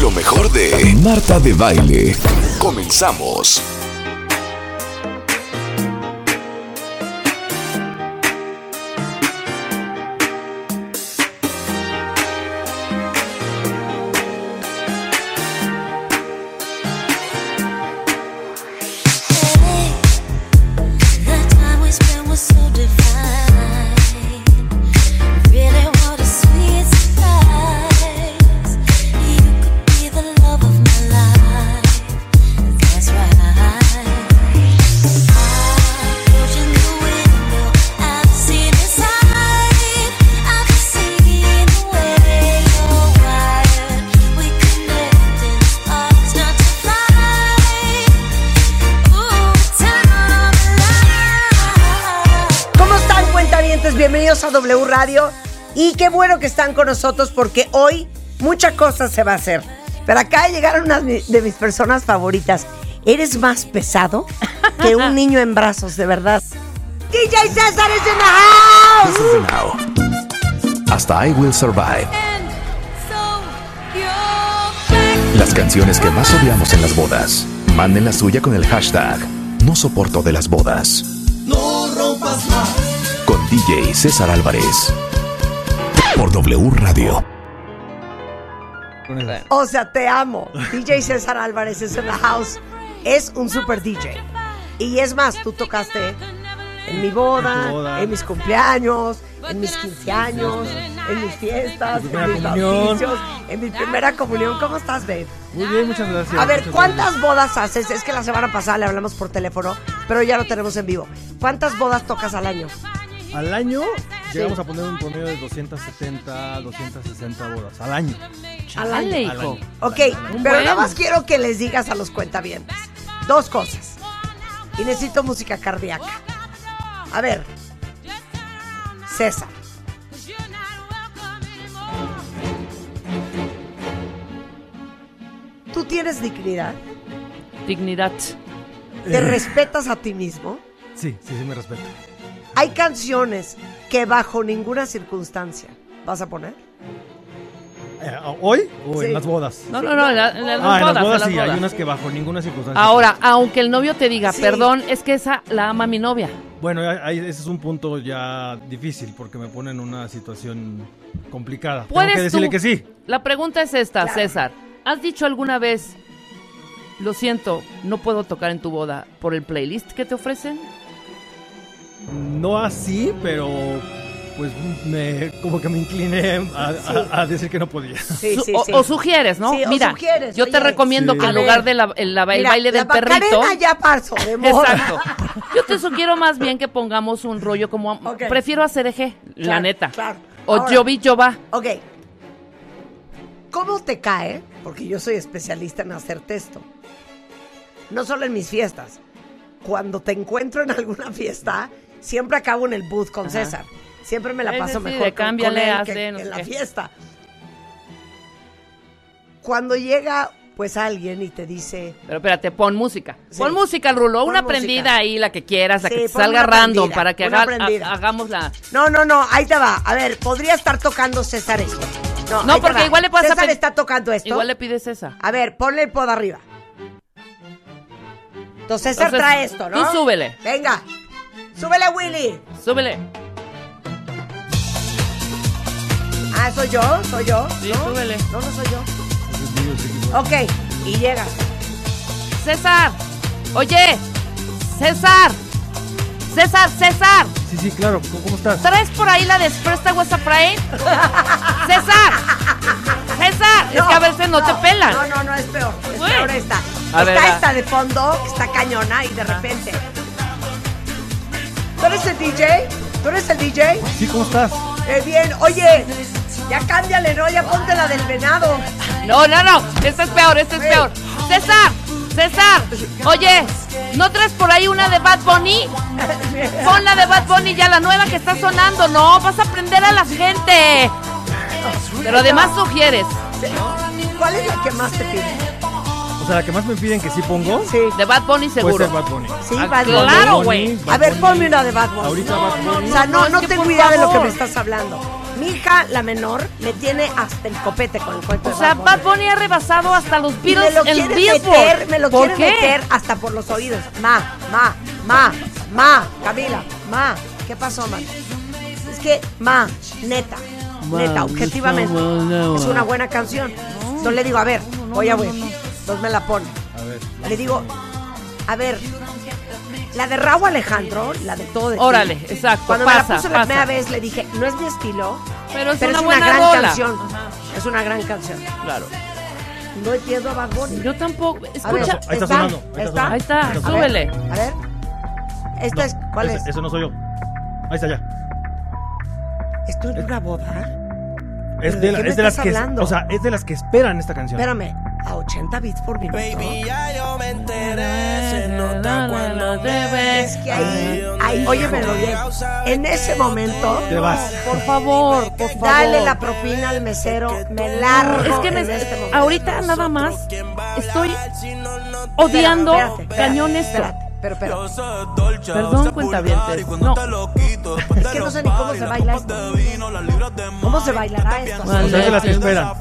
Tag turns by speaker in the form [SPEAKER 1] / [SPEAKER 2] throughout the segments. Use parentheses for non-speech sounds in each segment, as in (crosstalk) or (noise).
[SPEAKER 1] Lo mejor de Marta de Baile. Comenzamos.
[SPEAKER 2] ¿Cómo están, cuentavientes? Bienvenidos a W Radio. Y qué bueno que están con nosotros porque hoy mucha cosa se va a hacer. Pero acá llegaron unas mi- de mis personas favoritas. Eres más pesado que (laughs) un niño en brazos, de verdad. DJ César es en la house.
[SPEAKER 1] Now. Hasta I Will Survive. Las canciones que más odiamos en las bodas. Manden la suya con el hashtag No soporto de las bodas. No rompas Con DJ César Álvarez. Por W Radio.
[SPEAKER 2] O sea, te amo. DJ César Álvarez es en la house. Es un super DJ. Y es más, tú tocaste en mi boda, en, mis cumpleaños, en mis 15 años, en mis fiestas, en mis bautizos, en mi primera comunión. ¿Cómo estás, babe?
[SPEAKER 3] Muy bien, muchas gracias.
[SPEAKER 2] A ver,
[SPEAKER 3] muchas
[SPEAKER 2] ¿cuántas bodas haces? Es que la semana pasada le hablamos por teléfono, pero ya lo tenemos en vivo. ¿Cuántas bodas tocas al año?
[SPEAKER 3] gracias. Al año llegamos a poner un promedio de 270, 260 bodas. Al año.
[SPEAKER 2] Al año.
[SPEAKER 4] Dale,
[SPEAKER 3] Al
[SPEAKER 4] hijo.
[SPEAKER 3] año.
[SPEAKER 2] Ok,
[SPEAKER 4] Un
[SPEAKER 2] pero
[SPEAKER 4] buen.
[SPEAKER 2] nada más quiero que les digas a los cuentavientes dos cosas. Y necesito música cardíaca. A ver, César, tú tienes dignidad,
[SPEAKER 4] Dignidad.
[SPEAKER 2] te
[SPEAKER 3] Eh,
[SPEAKER 2] respetas a ti mismo.
[SPEAKER 3] Sí, sí, sí, me respeto.
[SPEAKER 2] Hay canciones que bajo ninguna circunstancia vas a poner.
[SPEAKER 3] Eh, ¿Hoy o
[SPEAKER 2] Sí.
[SPEAKER 3] en las bodas?
[SPEAKER 4] No, no, no, en la- en
[SPEAKER 3] ah, en las
[SPEAKER 4] las bodas,
[SPEAKER 3] bodas
[SPEAKER 4] en las
[SPEAKER 3] sí,
[SPEAKER 4] bodas.
[SPEAKER 3] hay unas que bajo ninguna circunstancia.
[SPEAKER 4] Ahora, aunque el novio te diga,
[SPEAKER 2] Sí.
[SPEAKER 4] perdón, es que esa la ama mi novia.
[SPEAKER 3] Bueno, ahí- ese es un punto ya difícil porque me pone en una situación complicada. Tengo
[SPEAKER 4] ¿Puedes
[SPEAKER 3] que decirle
[SPEAKER 4] tú?
[SPEAKER 3] que sí.
[SPEAKER 4] La pregunta es esta,
[SPEAKER 2] Claro.
[SPEAKER 4] César. ¿Has dicho alguna vez, lo siento, no puedo tocar en tu boda por el playlist que te ofrecen?
[SPEAKER 3] No así, pero pues me como que me incliné a, a- a decir que no podía.
[SPEAKER 2] Sí,
[SPEAKER 4] Su-
[SPEAKER 2] sí,
[SPEAKER 4] o,
[SPEAKER 2] sí.
[SPEAKER 4] o sugieres, ¿no?
[SPEAKER 2] Sí, o
[SPEAKER 4] Mira,
[SPEAKER 2] sugieres,
[SPEAKER 4] yo te
[SPEAKER 2] oye.
[SPEAKER 4] recomiendo
[SPEAKER 3] Sí.
[SPEAKER 4] que
[SPEAKER 3] A
[SPEAKER 4] en
[SPEAKER 2] ver.
[SPEAKER 4] lugar del el, la- el
[SPEAKER 2] Mira,
[SPEAKER 4] baile del
[SPEAKER 2] la Macarena
[SPEAKER 4] perrito...
[SPEAKER 2] ya pasó de moda.
[SPEAKER 4] Exacto. Yo te sugiero más bien que pongamos un rollo como...
[SPEAKER 2] Ok.
[SPEAKER 4] Prefiero hacer eje, la
[SPEAKER 2] Claro,
[SPEAKER 4] neta.
[SPEAKER 2] claro.
[SPEAKER 4] O
[SPEAKER 2] Ahora.
[SPEAKER 4] yo vi, yo va.
[SPEAKER 2] Ok. ¿Cómo te cae? Porque yo soy especialista en hacer texto. No solo en mis fiestas. Cuando te encuentro en alguna fiesta, siempre acabo en el booth con
[SPEAKER 4] Ajá.
[SPEAKER 2] César. Siempre me la
[SPEAKER 4] Ese
[SPEAKER 2] paso
[SPEAKER 4] sí,
[SPEAKER 2] mejor
[SPEAKER 4] de
[SPEAKER 2] con-
[SPEAKER 4] cámbiale,
[SPEAKER 2] con él
[SPEAKER 4] hazle,
[SPEAKER 2] que
[SPEAKER 4] no
[SPEAKER 2] en
[SPEAKER 4] sé
[SPEAKER 2] la
[SPEAKER 4] qué.
[SPEAKER 2] fiesta. Cuando llega, pues, alguien y te dice...
[SPEAKER 4] Pero espérate, pon música.
[SPEAKER 2] Sí.
[SPEAKER 4] Pon música, Rulo.
[SPEAKER 2] Pon
[SPEAKER 4] una
[SPEAKER 2] música.
[SPEAKER 4] prendida ahí, la que quieras, la
[SPEAKER 2] Sí,
[SPEAKER 4] que te
[SPEAKER 2] pon
[SPEAKER 4] salga
[SPEAKER 2] una
[SPEAKER 4] random
[SPEAKER 2] prendida,
[SPEAKER 4] para que
[SPEAKER 2] una
[SPEAKER 4] haga-
[SPEAKER 2] prendida.
[SPEAKER 4] ha- hagamos la.
[SPEAKER 2] No, no, no, ahí te va. A ver, podría estar tocando César esto. No,
[SPEAKER 4] No,
[SPEAKER 2] ahí te
[SPEAKER 4] porque
[SPEAKER 2] va.
[SPEAKER 4] igual le pasa-
[SPEAKER 2] César está tocando esto.
[SPEAKER 4] Igual le pides esa.
[SPEAKER 2] A ver, ponle el pod arriba. Entonces César
[SPEAKER 4] Entonces,
[SPEAKER 2] trae esto, ¿no?
[SPEAKER 4] tú súbele.
[SPEAKER 2] Venga. Súbele, Willy.
[SPEAKER 4] Súbele.
[SPEAKER 2] Ah, soy yo, soy yo.
[SPEAKER 4] Sí,
[SPEAKER 2] ¿No?
[SPEAKER 4] súbele.
[SPEAKER 2] No, no soy yo. Ok, y llegas.
[SPEAKER 4] César. Oye. César. César, César.
[SPEAKER 3] Sí, sí, claro. ¿Cómo, cómo estás?
[SPEAKER 4] ¿Traes por ahí la de Expresta
[SPEAKER 2] (laughs)
[SPEAKER 4] West Afraid? César. César. es que a veces no, te pelan. Pues,
[SPEAKER 2] No, no, no, es peor. Es
[SPEAKER 4] Güey.
[SPEAKER 2] peor esta.
[SPEAKER 4] A
[SPEAKER 2] está
[SPEAKER 4] ver, va.
[SPEAKER 2] esta de fondo, que está cañona y de repente. ¿Tú eres el DJ? ¿Tú eres el DJ?
[SPEAKER 3] Sí, ¿cómo estás?
[SPEAKER 2] Eh, bien, oye, ya cámbiale, ¿no? Ya ponte la del venado.
[SPEAKER 4] No, no, no. Esta es peor, esta es
[SPEAKER 2] Ey.
[SPEAKER 4] peor. César. César. Oye. ¿No traes por ahí una de Bad Bunny? Pon la de Bad Bunny ya, la nueva que está sonando. No, vas a aprender a la gente. Pero además sugieres.
[SPEAKER 2] ¿Cuál es la que más te pide?
[SPEAKER 3] O sea, la que más me piden que sí pongo
[SPEAKER 2] Sí.
[SPEAKER 4] De Bad Bunny
[SPEAKER 3] puede ser
[SPEAKER 4] seguro.
[SPEAKER 3] Bad Bunny.
[SPEAKER 2] Sí,
[SPEAKER 4] Ah,
[SPEAKER 2] Bad Bunny.
[SPEAKER 4] claro,
[SPEAKER 3] Bad
[SPEAKER 4] güey.
[SPEAKER 3] Bunny,
[SPEAKER 2] A
[SPEAKER 3] Bad
[SPEAKER 2] ver,
[SPEAKER 3] Bunny.
[SPEAKER 2] ponme una de Bad Bunny.
[SPEAKER 3] Ahorita Bad Bunny.
[SPEAKER 2] O sea, no,
[SPEAKER 4] es
[SPEAKER 2] no
[SPEAKER 4] que
[SPEAKER 2] tengo
[SPEAKER 4] por
[SPEAKER 2] idea de lo que
[SPEAKER 4] favor.
[SPEAKER 2] me estás hablando. mi hija, la menor, me tiene hasta el copete con el cuento
[SPEAKER 4] O
[SPEAKER 2] de
[SPEAKER 4] sea,
[SPEAKER 2] Bad Bunny.
[SPEAKER 4] Bad Bunny ha rebasado hasta los
[SPEAKER 2] Y me
[SPEAKER 4] Beatles
[SPEAKER 2] lo
[SPEAKER 4] en
[SPEAKER 2] quiere
[SPEAKER 4] Billboard.
[SPEAKER 2] meter, me lo
[SPEAKER 4] ¿Por
[SPEAKER 2] quiere
[SPEAKER 4] qué?
[SPEAKER 2] meter hasta por los oídos. Ma, ma, ma, ma, Camila, ma, ¿qué pasó, ma? Es que, ma, neta,
[SPEAKER 3] Ma,
[SPEAKER 2] neta, objetivamente,
[SPEAKER 3] no, no,
[SPEAKER 2] es
[SPEAKER 3] ma.
[SPEAKER 2] una buena canción. Entonces le digo, a ver, voy a ver, entonces me la pone.
[SPEAKER 3] A ver.
[SPEAKER 2] Le digo, a ver, la de Raúl Alejandro, la de todo de ti,
[SPEAKER 4] Órale, exacto,
[SPEAKER 2] Cuando me
[SPEAKER 4] pasa,
[SPEAKER 2] la puso la primera
[SPEAKER 4] pasa.
[SPEAKER 2] vez le dije, no es mi estilo,
[SPEAKER 4] Pero es
[SPEAKER 2] pero es
[SPEAKER 4] una
[SPEAKER 2] una
[SPEAKER 4] buena
[SPEAKER 2] gran
[SPEAKER 4] rola.
[SPEAKER 2] canción.
[SPEAKER 4] Ajá.
[SPEAKER 2] Es una gran canción.
[SPEAKER 4] Claro.
[SPEAKER 2] No entiendo a Bad Bunny.
[SPEAKER 4] Yo tampoco.
[SPEAKER 2] A ver,
[SPEAKER 4] Escucha.
[SPEAKER 3] Ahí está sonando, ahí está sonando.
[SPEAKER 4] Ahí está,
[SPEAKER 2] A ver,
[SPEAKER 4] súbele.
[SPEAKER 2] A ver. Esta es. ¿Cuál
[SPEAKER 3] ese-
[SPEAKER 2] es?
[SPEAKER 3] Eso no soy yo. Ahí está ya.
[SPEAKER 2] ¿Esto es una boda? ¿Pero
[SPEAKER 3] Es
[SPEAKER 2] de
[SPEAKER 3] de, la-
[SPEAKER 2] qué me
[SPEAKER 3] es de las
[SPEAKER 2] estás
[SPEAKER 3] que,
[SPEAKER 2] hablando?
[SPEAKER 3] o sea, es de las que esperan esta canción.
[SPEAKER 2] Espérame. A 80 bits por minuto.
[SPEAKER 5] Baby, ya yo me enteré, se nota cuando te
[SPEAKER 2] Es
[SPEAKER 5] ves.
[SPEAKER 2] que ahí. ahí óyemelo bien. En ese momento.
[SPEAKER 3] Te vas.
[SPEAKER 4] Por favor, por favor.
[SPEAKER 2] Dale la propina al mesero. Me largo.
[SPEAKER 4] Es que me,
[SPEAKER 2] en este momento.
[SPEAKER 4] ahorita nada más estoy odiando
[SPEAKER 2] Espérate, espérate,
[SPEAKER 4] cañón esto.
[SPEAKER 2] Espérate, pero, pero.
[SPEAKER 4] Perdón, cuentavientes. No.
[SPEAKER 2] Es que no sé ni cómo se baila esto. ¿Cómo se bailará esto?
[SPEAKER 3] O sea, es de las que
[SPEAKER 4] Vale.
[SPEAKER 3] esperan.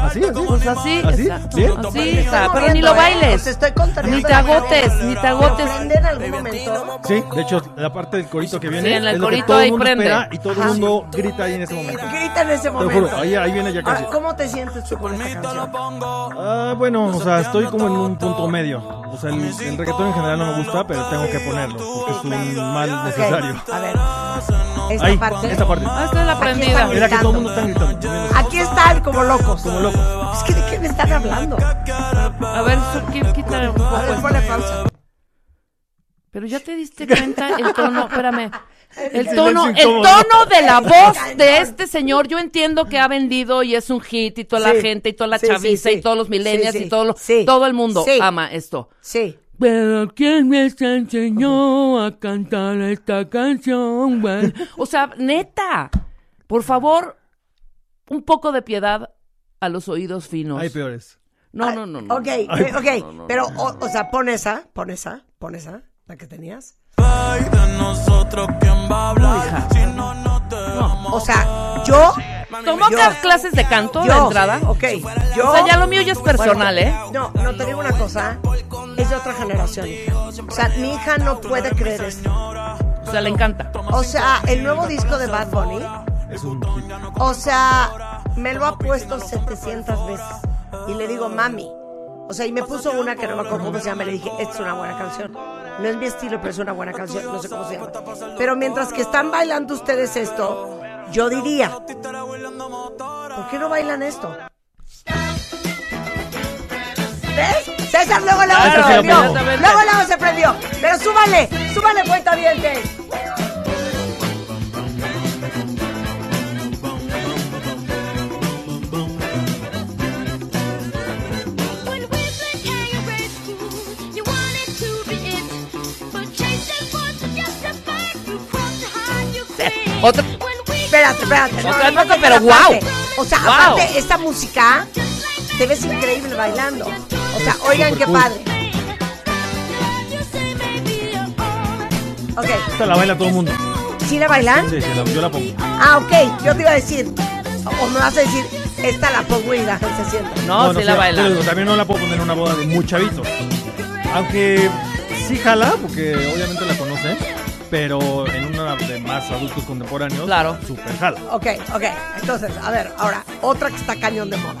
[SPEAKER 3] Así, así, o
[SPEAKER 4] Pues
[SPEAKER 3] sea,
[SPEAKER 4] así,
[SPEAKER 3] ¿Así?
[SPEAKER 4] exacto.
[SPEAKER 3] ¿Ah, ¿Sí?
[SPEAKER 4] Así,
[SPEAKER 2] Estoy
[SPEAKER 4] está. Pero ni
[SPEAKER 2] moviendo,
[SPEAKER 4] lo
[SPEAKER 2] ¿eh?
[SPEAKER 4] bailes.
[SPEAKER 2] Te estoy contando.
[SPEAKER 4] Ni te agotes, ni te agotes.
[SPEAKER 2] ¿Prende en algún momento?
[SPEAKER 3] Sí, de hecho, la parte del corito que viene
[SPEAKER 4] Sí, en el
[SPEAKER 3] es lo que
[SPEAKER 4] corito
[SPEAKER 3] todo
[SPEAKER 4] ahí
[SPEAKER 3] el mundo
[SPEAKER 4] prende.
[SPEAKER 3] espera y todo el
[SPEAKER 2] Ajá.
[SPEAKER 3] mundo grita ahí en ese momento.
[SPEAKER 2] Grita en ese
[SPEAKER 3] Te lo
[SPEAKER 2] momento.
[SPEAKER 3] juro, ahí, ahí viene ya
[SPEAKER 2] Ahora,
[SPEAKER 3] casi.
[SPEAKER 2] ¿Cómo te sientes tú con esta canción?
[SPEAKER 3] Ah, bueno, o sea, estoy como en un punto medio. O sea, el, el reggaetón en general no me gusta, pero tengo que ponerlo, porque es un mal
[SPEAKER 2] Ok,
[SPEAKER 3] necesario.
[SPEAKER 2] A ver. Esta
[SPEAKER 3] Ahí,
[SPEAKER 2] parte.
[SPEAKER 3] esta parte.
[SPEAKER 4] Ah, esta es la
[SPEAKER 2] Aquí
[SPEAKER 4] prendida.
[SPEAKER 2] está.
[SPEAKER 3] Mira que todo el mundo está gritando.
[SPEAKER 2] Aquí están como locos.
[SPEAKER 3] Como locos.
[SPEAKER 2] Es que de qué me están hablando. A
[SPEAKER 4] A ver, su- qui- quítale un poco
[SPEAKER 2] ver,
[SPEAKER 4] esto.
[SPEAKER 2] ponle pausa.
[SPEAKER 4] Pero ya te diste cuenta el tono, espérame. El
[SPEAKER 3] silencio
[SPEAKER 4] tono, el
[SPEAKER 3] incómodo.
[SPEAKER 4] tono de la voz de este señor, yo entiendo que ha vendido y es un hit y toda la
[SPEAKER 2] Sí.
[SPEAKER 4] gente y toda la
[SPEAKER 2] Sí, sí,
[SPEAKER 4] chaviza
[SPEAKER 2] sí.
[SPEAKER 4] y todos los millennials
[SPEAKER 2] Sí, sí.
[SPEAKER 4] y todo, lo-
[SPEAKER 2] Sí.
[SPEAKER 4] todo el mundo
[SPEAKER 2] Sí.
[SPEAKER 4] ama esto.
[SPEAKER 2] Sí.
[SPEAKER 4] Pero ¿quién me enseñó a cantar esta canción? Bueno, O sea, neta, por favor, un poco de piedad a los oídos finos.
[SPEAKER 3] Hay peores.
[SPEAKER 4] no, no, no, no.
[SPEAKER 2] Ok, eh, ok. Pero, o, o sea, pon esa, pon esa, pon esa, la que tenías. O sea, yo.
[SPEAKER 4] ¿Tomó
[SPEAKER 2] Yo.
[SPEAKER 4] ca- clases de canto
[SPEAKER 2] yo,
[SPEAKER 4] de entrada?
[SPEAKER 2] Ok. Yo.
[SPEAKER 4] O sea, ya lo mío ya es personal, ¿eh?
[SPEAKER 2] No, no te digo una cosa. Es de otra generación, hija. O sea, mi hija no puede creer esto.
[SPEAKER 4] O sea, le encanta.
[SPEAKER 2] O sea, el nuevo disco de Bad Bunny.
[SPEAKER 3] Es un hit.
[SPEAKER 2] O sea, me lo ha puesto 700 veces. Y le digo, mami. O sea, y me puso una que no me acuerdo cómo se llama. Le dije, esta es una buena canción. No es mi estilo, pero es una buena canción. No sé cómo se llama. Pero mientras que están bailando ustedes esto, yo diría, ¿por qué no bailan esto? ¿Ves? César luego luego
[SPEAKER 3] Ah,
[SPEAKER 2] se
[SPEAKER 3] esa sí la
[SPEAKER 2] prendió.
[SPEAKER 3] pongo.
[SPEAKER 2] Luego luego se prendió. Pero súbale, súbale cuenta dientes.
[SPEAKER 6] When we played higher school, you wanted to be it, but chasing was just a bird. You crossed the high you came.
[SPEAKER 4] Otro.
[SPEAKER 6] When we
[SPEAKER 2] Espérate, espérate.
[SPEAKER 4] O sea,
[SPEAKER 2] no,
[SPEAKER 4] no,
[SPEAKER 2] no,
[SPEAKER 4] pero guau.
[SPEAKER 2] aparte. O sea,
[SPEAKER 4] Guau.
[SPEAKER 2] aparte, esta música te ves increíble bailando. O sea, oigan qué
[SPEAKER 3] cool.
[SPEAKER 2] padre.
[SPEAKER 6] you say maybe you're all
[SPEAKER 2] Ok,
[SPEAKER 3] Esta la baila todo el mundo.
[SPEAKER 2] ¿sí la bailan?
[SPEAKER 3] Sí, sí, la- yo la pongo.
[SPEAKER 2] Ah, ok, yo te iba a decir. O me vas a decir, esta la pongo y la gente se sienta.
[SPEAKER 4] No, sí la
[SPEAKER 3] sí,
[SPEAKER 4] baila.
[SPEAKER 3] te lo digo, también no la puedo poner en una boda de muy chavito. Aunque sí jala, porque obviamente la conoce, pero en una de más adultos contemporáneos,
[SPEAKER 4] Claro.
[SPEAKER 3] super jala.
[SPEAKER 2] Ok, ok. Entonces, a ver, ahora, otra que está cañón de moda.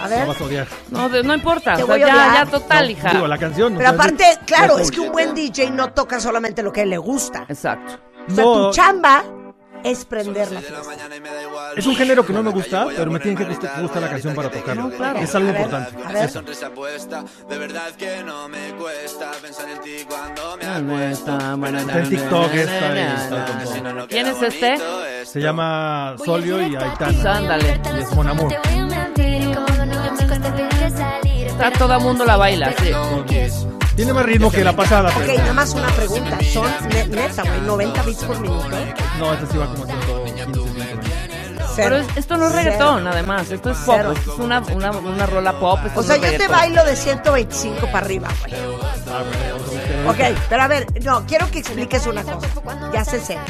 [SPEAKER 2] A
[SPEAKER 3] La
[SPEAKER 2] ver.
[SPEAKER 3] vas a odiar.
[SPEAKER 4] No, de- no importa.
[SPEAKER 2] Te
[SPEAKER 4] o sea,
[SPEAKER 2] voy a
[SPEAKER 4] ya,
[SPEAKER 2] odiar.
[SPEAKER 4] ya total,
[SPEAKER 3] No,
[SPEAKER 4] hija.
[SPEAKER 3] Digo, la canción. o
[SPEAKER 2] Pero
[SPEAKER 3] sea,
[SPEAKER 2] aparte, claro,
[SPEAKER 3] la-
[SPEAKER 2] es que un buen DJ no toca solamente lo que le gusta.
[SPEAKER 4] Exacto.
[SPEAKER 2] O sea, tu
[SPEAKER 3] No.
[SPEAKER 2] chamba es prender la fiesta.
[SPEAKER 3] Es un género que no me gusta, pero me tiene que gustar, gustar la canción para tocarla.
[SPEAKER 4] claro.
[SPEAKER 3] Es algo
[SPEAKER 2] A ver,
[SPEAKER 3] importante.
[SPEAKER 2] a ver.
[SPEAKER 3] Eso.
[SPEAKER 7] sonrisa puesta. De verdad que no me cuesta pensar en ti cuando me
[SPEAKER 3] Está en TikTok esta. y está con todo.
[SPEAKER 4] ¿Quién es este?
[SPEAKER 3] Se llama Solio y Aitana.
[SPEAKER 4] Ándale.
[SPEAKER 3] Y es Mon Amour.
[SPEAKER 4] Está todo mundo la baila, sí.
[SPEAKER 3] Tiene más ritmo que la pasada.
[SPEAKER 2] Ok,
[SPEAKER 3] pero-
[SPEAKER 2] nada más una pregunta. Son ne- neta, güey, 90 bits por minuto.
[SPEAKER 3] No, esta sí va como 115.
[SPEAKER 4] Pero
[SPEAKER 2] Cero.
[SPEAKER 4] es- esto no es
[SPEAKER 2] Cero.
[SPEAKER 4] reggaetón, además. Esto es pop.
[SPEAKER 2] Cero.
[SPEAKER 4] Esto es una, una, una rola pop. esto
[SPEAKER 2] O
[SPEAKER 4] no
[SPEAKER 2] sea,
[SPEAKER 4] es
[SPEAKER 2] yo te
[SPEAKER 4] reggaetón.
[SPEAKER 2] bailo de 125 para arriba, pues. güey.
[SPEAKER 3] Ah, bueno, vamos a buscar.
[SPEAKER 2] Ok, pero a ver, no, quiero que expliques una cosa. Ya sé cero.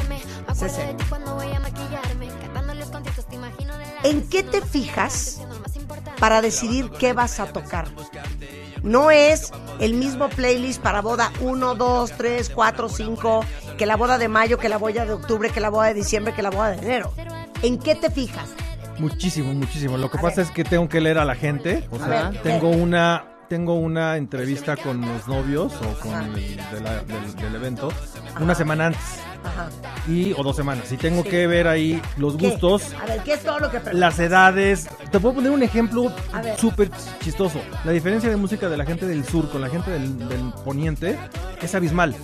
[SPEAKER 2] César.
[SPEAKER 6] Cuando voy a maquillarme, cantando los conciertos, te imagino de la
[SPEAKER 2] ¿En qué te fijas
[SPEAKER 6] lo más importante.
[SPEAKER 2] para decidir qué vas a tocar? No es el mismo playlist para boda 1, 2, 3, 4, 5, que la boda de mayo, que la boda de octubre, que la boda de diciembre, que la boda de enero. ¿En qué te fijas?
[SPEAKER 3] Muchísimo, muchísimo. Lo que pasa es que tengo que leer a la gente. O
[SPEAKER 2] A
[SPEAKER 3] sea,
[SPEAKER 2] ver, ¿qué?
[SPEAKER 3] tengo una tengo una entrevista con los novios o con el de la- del, del evento una semana antes
[SPEAKER 2] Ajá.
[SPEAKER 3] y o dos semanas. Y tengo que ver ahí los
[SPEAKER 2] ¿Qué?
[SPEAKER 3] gustos,
[SPEAKER 2] A ver, ¿qué es todo lo que preguntas?
[SPEAKER 3] las edades. Te puedo poner un ejemplo
[SPEAKER 2] A ver.
[SPEAKER 3] súper chistoso. La diferencia de música de la gente del sur con la gente del, del poniente es abismal.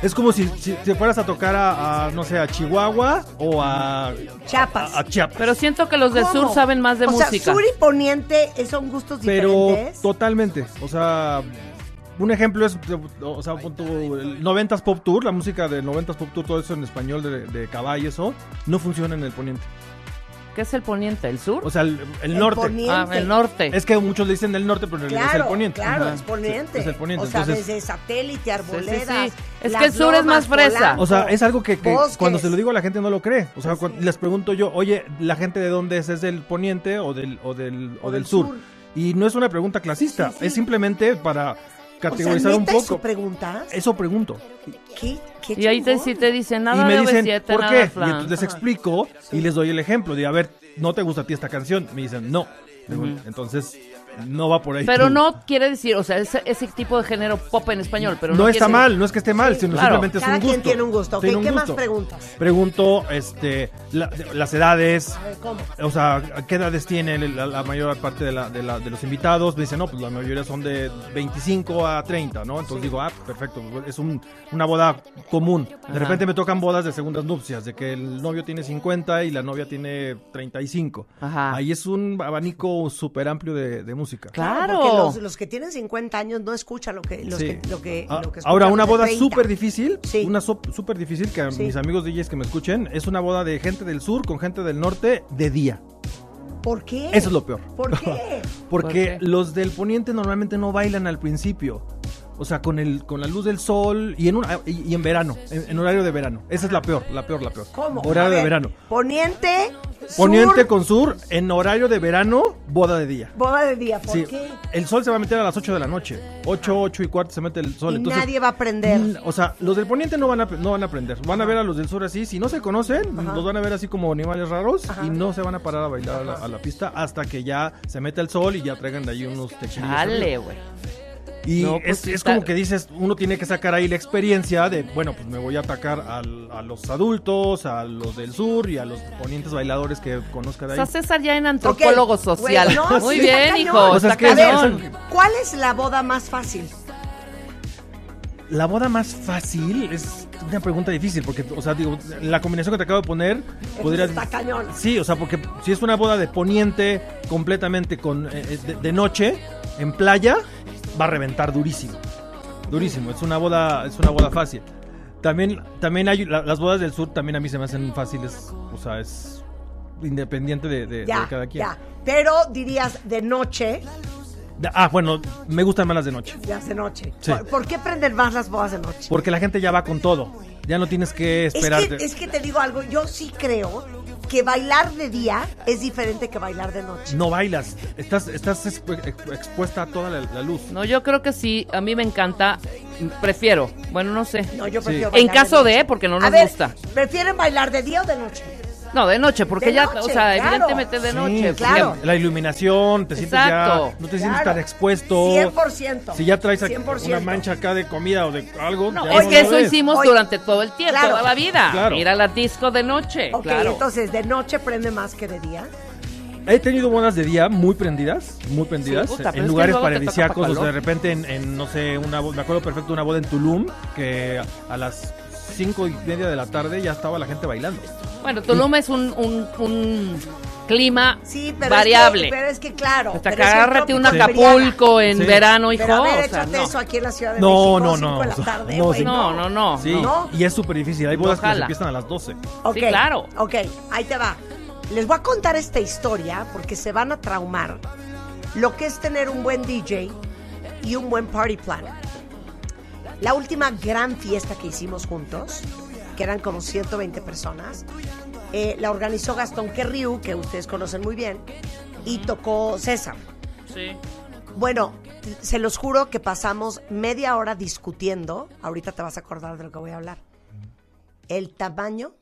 [SPEAKER 3] Es como si, si te fueras a tocar a, a, no sé, a Chihuahua o a,
[SPEAKER 2] Chapas.
[SPEAKER 3] a Chiapas.
[SPEAKER 4] Pero siento que los de
[SPEAKER 2] ¿Cómo?
[SPEAKER 4] sur saben más de
[SPEAKER 2] o
[SPEAKER 4] música.
[SPEAKER 2] sea, sur y poniente eh, son gustos
[SPEAKER 3] pero
[SPEAKER 2] diferentes.
[SPEAKER 3] totalmente. O sea, un ejemplo es, o sea, pon tú, el 90s Pop Tour, la música del 90s Pop Tour, todo eso en español de, de Cabá y eso, no funciona en el poniente.
[SPEAKER 4] ¿Qué es el poniente? ¿El sur?
[SPEAKER 3] O sea, el, el norte.
[SPEAKER 2] poniente.
[SPEAKER 4] ah, el norte.
[SPEAKER 3] Es que muchos le dicen el norte, pero en realidad
[SPEAKER 2] Claro,
[SPEAKER 3] es el poniente.
[SPEAKER 2] claro,
[SPEAKER 3] Ajá.
[SPEAKER 2] es poniente.
[SPEAKER 3] Es, es el poniente.
[SPEAKER 2] O sea,
[SPEAKER 3] Entonces,
[SPEAKER 2] desde satélite, arboledas.
[SPEAKER 4] sí. Es
[SPEAKER 2] las
[SPEAKER 4] que el sur es
[SPEAKER 2] lomas,
[SPEAKER 4] más fresa.
[SPEAKER 2] Polanco.
[SPEAKER 3] o sea, es algo que, que
[SPEAKER 2] Bosques. Pues
[SPEAKER 3] cuando se lo digo a la gente no lo cree. O sea, cuando les pregunto yo, oye, ¿la gente de dónde es? ¿Es del poniente o del, o del, o del sur? Y no es una pregunta clasista, es simplemente para categorizar
[SPEAKER 2] o sea,
[SPEAKER 3] un
[SPEAKER 2] ¿neta
[SPEAKER 3] poco.
[SPEAKER 2] Eso preguntas?
[SPEAKER 3] Eso pregunto.
[SPEAKER 2] ¿Qué, qué
[SPEAKER 4] y ahí te,
[SPEAKER 2] chingón?
[SPEAKER 4] sí te dicen nada
[SPEAKER 3] y me
[SPEAKER 4] de
[SPEAKER 3] dicen,
[SPEAKER 4] OV7,
[SPEAKER 3] ¿por
[SPEAKER 4] nada
[SPEAKER 3] qué? Y
[SPEAKER 4] de flan.
[SPEAKER 3] entonces les explico y les doy el ejemplo. Digo, a ver, ¿no te gusta a ti esta canción? Me dicen, no. Digo, Entonces, no va por ahí.
[SPEAKER 4] Pero
[SPEAKER 3] tú.
[SPEAKER 4] no quiere decir, o sea, ese, ese tipo de género pop en español, pero
[SPEAKER 3] No,
[SPEAKER 4] no, quiere
[SPEAKER 3] está
[SPEAKER 4] decir-
[SPEAKER 3] mal, no es que esté mal, sino
[SPEAKER 4] claro.
[SPEAKER 3] simplemente es
[SPEAKER 2] Cada
[SPEAKER 3] un
[SPEAKER 2] quien
[SPEAKER 3] gusto.
[SPEAKER 2] tiene un gusto. Ok,
[SPEAKER 3] Tiene un
[SPEAKER 2] ¿Qué
[SPEAKER 3] gusto.
[SPEAKER 2] más preguntas?
[SPEAKER 3] Pregunto este, la- las edades,
[SPEAKER 2] A ver, ¿cómo?
[SPEAKER 3] o sea, ¿a ¿qué edades tiene la, la mayor parte de, la- de la- de los invitados? Me dicen, no, pues la mayoría son de 25 a 30, ¿no? Entonces digo, ah, perfecto, es un- una boda común. De
[SPEAKER 4] Ajá.
[SPEAKER 3] repente me tocan bodas de segundas nupcias, de que el novio tiene 50 y la novia tiene 35.
[SPEAKER 4] Ajá.
[SPEAKER 3] Ahí es un abanico súper amplio de, de música.
[SPEAKER 4] Claro.
[SPEAKER 2] Porque los, los que tienen 50 años no escuchan lo que, los
[SPEAKER 3] Sí.
[SPEAKER 2] que, lo que,
[SPEAKER 3] Ah,
[SPEAKER 2] lo que escuchan
[SPEAKER 3] Ahora,
[SPEAKER 2] los
[SPEAKER 3] una
[SPEAKER 2] de
[SPEAKER 3] boda
[SPEAKER 2] 30.
[SPEAKER 3] súper difícil.
[SPEAKER 2] Sí.
[SPEAKER 3] Una sop- súper difícil que a
[SPEAKER 2] Sí.
[SPEAKER 3] mis amigos DJs que me escuchen. Es una boda de gente del sur con gente del norte de día.
[SPEAKER 2] ¿Por qué?
[SPEAKER 3] Eso es lo peor.
[SPEAKER 2] (laughs) ¿Por qué?
[SPEAKER 3] (laughs) Porque
[SPEAKER 4] ¿Por qué?
[SPEAKER 3] los del poniente normalmente no bailan al principio. O sea, con, el, con la luz del sol y en, un- ah, y, y en verano, en, en horario de verano. Esa es la peor, la peor, la peor.
[SPEAKER 2] ¿Cómo? A
[SPEAKER 3] Horario de
[SPEAKER 2] ver,
[SPEAKER 3] verano.
[SPEAKER 2] Poniente,
[SPEAKER 3] Poniente
[SPEAKER 2] sur,
[SPEAKER 3] con sur, en horario de verano, boda de día.
[SPEAKER 2] boda de día. ¿Por
[SPEAKER 3] Sí,
[SPEAKER 2] qué?
[SPEAKER 3] el sol se va a meter a las 8 de la noche. 8, 8 y cuarto se mete el sol.
[SPEAKER 2] Y
[SPEAKER 3] entonces,
[SPEAKER 2] nadie va a aprender.
[SPEAKER 3] Mm, O sea, los del poniente no van a, no van a aprender. Van a ver a los del sur así. Si no se conocen, los van a ver así como animales raros y no se van a parar a bailar a la, a la pista hasta que ya se meta el sol y ya traigan de ahí unos tequilillos.
[SPEAKER 4] Dale, güey.
[SPEAKER 3] Y
[SPEAKER 4] No,
[SPEAKER 3] es,
[SPEAKER 4] pues
[SPEAKER 3] es
[SPEAKER 4] está-
[SPEAKER 3] como que dices, uno tiene que sacar ahí la experiencia de, bueno, pues me voy a atacar al- a los adultos, a los del sur y a los ponientes bailadores que conozca de
[SPEAKER 4] O
[SPEAKER 3] ahí.
[SPEAKER 4] sea, César ya en antropólogo
[SPEAKER 2] Ok,
[SPEAKER 4] social.
[SPEAKER 2] güey, no,
[SPEAKER 4] Muy
[SPEAKER 2] sí, está
[SPEAKER 4] bien,
[SPEAKER 2] cañón. Pues
[SPEAKER 4] hijo.
[SPEAKER 3] O sea,
[SPEAKER 4] está
[SPEAKER 3] es que-
[SPEAKER 2] A
[SPEAKER 4] cañón.
[SPEAKER 2] ver, ¿cuál es la boda más fácil?
[SPEAKER 3] La boda más fácil es una pregunta difícil, porque, o sea, digo, la combinación que te acabo de poner podrías...
[SPEAKER 2] Está cañón.
[SPEAKER 3] Sí, o sea, porque si es una boda de poniente completamente con eh, eh, de, de noche en playa, va a reventar durísimo. Durísimo, es una boda es una boda fácil. También también hay la- las bodas del sur también a mí se me hacen fáciles, o sea, es independiente de, de- de
[SPEAKER 2] Ya,
[SPEAKER 3] cada quien.
[SPEAKER 2] ya. Pero dirías de noche,
[SPEAKER 3] Da- Ah, bueno, me gustan más las de noche,
[SPEAKER 2] ya es de noche.
[SPEAKER 3] Sí.
[SPEAKER 2] ¿Por, por qué prender más las bodas de noche?
[SPEAKER 3] porque la gente ya va con todo. Ya no tienes que
[SPEAKER 2] Es
[SPEAKER 3] esperarte.
[SPEAKER 2] que, es que te digo algo, yo sí creo que bailar de día es diferente que bailar de noche.
[SPEAKER 3] No bailas, estás estás expu- expu- expuesta a toda la, la luz.
[SPEAKER 4] No, yo creo que sí. A mí me encanta. Prefiero. Bueno, no sé.
[SPEAKER 2] No, yo prefiero
[SPEAKER 4] En
[SPEAKER 2] bailar
[SPEAKER 4] caso de,
[SPEAKER 2] noche.
[SPEAKER 4] porque no
[SPEAKER 2] A
[SPEAKER 4] nos
[SPEAKER 2] ver,
[SPEAKER 4] gusta.
[SPEAKER 2] ¿Prefieren bailar de día o de noche?
[SPEAKER 4] No, de noche, porque
[SPEAKER 2] De
[SPEAKER 4] ya,
[SPEAKER 2] noche,
[SPEAKER 4] o sea,
[SPEAKER 2] claro.
[SPEAKER 4] evidentemente de
[SPEAKER 3] Sí,
[SPEAKER 4] noche.
[SPEAKER 3] sí,
[SPEAKER 2] claro.
[SPEAKER 3] La iluminación, te sientes ya.
[SPEAKER 4] Exacto.
[SPEAKER 3] No te
[SPEAKER 2] Claro.
[SPEAKER 3] sientes tan expuesto.
[SPEAKER 2] 100%.
[SPEAKER 3] Si ya traes aquí
[SPEAKER 2] 100%.
[SPEAKER 3] una mancha acá de comida o de algo. ya
[SPEAKER 4] porque- Es
[SPEAKER 3] no
[SPEAKER 4] que
[SPEAKER 3] lo
[SPEAKER 4] eso
[SPEAKER 3] ves.
[SPEAKER 4] hicimos
[SPEAKER 2] Oye,
[SPEAKER 4] durante todo el tiempo,
[SPEAKER 2] claro.
[SPEAKER 4] toda la vida.
[SPEAKER 3] Claro.
[SPEAKER 4] Ir a la disco de noche.
[SPEAKER 2] Ok,
[SPEAKER 4] claro.
[SPEAKER 2] entonces de noche prende más que de día.
[SPEAKER 3] He tenido bodas de día muy prendidas, muy prendidas,
[SPEAKER 4] Sí, puta, pero es
[SPEAKER 3] en
[SPEAKER 4] que
[SPEAKER 3] lugares
[SPEAKER 4] luego te toca pa'
[SPEAKER 3] paradisíacos, o sea, de
[SPEAKER 4] calor.
[SPEAKER 3] repente en, en, no sé, una bo- me acuerdo perfecto una boda en Tulum, que a las cinco y media de la tarde ya estaba la gente bailando.
[SPEAKER 4] Bueno, Tulum es un, un, un clima
[SPEAKER 2] Sí, pero
[SPEAKER 4] variable.
[SPEAKER 2] Es que, pero es que claro.
[SPEAKER 4] Hasta
[SPEAKER 2] pero es que
[SPEAKER 4] agárrate un
[SPEAKER 2] trópico,
[SPEAKER 4] Acapulco en
[SPEAKER 3] Sí.
[SPEAKER 4] verano, hijo.
[SPEAKER 2] Pero a ver,
[SPEAKER 4] o sea,
[SPEAKER 2] échate
[SPEAKER 4] no.
[SPEAKER 2] eso aquí en la Ciudad de
[SPEAKER 3] No,
[SPEAKER 2] México.
[SPEAKER 3] no,
[SPEAKER 2] cinco
[SPEAKER 3] no,
[SPEAKER 2] de la
[SPEAKER 3] o sea,
[SPEAKER 2] tarde,
[SPEAKER 3] no,
[SPEAKER 2] güey,
[SPEAKER 3] sí.
[SPEAKER 4] no, no, no.
[SPEAKER 3] Sí,
[SPEAKER 4] no.
[SPEAKER 2] No.
[SPEAKER 3] y es súper difícil, hay bodas que se
[SPEAKER 4] Ojalá.
[SPEAKER 3] empiezan a las 12.
[SPEAKER 2] Ok,
[SPEAKER 4] Sí, claro.
[SPEAKER 2] Ok, ahí te va. Les voy a contar esta historia porque se van a traumar lo que es tener un buen DJ y un buen party plan. La última gran fiesta que hicimos juntos que eran como 120 personas. Eh, la organizó Gastón Querriu, que ustedes conocen muy bien, y tocó César.
[SPEAKER 4] Sí.
[SPEAKER 2] Bueno, se los juro que pasamos media hora discutiendo. Ahorita te vas a acordar de lo que voy a hablar. El tamaño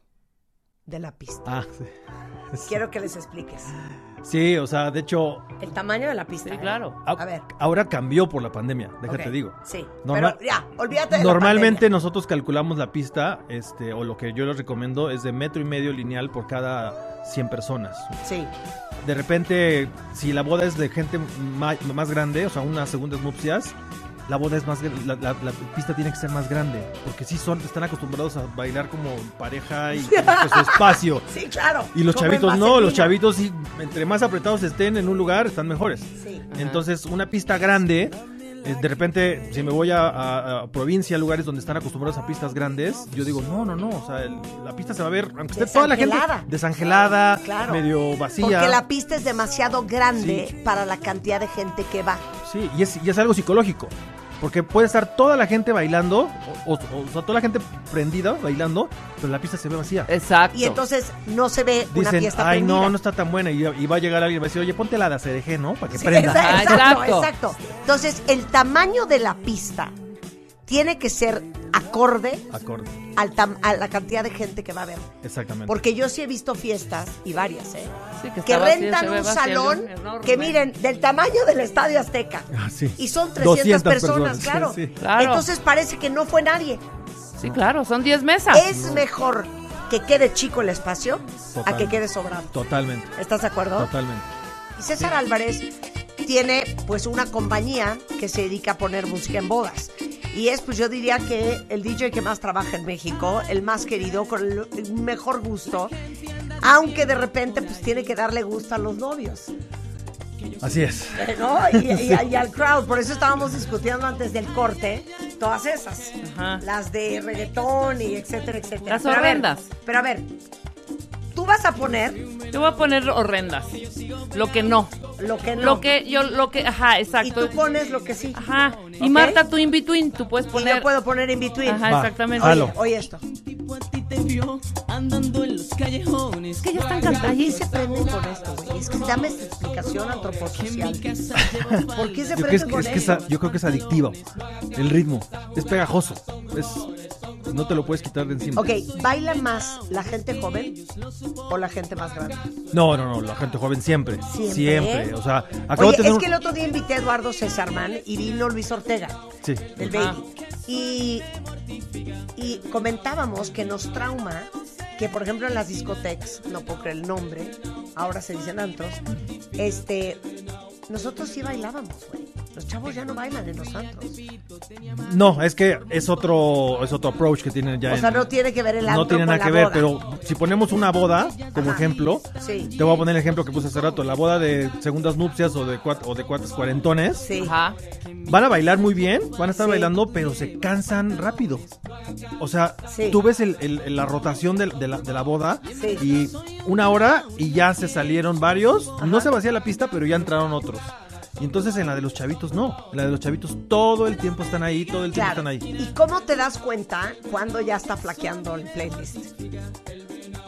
[SPEAKER 2] de la pista.
[SPEAKER 3] Ah, sí.
[SPEAKER 2] Quiero que les expliques.
[SPEAKER 3] Sí, o sea, de hecho,
[SPEAKER 2] El tamaño de la pista.
[SPEAKER 4] Sí,
[SPEAKER 2] ¿eh?
[SPEAKER 4] claro.
[SPEAKER 3] a-
[SPEAKER 2] A ver.
[SPEAKER 3] ahora cambió por la pandemia, Ah, déjate
[SPEAKER 2] Ok,
[SPEAKER 3] digo.
[SPEAKER 2] Sí.
[SPEAKER 3] Normal-
[SPEAKER 2] pero ya, olvídate de la
[SPEAKER 3] Normalmente
[SPEAKER 2] pandemia.
[SPEAKER 3] nosotros calculamos la pista, este, o lo que yo les recomiendo es de metro y medio lineal por cada 100 personas.
[SPEAKER 2] Sí.
[SPEAKER 3] De repente, si la boda es de gente ma- más grande, o sea, unas segundas nupcias, la boda es más gr- la, la- la pista tiene que ser más grande, porque sí son están acostumbrados a bailar como pareja y como
[SPEAKER 2] (laughs)
[SPEAKER 3] que su espacio.
[SPEAKER 2] Sí, claro.
[SPEAKER 3] Y los
[SPEAKER 2] Como
[SPEAKER 3] chavitos
[SPEAKER 2] en
[SPEAKER 3] no, los
[SPEAKER 2] vaselina.
[SPEAKER 3] chavitos sí, entre más apretados estén en un lugar, están mejores.
[SPEAKER 2] Sí.
[SPEAKER 3] Entonces, una pista grande, eh, de repente, si me voy a, a- a provincia, lugares donde están acostumbrados a pistas grandes, yo digo, no, no, no, o sea, el- la pista se va a ver, aunque esté toda la gente
[SPEAKER 2] Desangelada.
[SPEAKER 3] desangelada,
[SPEAKER 2] Claro.
[SPEAKER 3] medio vacía.
[SPEAKER 2] Porque la pista es demasiado grande
[SPEAKER 3] Sí.
[SPEAKER 2] para la cantidad de gente que va.
[SPEAKER 3] Sí, y es, y es algo psicológico. Porque puede estar toda la gente bailando, o, o- o sea, toda la gente prendida bailando, pero la pista se ve vacía.
[SPEAKER 4] Exacto.
[SPEAKER 2] Y entonces no se ve una
[SPEAKER 3] Dicen,
[SPEAKER 2] fiesta
[SPEAKER 3] ay, no,
[SPEAKER 2] prendida".
[SPEAKER 3] no está tan buena. Y, y va a llegar alguien y va a decir, oye, ponte la de ACDG, ¿no? Para que
[SPEAKER 2] Sí,
[SPEAKER 3] prenda.
[SPEAKER 2] exa-
[SPEAKER 4] Ah,
[SPEAKER 2] exacto,
[SPEAKER 4] exacto.
[SPEAKER 2] exacto. Entonces, el tamaño de la pista tiene que ser acorde
[SPEAKER 3] Acorde.
[SPEAKER 2] al tam- a la cantidad de gente que va a ver.
[SPEAKER 3] Exactamente.
[SPEAKER 2] Porque yo sí he visto fiestas, y varias, ¿eh?
[SPEAKER 4] Sí,
[SPEAKER 2] que
[SPEAKER 4] está vacío,
[SPEAKER 2] rentan
[SPEAKER 4] se ve
[SPEAKER 2] un
[SPEAKER 4] vacío,
[SPEAKER 2] salón
[SPEAKER 4] enorme.
[SPEAKER 2] que miren del tamaño del Estadio Azteca.
[SPEAKER 3] Ah, sí.
[SPEAKER 2] Y son 300
[SPEAKER 3] 200
[SPEAKER 2] personas,
[SPEAKER 3] personas,
[SPEAKER 2] claro.
[SPEAKER 3] sí, sí.
[SPEAKER 4] Claro.
[SPEAKER 2] Entonces parece que no fue nadie.
[SPEAKER 4] Sí, claro, son 10 mesas.
[SPEAKER 2] es mejor que quede chico el espacio a que
[SPEAKER 3] Totalmente.
[SPEAKER 2] quede sobrado.
[SPEAKER 3] Totalmente.
[SPEAKER 2] ¿Estás de acuerdo?
[SPEAKER 3] Totalmente.
[SPEAKER 2] Y César Álvarez tiene pues una compañía que se dedica a poner música en bodas. Y es pues yo diría que el DJ que más trabaja en México, el más querido, con el el mejor gusto, aunque de repente pues tiene que darle gusto a los novios,
[SPEAKER 3] Así es.
[SPEAKER 2] ¿no? Y, y- y al crowd, por eso estábamos discutiendo antes del corte todas esas,
[SPEAKER 4] Ajá.
[SPEAKER 2] las de reggaetón y etcétera, etcétera.
[SPEAKER 4] Las
[SPEAKER 2] Pero a ver,
[SPEAKER 4] horrendas.
[SPEAKER 2] Pero a ver, tú vas a poner
[SPEAKER 4] Yo voy a poner horrendas. Lo que no.
[SPEAKER 2] lo que no.
[SPEAKER 4] Lo que yo, lo que, ajá,
[SPEAKER 2] y
[SPEAKER 4] exacto.
[SPEAKER 2] tú pones lo que sí.
[SPEAKER 4] Ajá. Y
[SPEAKER 2] ¿Ok?
[SPEAKER 4] Marta, tú in between, tú puedes
[SPEAKER 2] Y
[SPEAKER 4] poner.
[SPEAKER 2] yo puedo poner in between.
[SPEAKER 4] Ajá,
[SPEAKER 3] Va,
[SPEAKER 4] exactamente.
[SPEAKER 3] jalo.
[SPEAKER 2] Oye esto.
[SPEAKER 8] tipo a ti te vio andando en los callejones.
[SPEAKER 2] Que ya están cantando. Allí se prenden con esto, güey. Es que dame esta explicación antroposocial. (laughs) ¿Por qué se
[SPEAKER 3] Yo, creo que es,
[SPEAKER 2] prenden con
[SPEAKER 3] es que es
[SPEAKER 2] esto?
[SPEAKER 3] a- yo creo que es adictivo. El ritmo. Es pegajoso. Es, no te lo puedes quitar de encima.
[SPEAKER 2] Ok, ¿baila más la gente joven o la gente más grande?
[SPEAKER 3] No, no, no. La gente joven siempre.
[SPEAKER 2] Siempre.
[SPEAKER 3] Siempre. O sea, acabo
[SPEAKER 2] Oye,
[SPEAKER 3] de tener
[SPEAKER 2] es
[SPEAKER 3] un-
[SPEAKER 2] que el otro día invité a Eduardo Cesarman y vino Luis Ortega,
[SPEAKER 3] Sí.
[SPEAKER 2] del
[SPEAKER 4] Ajá.
[SPEAKER 2] Baby. Y, y comentábamos que nos trauma que, por ejemplo, en las discotecas, no puedo creer el nombre, ahora se dicen antros, este, nosotros sí bailábamos, güey. Los chavos ya no bailan en los antros.
[SPEAKER 3] No, es que es otro, es otro approach que tienen ya.
[SPEAKER 2] O sea,
[SPEAKER 3] en-
[SPEAKER 2] no tiene que ver el antro
[SPEAKER 3] no tiene
[SPEAKER 2] con
[SPEAKER 3] nada
[SPEAKER 2] la
[SPEAKER 3] que ver,
[SPEAKER 2] boda.
[SPEAKER 3] pero si ponemos una boda como
[SPEAKER 2] Ajá.
[SPEAKER 3] ejemplo,
[SPEAKER 2] Sí.
[SPEAKER 3] te voy a poner el ejemplo que puse hace rato, la boda de segundas nupcias o de cuatro, o de cuates cuarentones,
[SPEAKER 2] Sí.
[SPEAKER 4] Ajá.
[SPEAKER 3] van a bailar muy bien, van a estar
[SPEAKER 2] Sí.
[SPEAKER 3] bailando, pero se cansan rápido. O sea,
[SPEAKER 2] Sí.
[SPEAKER 3] tú ves el- el- la rotación del- de, la, de la boda
[SPEAKER 2] Sí.
[SPEAKER 3] y una hora y ya se salieron varios,
[SPEAKER 2] Ajá.
[SPEAKER 3] no se vacía la pista, pero ya entraron otros. Y entonces en la de los chavitos no, en la de los chavitos todo el tiempo están ahí, todo el tiempo
[SPEAKER 2] Claro.
[SPEAKER 3] están ahí.
[SPEAKER 2] ¿Y cómo te das cuenta cuando ya está flaqueando el playlist?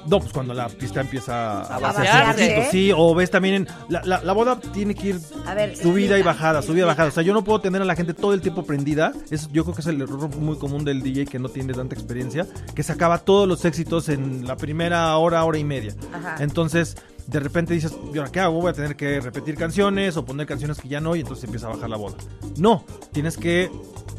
[SPEAKER 3] No, pues cuando la pista empieza a
[SPEAKER 2] vaciarse.
[SPEAKER 3] poquito, Sí, o ves también en. La, la- la boda tiene que ir
[SPEAKER 2] A ver,
[SPEAKER 3] subida y
[SPEAKER 2] explica,
[SPEAKER 3] bajada, subida y
[SPEAKER 2] explica.
[SPEAKER 3] bajada. O sea, yo no puedo tener a la gente todo el tiempo prendida. Eso yo creo que es el error muy común del DJ que no tiene tanta experiencia, que se acaba todos los éxitos en la primera hora, hora y media.
[SPEAKER 2] Ajá.
[SPEAKER 3] Entonces, de repente dices, ¿y ahora qué hago? Voy a tener que repetir canciones o poner canciones que ya no, y entonces empieza a bajar la boda. No, tienes que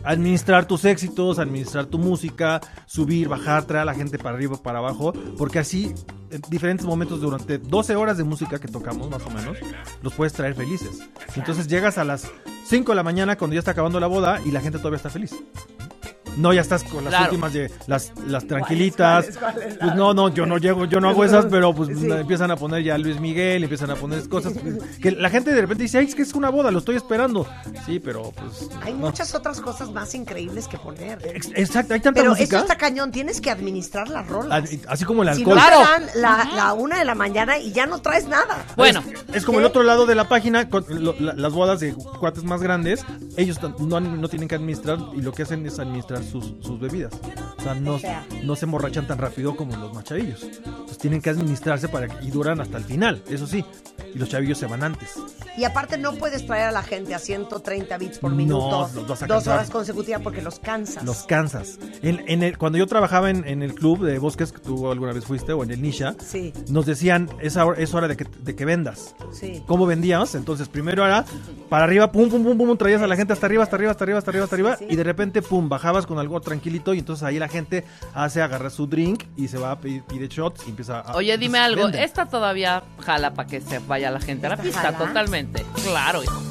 [SPEAKER 3] administrar tus éxitos, administrar tu música, subir, bajar, traer a la gente para arriba, para abajo, porque así en diferentes momentos durante 12 horas de música que tocamos más o menos, los puedes traer felices. Entonces llegas a las 5 de la mañana cuando ya está acabando la boda y la gente todavía está feliz. No, ya estás con las
[SPEAKER 4] Claro.
[SPEAKER 3] últimas de las, las tranquilitas.
[SPEAKER 2] ¿Cuáles, cuáles, cuáles?
[SPEAKER 3] Pues no, no, yo no llego, yo no hago esas, pero pues
[SPEAKER 2] Sí.
[SPEAKER 3] empiezan a poner ya Luis Miguel, empiezan a poner cosas que- que la gente de repente dice, ay, es que es una boda, lo estoy esperando. Sí, pero pues.
[SPEAKER 2] Hay
[SPEAKER 3] no.
[SPEAKER 2] muchas otras cosas más increíbles que poner.
[SPEAKER 3] Ex- Exacto, hay tanta
[SPEAKER 2] Pero eso
[SPEAKER 3] música.
[SPEAKER 2] está cañón, tienes que administrar las rolas.
[SPEAKER 3] a- Así como el
[SPEAKER 2] Si
[SPEAKER 3] alcohol.
[SPEAKER 2] no te
[SPEAKER 4] Claro.
[SPEAKER 2] dan la, la una de la mañana y ya no traes nada.
[SPEAKER 4] Bueno,
[SPEAKER 3] Es como el otro lado de la página, con lo- la- las bodas de cuates más grandes, ellos tan- no, han- no tienen que administrar y lo que hacen es administrar sus, sus bebidas. O sea, no, no se emborrachan tan rápido como los más chavillos. Entonces tienen que administrarse para que- y duran hasta el final, eso sí. Y los chavillos se van antes.
[SPEAKER 2] Y aparte no puedes traer a la gente a 130 bits por
[SPEAKER 3] No,
[SPEAKER 2] minuto
[SPEAKER 3] los vas a
[SPEAKER 2] dos
[SPEAKER 3] cansar.
[SPEAKER 2] horas consecutivas porque los cansas.
[SPEAKER 3] Los Kansas. En, en el, cuando yo trabajaba en, en el club de bosques, que tú alguna vez fuiste, o en el Nisha,
[SPEAKER 2] Sí,
[SPEAKER 3] nos decían, es hora, es hora de, que, de que vendas.
[SPEAKER 2] sí.
[SPEAKER 3] ¿Cómo vendíamos? Entonces, primero era para arriba, pum, pum, pum, pum, traías a la gente hasta arriba, hasta arriba, hasta arriba, hasta arriba, hasta arriba, y de repente, pum, bajabas con algo tranquilito, y entonces ahí la gente hace, agarra su drink y se va a pedir, pide shots y empieza a.
[SPEAKER 4] Oye, dime algo.
[SPEAKER 3] Vende.
[SPEAKER 4] Esta todavía jala para que se vaya la gente a la pista,
[SPEAKER 2] jala?
[SPEAKER 4] totalmente. Claro, hijo.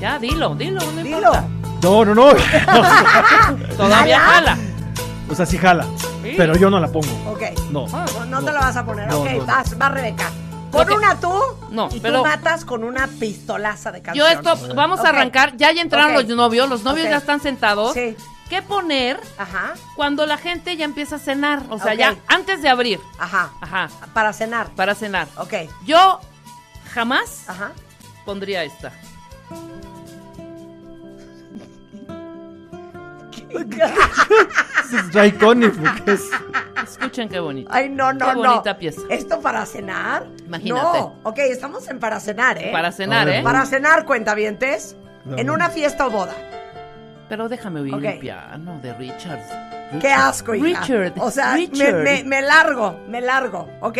[SPEAKER 4] Ya, dilo, dilo, no
[SPEAKER 2] Dilo. Ah,
[SPEAKER 4] importa.
[SPEAKER 3] No, no, no.
[SPEAKER 4] Todavía jala.
[SPEAKER 3] o sea, sí jala,
[SPEAKER 4] Sí. Ah.
[SPEAKER 3] pero yo no la pongo.
[SPEAKER 2] Ok.
[SPEAKER 3] No.
[SPEAKER 2] No, no te la vas a poner.
[SPEAKER 3] No,
[SPEAKER 2] ok,
[SPEAKER 3] no, no.
[SPEAKER 2] vas, va Rebeca. Con
[SPEAKER 4] Ok.
[SPEAKER 2] una tú
[SPEAKER 4] No,
[SPEAKER 2] y
[SPEAKER 4] pero-
[SPEAKER 2] tú matas con una pistolaza de
[SPEAKER 4] Yo
[SPEAKER 2] canción.
[SPEAKER 4] esto, vamos a
[SPEAKER 2] Ok.
[SPEAKER 4] arrancar. Ya ya entraron
[SPEAKER 2] Ok.
[SPEAKER 4] los novios, los novios
[SPEAKER 2] Ok.
[SPEAKER 4] ya están sentados.
[SPEAKER 2] Sí.
[SPEAKER 4] ¿Qué poner
[SPEAKER 2] Ajá,
[SPEAKER 4] cuando la gente ya empieza a cenar? O sea,
[SPEAKER 2] Ok.
[SPEAKER 4] ya antes de abrir.
[SPEAKER 2] ajá.
[SPEAKER 4] Ajá,
[SPEAKER 2] Para cenar.
[SPEAKER 4] para cenar.
[SPEAKER 2] Ok.
[SPEAKER 4] Yo jamás
[SPEAKER 2] Ajá. (laughs)
[SPEAKER 4] pondría esta.
[SPEAKER 3] Es iconic, porque es-
[SPEAKER 4] Escuchen qué bonito.
[SPEAKER 2] Ah. Ay, no, no,
[SPEAKER 4] Qué
[SPEAKER 2] no.
[SPEAKER 4] bonita pieza.
[SPEAKER 2] ¿Esto para cenar?
[SPEAKER 4] Imagínate.
[SPEAKER 2] No. Ok, estamos en para cenar, ¿eh?
[SPEAKER 4] Para cenar,
[SPEAKER 3] Ahora,
[SPEAKER 4] ¿eh?
[SPEAKER 2] Para cenar, cuentavientes.
[SPEAKER 3] No.
[SPEAKER 2] En una fiesta o boda.
[SPEAKER 4] Pero déjame oír
[SPEAKER 2] Ok.
[SPEAKER 4] el piano de Richard.
[SPEAKER 2] Qué
[SPEAKER 4] Richard.
[SPEAKER 2] asco, hija.
[SPEAKER 4] Richard.
[SPEAKER 2] O sea, me-
[SPEAKER 4] Richard.
[SPEAKER 2] Me, me largo, me largo. Ok.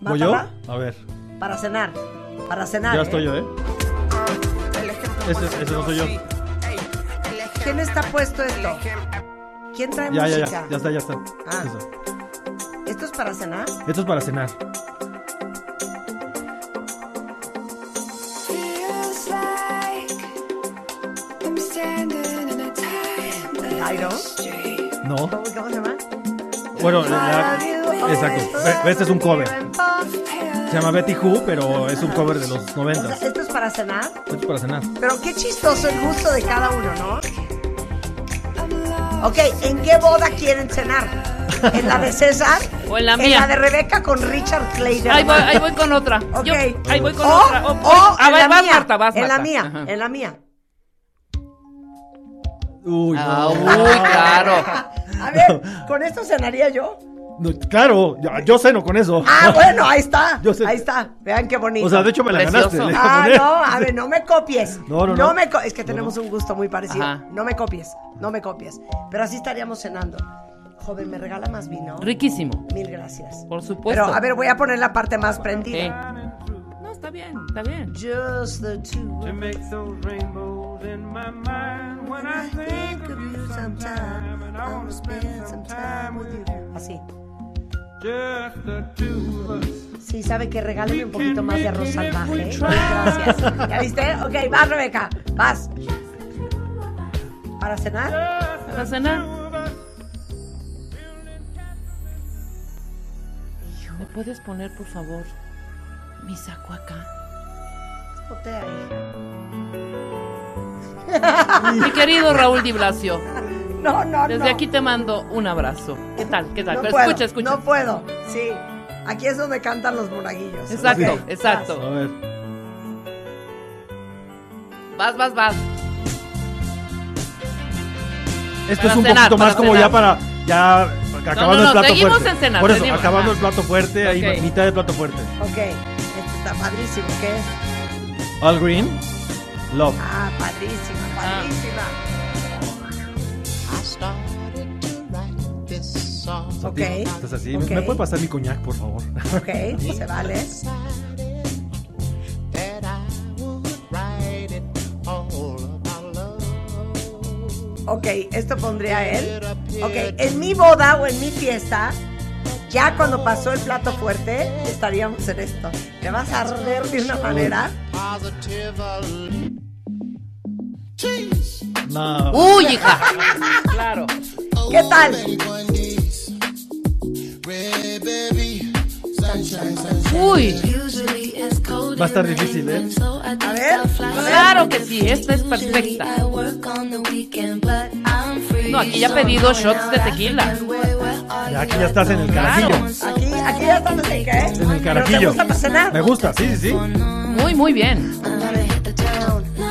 [SPEAKER 3] ¿Voy yo?
[SPEAKER 2] Mátala
[SPEAKER 3] A ver,
[SPEAKER 2] Para cenar. Para cenar.
[SPEAKER 3] ya
[SPEAKER 2] ¿eh?
[SPEAKER 3] estoy yo, ¿eh? Ese, ese no soy yo.
[SPEAKER 2] ¿Quién está puesto esto? ¿Quién trae
[SPEAKER 3] Ya, ya,
[SPEAKER 2] música?
[SPEAKER 3] ya. Ya está, ya está.
[SPEAKER 2] Ah.
[SPEAKER 3] Eso.
[SPEAKER 2] ¿Esto es para cenar?
[SPEAKER 3] Esto es para cenar.
[SPEAKER 2] Airo.
[SPEAKER 3] No.
[SPEAKER 2] ¿Cómo, cómo se llama?
[SPEAKER 3] Bueno, la- exacto. Ve- Este es un cover. Se llama Betty Who, pero es un cover de los
[SPEAKER 2] O sea,
[SPEAKER 3] 90.
[SPEAKER 2] esto es para cenar.
[SPEAKER 3] Esto es para cenar.
[SPEAKER 2] Pero qué chistoso el gusto de cada uno, ¿no? Ok, ¿en qué boda quieren cenar? ¿En la de César?
[SPEAKER 4] (laughs) O en la mía.
[SPEAKER 2] ¿En la de Rebeca con Richard Clayder?
[SPEAKER 4] Ahí voy, ahí voy con otra.
[SPEAKER 2] Ok.
[SPEAKER 4] Yo- ahí voy con
[SPEAKER 2] o,
[SPEAKER 4] otra. Oh,
[SPEAKER 2] o
[SPEAKER 4] voy-
[SPEAKER 2] en
[SPEAKER 4] ah, vas,
[SPEAKER 2] la
[SPEAKER 4] vas,
[SPEAKER 2] mía,
[SPEAKER 4] Marta, vas,
[SPEAKER 2] en la
[SPEAKER 4] Marta.
[SPEAKER 2] mía,
[SPEAKER 4] Ajá.
[SPEAKER 2] en la
[SPEAKER 4] (laughs)
[SPEAKER 2] mía.
[SPEAKER 3] Uy,
[SPEAKER 4] Ah,
[SPEAKER 3] no.
[SPEAKER 4] uy, claro.
[SPEAKER 2] Ah, A ver, ¿con esto cenaría yo?
[SPEAKER 3] No, claro, yo, yo ceno con eso.
[SPEAKER 2] Ah, bueno, ahí está,
[SPEAKER 3] Yo sé.
[SPEAKER 2] ahí está. Vean qué bonito.
[SPEAKER 3] (laughs) O sea, de hecho me la
[SPEAKER 4] Precioso.
[SPEAKER 3] ganaste. (laughs) le iba a
[SPEAKER 2] Ah,
[SPEAKER 3] poner.
[SPEAKER 2] no, a ver, no me copies.
[SPEAKER 3] No, no, no.
[SPEAKER 2] me co- es que tenemos un gusto muy parecido.
[SPEAKER 4] Ajá.
[SPEAKER 2] No me copies, no me copies. Pero así estaríamos cenando. Joven, ¿me regala más vino?
[SPEAKER 4] Riquísimo.
[SPEAKER 2] Mil gracias.
[SPEAKER 4] Por supuesto.
[SPEAKER 2] Pero a ver, voy a poner la parte más
[SPEAKER 4] Eh.
[SPEAKER 2] prendida.
[SPEAKER 4] No, está bien, está bien.
[SPEAKER 2] Just the two.
[SPEAKER 5] It makes those rainbows in my mind when I think of you sometime, and I wanna spend some time with you.
[SPEAKER 2] Así.
[SPEAKER 5] Just the two of us.
[SPEAKER 2] Sí, sabe que regáleme un poquito más de arroz salvaje. ¿eh? Gracias. ¿Ya viste? Ok, vas, Rebeca. Vas. ¿Para cenar?
[SPEAKER 4] Para cenar. ¿Me puedes poner, por favor, mi saco acá?
[SPEAKER 2] Jotea, hija.
[SPEAKER 4] Mi querido Raúl Di Blasio,
[SPEAKER 2] No, no, no.
[SPEAKER 4] desde aquí te mando un abrazo. ¿Qué tal? ¿Qué tal?
[SPEAKER 2] No
[SPEAKER 4] Pero
[SPEAKER 2] puedo,
[SPEAKER 4] escucha, escucha.
[SPEAKER 2] No puedo. Sí. Aquí es donde cantan los monaguillos.
[SPEAKER 4] exacto,
[SPEAKER 2] Ok,
[SPEAKER 4] exacto.
[SPEAKER 3] A ver.
[SPEAKER 4] Vas, vas, vas.
[SPEAKER 3] Esto
[SPEAKER 4] Para
[SPEAKER 3] es un
[SPEAKER 4] cenar,
[SPEAKER 3] poquito más
[SPEAKER 4] para
[SPEAKER 3] como
[SPEAKER 4] cenar.
[SPEAKER 3] ya para. Ya acabando
[SPEAKER 4] no, no,
[SPEAKER 3] el plato
[SPEAKER 4] seguimos
[SPEAKER 3] fuerte.
[SPEAKER 4] en cenar,
[SPEAKER 3] Por eso,
[SPEAKER 4] seguimos,
[SPEAKER 3] acabando
[SPEAKER 4] ajá.
[SPEAKER 3] el plato fuerte, ahí
[SPEAKER 4] Ok.
[SPEAKER 3] mitad de plato fuerte.
[SPEAKER 2] vas. Ok. Esto está padrísimo. ¿Qué es?
[SPEAKER 3] All Green, Love.
[SPEAKER 2] Ah, padrísima,
[SPEAKER 3] Ah.
[SPEAKER 2] padrísima. Ok,
[SPEAKER 3] Pues Estás así.
[SPEAKER 2] ok.
[SPEAKER 3] ¿Me puede pasar mi coñac, por favor? (laughs)
[SPEAKER 2] ok, se vale. Ok, esto pondría él. Ok, en mi boda o en mi fiesta, ya cuando pasó el plato fuerte, estaríamos en esto. Te vas a arder de una manera.
[SPEAKER 3] No.
[SPEAKER 4] Uy, hija. Claro.
[SPEAKER 2] ¿Qué tal?
[SPEAKER 4] Uy.
[SPEAKER 3] Va a estar difícil, ¿eh?
[SPEAKER 2] A ver,
[SPEAKER 4] Claro que sí, esta es perfecta. No, aquí ya pedí dos shots de tequila.
[SPEAKER 3] Ya, aquí ya estás en el carajillo.
[SPEAKER 2] aquí, aquí ya estamos en qué.
[SPEAKER 3] En el
[SPEAKER 2] Pero te
[SPEAKER 3] carajillo.
[SPEAKER 2] gusta para cenar.
[SPEAKER 3] Me gusta, sí, sí, sí.
[SPEAKER 4] Muy, muy bien.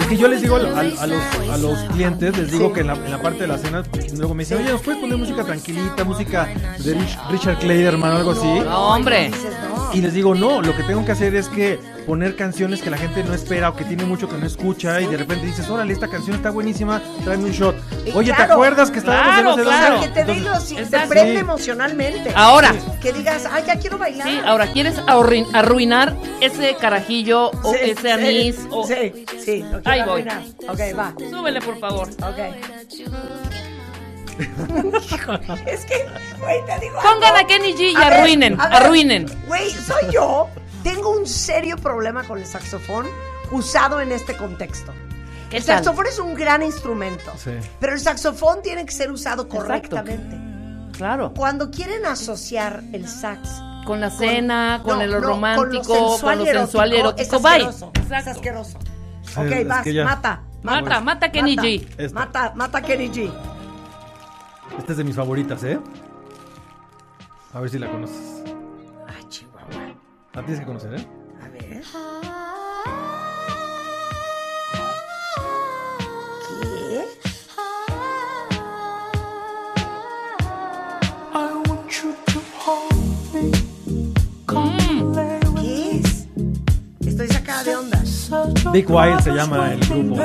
[SPEAKER 3] Es que yo les digo a, a- a los, a los clientes, les digo que en la, en la parte de la cena, pues, luego me dicen, oye, ¿nos puedes poner música tranquilita, música de Rich- Richard Clayderman o algo así?
[SPEAKER 4] No, hombre.
[SPEAKER 2] Dices, no.
[SPEAKER 3] Y les digo, no, lo que tengo que hacer es que poner canciones que la gente no espera o que tiene mucho que no escucha y de repente dices, órale, esta canción está buenísima, tráeme un shot.
[SPEAKER 2] Y
[SPEAKER 3] Oye, ¿te
[SPEAKER 2] claro.
[SPEAKER 3] acuerdas que estábamos
[SPEAKER 4] Claro,
[SPEAKER 3] en no sé
[SPEAKER 4] claro.
[SPEAKER 2] Que
[SPEAKER 3] dónde?"
[SPEAKER 2] te dé
[SPEAKER 3] Entonces,
[SPEAKER 2] los- te
[SPEAKER 4] Exacto.
[SPEAKER 2] prende
[SPEAKER 3] Sí.
[SPEAKER 2] emocionalmente.
[SPEAKER 3] Ah,
[SPEAKER 4] Ahora.
[SPEAKER 3] oh.
[SPEAKER 2] Que digas, ay, ya quiero bailar.
[SPEAKER 4] Sí, ahora, ¿quieres arruin- arruinar ese carajillo o
[SPEAKER 3] oh,
[SPEAKER 2] Sí, sí,
[SPEAKER 4] ese anís? o-
[SPEAKER 2] Sí, sí. lo quiero
[SPEAKER 4] Ahí voy.
[SPEAKER 2] arruinar. Ok, va.
[SPEAKER 4] Súbele, por favor.
[SPEAKER 2] Ok. Híjole, es que, güey, te digo.
[SPEAKER 4] Pongan
[SPEAKER 2] algo.
[SPEAKER 4] a Kenny G y
[SPEAKER 2] A ver,
[SPEAKER 4] arruinen,
[SPEAKER 2] a ver,
[SPEAKER 4] arruinen.
[SPEAKER 2] Güey, soy yo. Tengo un serio problema con el saxofón usado en este contexto.
[SPEAKER 4] ¿Qué
[SPEAKER 2] el
[SPEAKER 4] tal?
[SPEAKER 2] saxofón es un gran instrumento,
[SPEAKER 3] Sí.
[SPEAKER 2] pero el saxofón tiene que ser usado correctamente.
[SPEAKER 4] Claro.
[SPEAKER 2] Cuando quieren asociar el sax
[SPEAKER 4] Con la cena, con,
[SPEAKER 2] no,
[SPEAKER 4] el
[SPEAKER 2] no,
[SPEAKER 4] romántico, con lo
[SPEAKER 2] y erótico,
[SPEAKER 4] sensual y erótico.
[SPEAKER 2] es
[SPEAKER 4] Bye.
[SPEAKER 2] asqueroso, Es
[SPEAKER 4] Exacto.
[SPEAKER 2] asqueroso.
[SPEAKER 3] Sí, es
[SPEAKER 2] Ok, vas,
[SPEAKER 3] que ya-
[SPEAKER 2] mata.
[SPEAKER 4] Mata, mata a Kenny G.
[SPEAKER 3] Esta.
[SPEAKER 2] Mata, mata a Kenny G.
[SPEAKER 3] Esta es de mis favoritas, ¿eh? A ver si la conoces.
[SPEAKER 2] Ay, chihuahua.
[SPEAKER 3] La tienes que conocer, ¿eh?
[SPEAKER 2] A ver. ¿Qué?
[SPEAKER 4] Mm.
[SPEAKER 2] ¿Qué es? Estoy sacada de onda.
[SPEAKER 3] Big Wild se llama el grupo.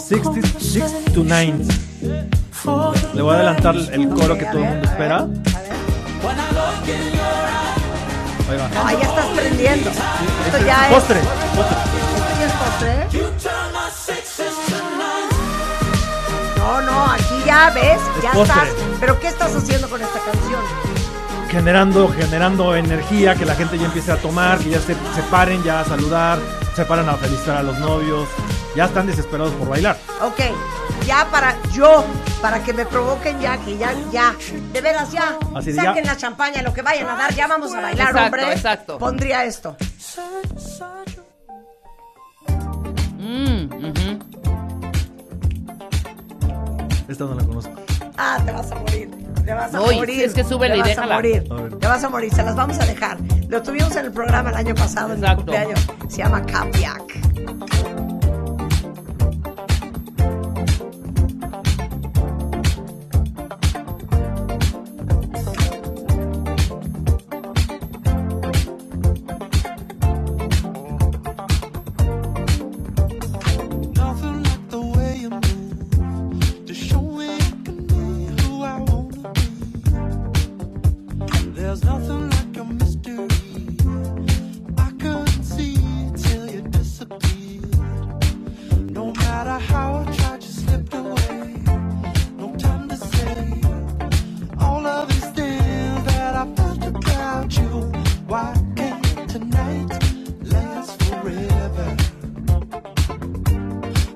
[SPEAKER 3] 66 to 9. Le voy a adelantar el coro que todo el mundo espera. Ahí va.
[SPEAKER 2] No, ahí ya estás prendiendo. Esto ya es.
[SPEAKER 3] Postre. postre.
[SPEAKER 2] ¿Esto ya es postre? No, no, aquí ya ves,
[SPEAKER 3] Es
[SPEAKER 2] ya
[SPEAKER 3] postre.
[SPEAKER 2] estás. ¿Pero qué estás haciendo con esta canción?
[SPEAKER 3] Generando, generando energía, que la gente ya empiece a tomar, que ya se, se paren ya a saludar, se paran a felicitar a los novios. Ya están desesperados por bailar.
[SPEAKER 2] Ok, ya para yo, para que me provoquen ya, que ya, ya, de veras ya,
[SPEAKER 3] Así de
[SPEAKER 2] saquen
[SPEAKER 3] ya.
[SPEAKER 2] la champaña, lo que vayan a dar, ya vamos a bailar,
[SPEAKER 4] Exacto,
[SPEAKER 2] hombre.
[SPEAKER 4] exacto.
[SPEAKER 2] Pondría esto.
[SPEAKER 4] Mm, ujú.
[SPEAKER 3] Esta no la conozco.
[SPEAKER 2] Ah, te vas a morir. Te vas a
[SPEAKER 4] Uy,
[SPEAKER 2] morir.
[SPEAKER 4] si es que súbele
[SPEAKER 2] te
[SPEAKER 4] y
[SPEAKER 2] vas
[SPEAKER 4] déjala.
[SPEAKER 2] a morir.
[SPEAKER 3] A ver.
[SPEAKER 2] Te vas a morir. Se las vamos a dejar. Lo tuvimos en el programa el año pasado, en el
[SPEAKER 4] Exacto.
[SPEAKER 2] cumpleaños. Se llama Capiac.
[SPEAKER 5] Nothing like the way you move to show me I can be who I wanna be. There's nothing like a mystery I couldn't see till you disappeared. No matter how I tried, you slipped away. No time to say all of these things that I felt about you. Why can't tonight last forever?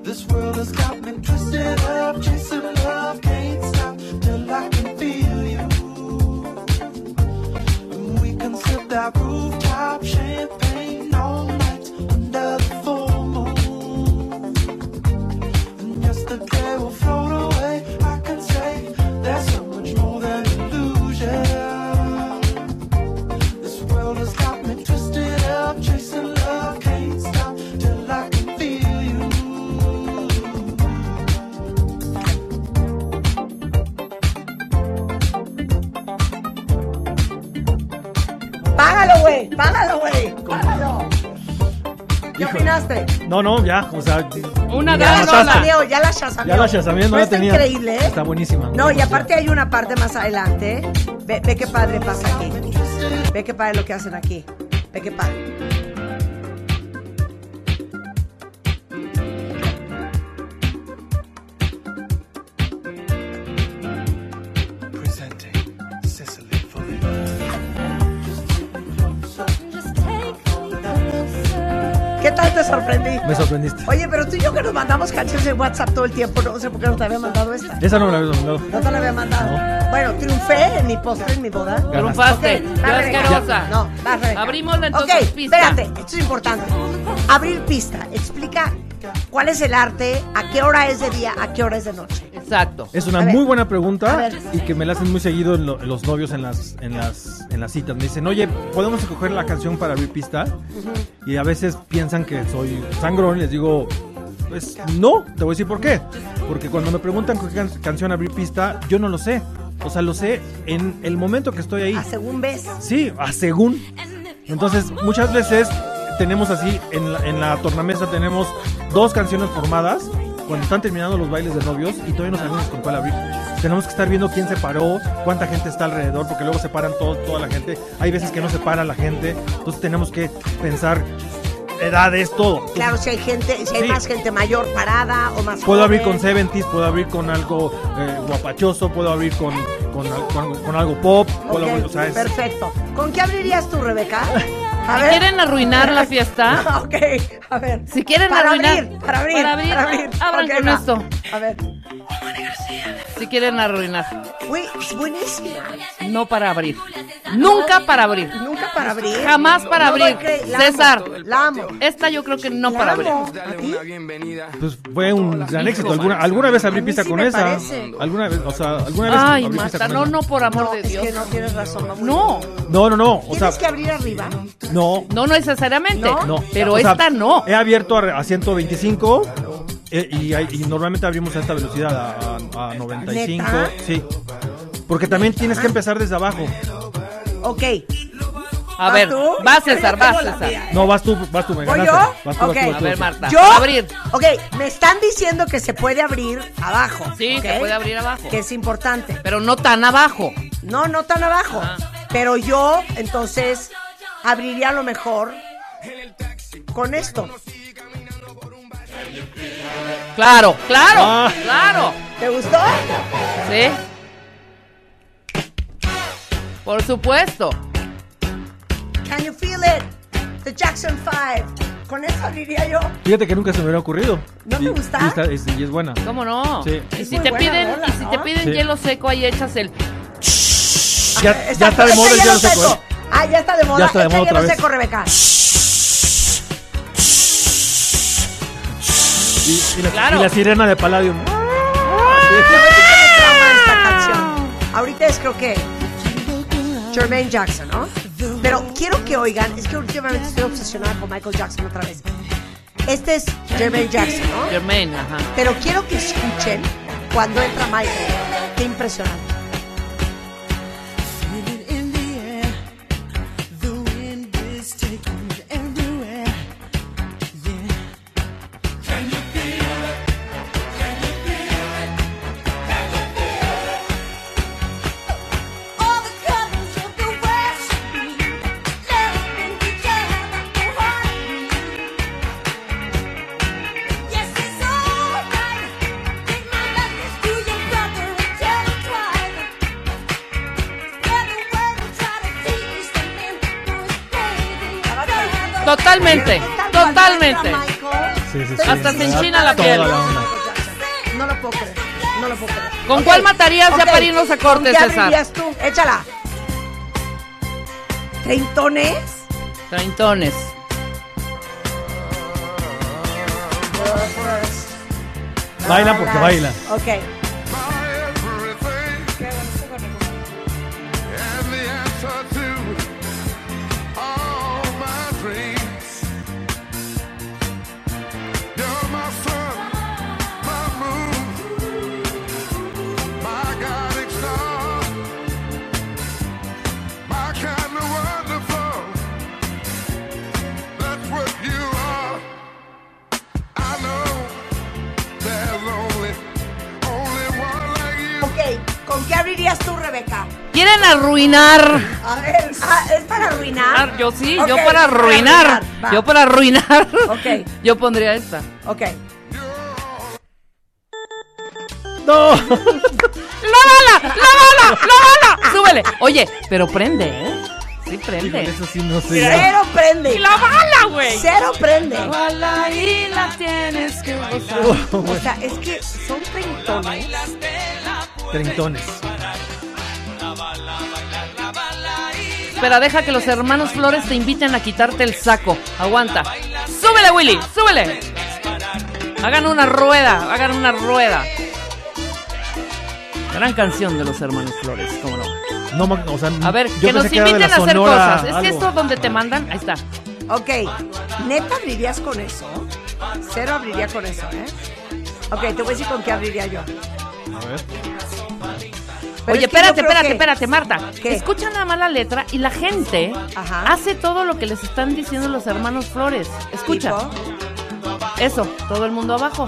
[SPEAKER 5] This world has got me twisted up, chasing love, can't stop till I can feel you. And we can sip that rooftop champagne all night under the full moon. And yesterday will float away. I can say there's so much more than illusion. This world has got me twisted up, chasing love, can't stop till I can feel you.
[SPEAKER 2] Págalo, güey. Págalo, güey. Págalo. ¿Qué
[SPEAKER 3] Híjole.
[SPEAKER 2] opinaste?
[SPEAKER 3] No, no, ya, o sea.
[SPEAKER 4] Una
[SPEAKER 2] Ya la
[SPEAKER 3] ya
[SPEAKER 4] gran
[SPEAKER 3] mataste.
[SPEAKER 4] rola.
[SPEAKER 2] chasaneó, ya la chasaneó.
[SPEAKER 3] Ya la shazameé, no
[SPEAKER 2] Pero
[SPEAKER 3] la
[SPEAKER 2] está
[SPEAKER 3] tenía.
[SPEAKER 2] increíble, ¿eh?
[SPEAKER 3] Está buenísima.
[SPEAKER 2] No, y
[SPEAKER 3] buenísima.
[SPEAKER 2] aparte hay una parte más adelante. ¿eh? Ve, ve qué padre pasa aquí. Ve qué padre lo que hacen aquí. Ve qué padre.
[SPEAKER 5] Presenting Cicely Fuller.
[SPEAKER 2] ¿Qué tal te sorprendí?
[SPEAKER 3] Me sorprendiste.
[SPEAKER 2] Oye, pero tú y yo que nos mandamos canciones en WhatsApp todo el tiempo, no sé por qué no te había mandado esta.
[SPEAKER 3] Esa no me la habías mandado.
[SPEAKER 2] No te la había mandado. Bueno, triunfé en mi postre, en mi boda.
[SPEAKER 3] Ganaste.
[SPEAKER 4] Triunfaste.
[SPEAKER 2] Ok,
[SPEAKER 4] Qué
[SPEAKER 2] madre.
[SPEAKER 4] asqueroso. pausa.
[SPEAKER 2] No, vas, Rebeca.
[SPEAKER 4] Abrimos entonces
[SPEAKER 2] Ok,
[SPEAKER 4] pista.
[SPEAKER 2] espérate, esto es importante. Abrir pista. Explica cuál es el arte, a qué hora es de día, a qué hora es de noche.
[SPEAKER 4] Exacto.
[SPEAKER 3] Es una
[SPEAKER 2] A ver.
[SPEAKER 3] muy buena
[SPEAKER 2] A
[SPEAKER 3] pregunta
[SPEAKER 2] ver.
[SPEAKER 3] y que me la hacen muy seguido en lo- los novios en las, en, las, en las citas. Me dicen, oye, ¿podemos escoger la canción para abrir pista? Y a veces piensan que soy sangrón y les digo, pues no, te voy a decir por qué. Porque cuando me preguntan con qué can- canción abrir pista, yo no lo sé. O sea, lo sé en el momento que estoy ahí.
[SPEAKER 2] A según ves.
[SPEAKER 3] Sí, a según. Entonces, muchas veces tenemos así, en la, en la tornamesa tenemos dos canciones formadas cuando están terminando los bailes de novios y todavía no sabemos con cuál abrir. Tenemos que estar viendo quién se paró, cuánta gente está alrededor, porque luego se paran todos, toda la gente. Hay veces que no se para la gente, entonces tenemos que pensar edades, todo.
[SPEAKER 2] Claro, si hay gente, si hay
[SPEAKER 3] Sí.
[SPEAKER 2] más gente mayor parada o más
[SPEAKER 3] Puedo abrir con
[SPEAKER 2] joven.
[SPEAKER 3] Seventies, puedo abrir con algo eh, guapachoso, puedo abrir con, con, al- con- con algo pop, puedo
[SPEAKER 2] Ok,
[SPEAKER 3] abrir- o sea, es-
[SPEAKER 2] perfecto. ¿Con qué abrirías tú,
[SPEAKER 4] (laughs)
[SPEAKER 2] Rebeca? A (laughs)
[SPEAKER 4] ¿Quieren arruinar la fiesta?
[SPEAKER 2] Ok, a ver.
[SPEAKER 4] Si quieren
[SPEAKER 2] para
[SPEAKER 4] arruinar-
[SPEAKER 2] abrir, para abrir,
[SPEAKER 4] para abrir, abran
[SPEAKER 2] Ok,
[SPEAKER 4] con
[SPEAKER 2] va.
[SPEAKER 4] esto.
[SPEAKER 2] A ver.
[SPEAKER 4] Si quieren arruinar.
[SPEAKER 2] Uy, es buenísima.
[SPEAKER 4] No para abrir. Nunca para abrir.
[SPEAKER 2] Nunca para abrir.
[SPEAKER 4] Jamás para
[SPEAKER 2] No doy
[SPEAKER 4] abrir.
[SPEAKER 2] cre- la amo,
[SPEAKER 4] César.
[SPEAKER 2] La amo. Pues
[SPEAKER 4] Esta yo creo que no
[SPEAKER 2] La
[SPEAKER 4] para abrir.
[SPEAKER 2] amo. ¿A
[SPEAKER 9] Dale
[SPEAKER 2] ti?
[SPEAKER 9] una bienvenida.
[SPEAKER 3] Pues fue un gran éxito. Alguna, alguna vez abrí
[SPEAKER 2] mí
[SPEAKER 3] pista
[SPEAKER 2] sí
[SPEAKER 3] con
[SPEAKER 2] me
[SPEAKER 3] esa.
[SPEAKER 2] parece.
[SPEAKER 3] Alguna vez, o sea, alguna vez
[SPEAKER 4] Ay,
[SPEAKER 3] abrí pista
[SPEAKER 4] Marta,
[SPEAKER 3] con
[SPEAKER 4] no,
[SPEAKER 3] esa.
[SPEAKER 4] no, por amor
[SPEAKER 2] No,
[SPEAKER 4] de
[SPEAKER 2] es
[SPEAKER 4] Dios.
[SPEAKER 2] que no tienes razón. Mamá.
[SPEAKER 4] No,
[SPEAKER 3] No, no, no. O sea,
[SPEAKER 2] Tienes que abrir arriba.
[SPEAKER 3] no,
[SPEAKER 4] no necesariamente.
[SPEAKER 2] No.
[SPEAKER 3] no.
[SPEAKER 4] Pero
[SPEAKER 3] O sea, eh,
[SPEAKER 4] esta no.
[SPEAKER 3] He abierto a, a 125 eh, y, hay- y normalmente abrimos a esta velocidad, a- a, a 95.
[SPEAKER 2] ¿Neta?
[SPEAKER 3] Sí. Porque también tienes que empezar desde abajo.
[SPEAKER 2] Ok.
[SPEAKER 4] A ver,
[SPEAKER 2] ¿Ah, tú?
[SPEAKER 4] va César,
[SPEAKER 2] Yo
[SPEAKER 4] va
[SPEAKER 2] tengo la
[SPEAKER 4] César.
[SPEAKER 2] mía.
[SPEAKER 3] No, vas tú, vas tú, me
[SPEAKER 2] ¿Voy
[SPEAKER 3] ganaste.
[SPEAKER 2] yo?
[SPEAKER 3] Vas tú, vas
[SPEAKER 2] Ok.
[SPEAKER 3] tú, vas tú,
[SPEAKER 4] A ver,
[SPEAKER 3] vas tú.
[SPEAKER 4] Marta.
[SPEAKER 2] ¿Yo?
[SPEAKER 4] Abrir.
[SPEAKER 2] Ok, me están diciendo que se puede abrir abajo.
[SPEAKER 4] Sí,
[SPEAKER 2] ¿ok?
[SPEAKER 4] se puede abrir abajo.
[SPEAKER 2] Que es importante.
[SPEAKER 4] Pero no tan abajo.
[SPEAKER 2] No, no tan abajo. Pero yo, entonces, abriría a lo mejor con esto.
[SPEAKER 4] Claro, claro,
[SPEAKER 3] Ah.
[SPEAKER 4] claro.
[SPEAKER 2] ¿Te gustó?
[SPEAKER 4] Sí. Por supuesto.
[SPEAKER 2] Can you feel it? The Jackson 5. Con eso abriría yo.
[SPEAKER 3] Fíjate que nunca se me hubiera ocurrido.
[SPEAKER 2] ¿No te
[SPEAKER 3] Y-
[SPEAKER 2] gusta?
[SPEAKER 3] Y, está- es, y es buena.
[SPEAKER 4] ¿Cómo no?
[SPEAKER 3] Sí.
[SPEAKER 4] Y
[SPEAKER 2] Es
[SPEAKER 4] si
[SPEAKER 2] muy
[SPEAKER 4] te
[SPEAKER 2] buena
[SPEAKER 4] piden,
[SPEAKER 2] rola,
[SPEAKER 4] y si te
[SPEAKER 2] ¿no?
[SPEAKER 4] piden
[SPEAKER 3] Sí.
[SPEAKER 4] hielo seco, ahí echas el.
[SPEAKER 3] Ya, ya está de moda el
[SPEAKER 2] ya
[SPEAKER 3] hielo seco. ¿eh?
[SPEAKER 2] Ah, ya está de moda.
[SPEAKER 3] Ya está de
[SPEAKER 2] Echa
[SPEAKER 3] moda otra
[SPEAKER 2] hielo
[SPEAKER 3] vez.
[SPEAKER 2] seco, Rebeca.
[SPEAKER 3] Y, y la,
[SPEAKER 4] Claro.
[SPEAKER 3] y la sirena de Palladium.
[SPEAKER 2] Trama esta canción. Ahorita es creo que Jermaine Jackson, ¿no? Pero quiero que oigan, es que últimamente estoy obsesionada con Michael Jackson otra vez. Este es Jermaine Jackson, ¿no?
[SPEAKER 4] Germain, ajá.
[SPEAKER 2] Pero quiero que escuchen cuando entra Michael. Qué impresionante.
[SPEAKER 8] in the air. The wind is taking me everywhere. Yeah.
[SPEAKER 6] All the colors of the world should be loving each other for one. Yes, it's alright. Give my likeness to your brother and tell him twice. Spread the word and try to teach the men who's crazy.
[SPEAKER 4] Totalmente,
[SPEAKER 2] Pero, ¿qué tal
[SPEAKER 4] totalmente.
[SPEAKER 2] cuando entra Michael?
[SPEAKER 3] Sí, sí, sí.
[SPEAKER 4] Hasta se
[SPEAKER 3] Me da
[SPEAKER 4] enchina la
[SPEAKER 3] toda
[SPEAKER 4] piel.
[SPEAKER 3] onda.
[SPEAKER 2] No lo puedo creer. No lo puedo creer.
[SPEAKER 4] ¿Con
[SPEAKER 2] Ok,
[SPEAKER 4] cuál matarías ya
[SPEAKER 2] ok.
[SPEAKER 4] para irnos a corte,
[SPEAKER 2] ¿Con qué
[SPEAKER 4] César?
[SPEAKER 2] abrirías tú? Échala. ¿Treintones?
[SPEAKER 4] Treintones.
[SPEAKER 3] Baila porque baila.
[SPEAKER 2] Ah, Ok.
[SPEAKER 9] And the answer to all my dreams. You're my sun, my moon, my guiding star, my kind of wonderful. That's what you are. I know there's only, only one like you.
[SPEAKER 2] Ok, ¿con qué abrirías tú, Rebeca?
[SPEAKER 4] ¿Quieren arruinar?
[SPEAKER 2] A ver, ah, ¿es para arruinar?
[SPEAKER 4] Yo sí,
[SPEAKER 2] Ok,
[SPEAKER 4] yo Ah, para arruinar.
[SPEAKER 2] va.
[SPEAKER 4] Yo para arruinar.
[SPEAKER 2] Ok.
[SPEAKER 4] (laughs) Yo pondría esta.
[SPEAKER 2] Ok.
[SPEAKER 3] (laughs) No.
[SPEAKER 4] ¡La bala! ¡La bala! ¡La bala! ¡Súbele! Oye, pero prende, ¿eh? Sí,
[SPEAKER 3] Híjole,
[SPEAKER 4] prende.
[SPEAKER 3] eso sí no sé.
[SPEAKER 4] eh.
[SPEAKER 3] (laughs)
[SPEAKER 2] Cero prende.
[SPEAKER 4] ¡La bala, güey!
[SPEAKER 2] Cero prende.
[SPEAKER 4] bala y la tienes que gozar.
[SPEAKER 2] O sea, es que son treintones.
[SPEAKER 3] Treintones.
[SPEAKER 4] Espera, deja que los hermanos Flores te inviten a quitarte el saco. Aguanta. ¡Súbele, Willy! ¡Súbele! Hagan una rueda, hagan una rueda. Gran canción de los hermanos Flores, cómo no.
[SPEAKER 3] No, ma- o sea,
[SPEAKER 4] A ver,
[SPEAKER 3] yo
[SPEAKER 4] que nos
[SPEAKER 3] pensé era de
[SPEAKER 4] inviten
[SPEAKER 3] la
[SPEAKER 4] a hacer
[SPEAKER 3] Sonora
[SPEAKER 4] cosas. Es que
[SPEAKER 3] algo.
[SPEAKER 4] esto donde te mandan, ahí está.
[SPEAKER 2] Ok, neta abrirías con eso. Cero abriría con eso, ¿eh? Ok, te voy a decir con qué abriría yo.
[SPEAKER 3] A ver.
[SPEAKER 2] Pero
[SPEAKER 4] Oye,
[SPEAKER 2] es que yo
[SPEAKER 4] espérate,
[SPEAKER 2] creo
[SPEAKER 4] espérate,
[SPEAKER 2] que-
[SPEAKER 4] espérate, Marta.
[SPEAKER 2] ¿Qué?
[SPEAKER 4] Escucha nada más la letra y la gente
[SPEAKER 2] Ajá.
[SPEAKER 4] hace todo lo que les están diciendo los hermanos Flores. Escucha,
[SPEAKER 2] Tipo,
[SPEAKER 4] eso, todo el mundo abajo.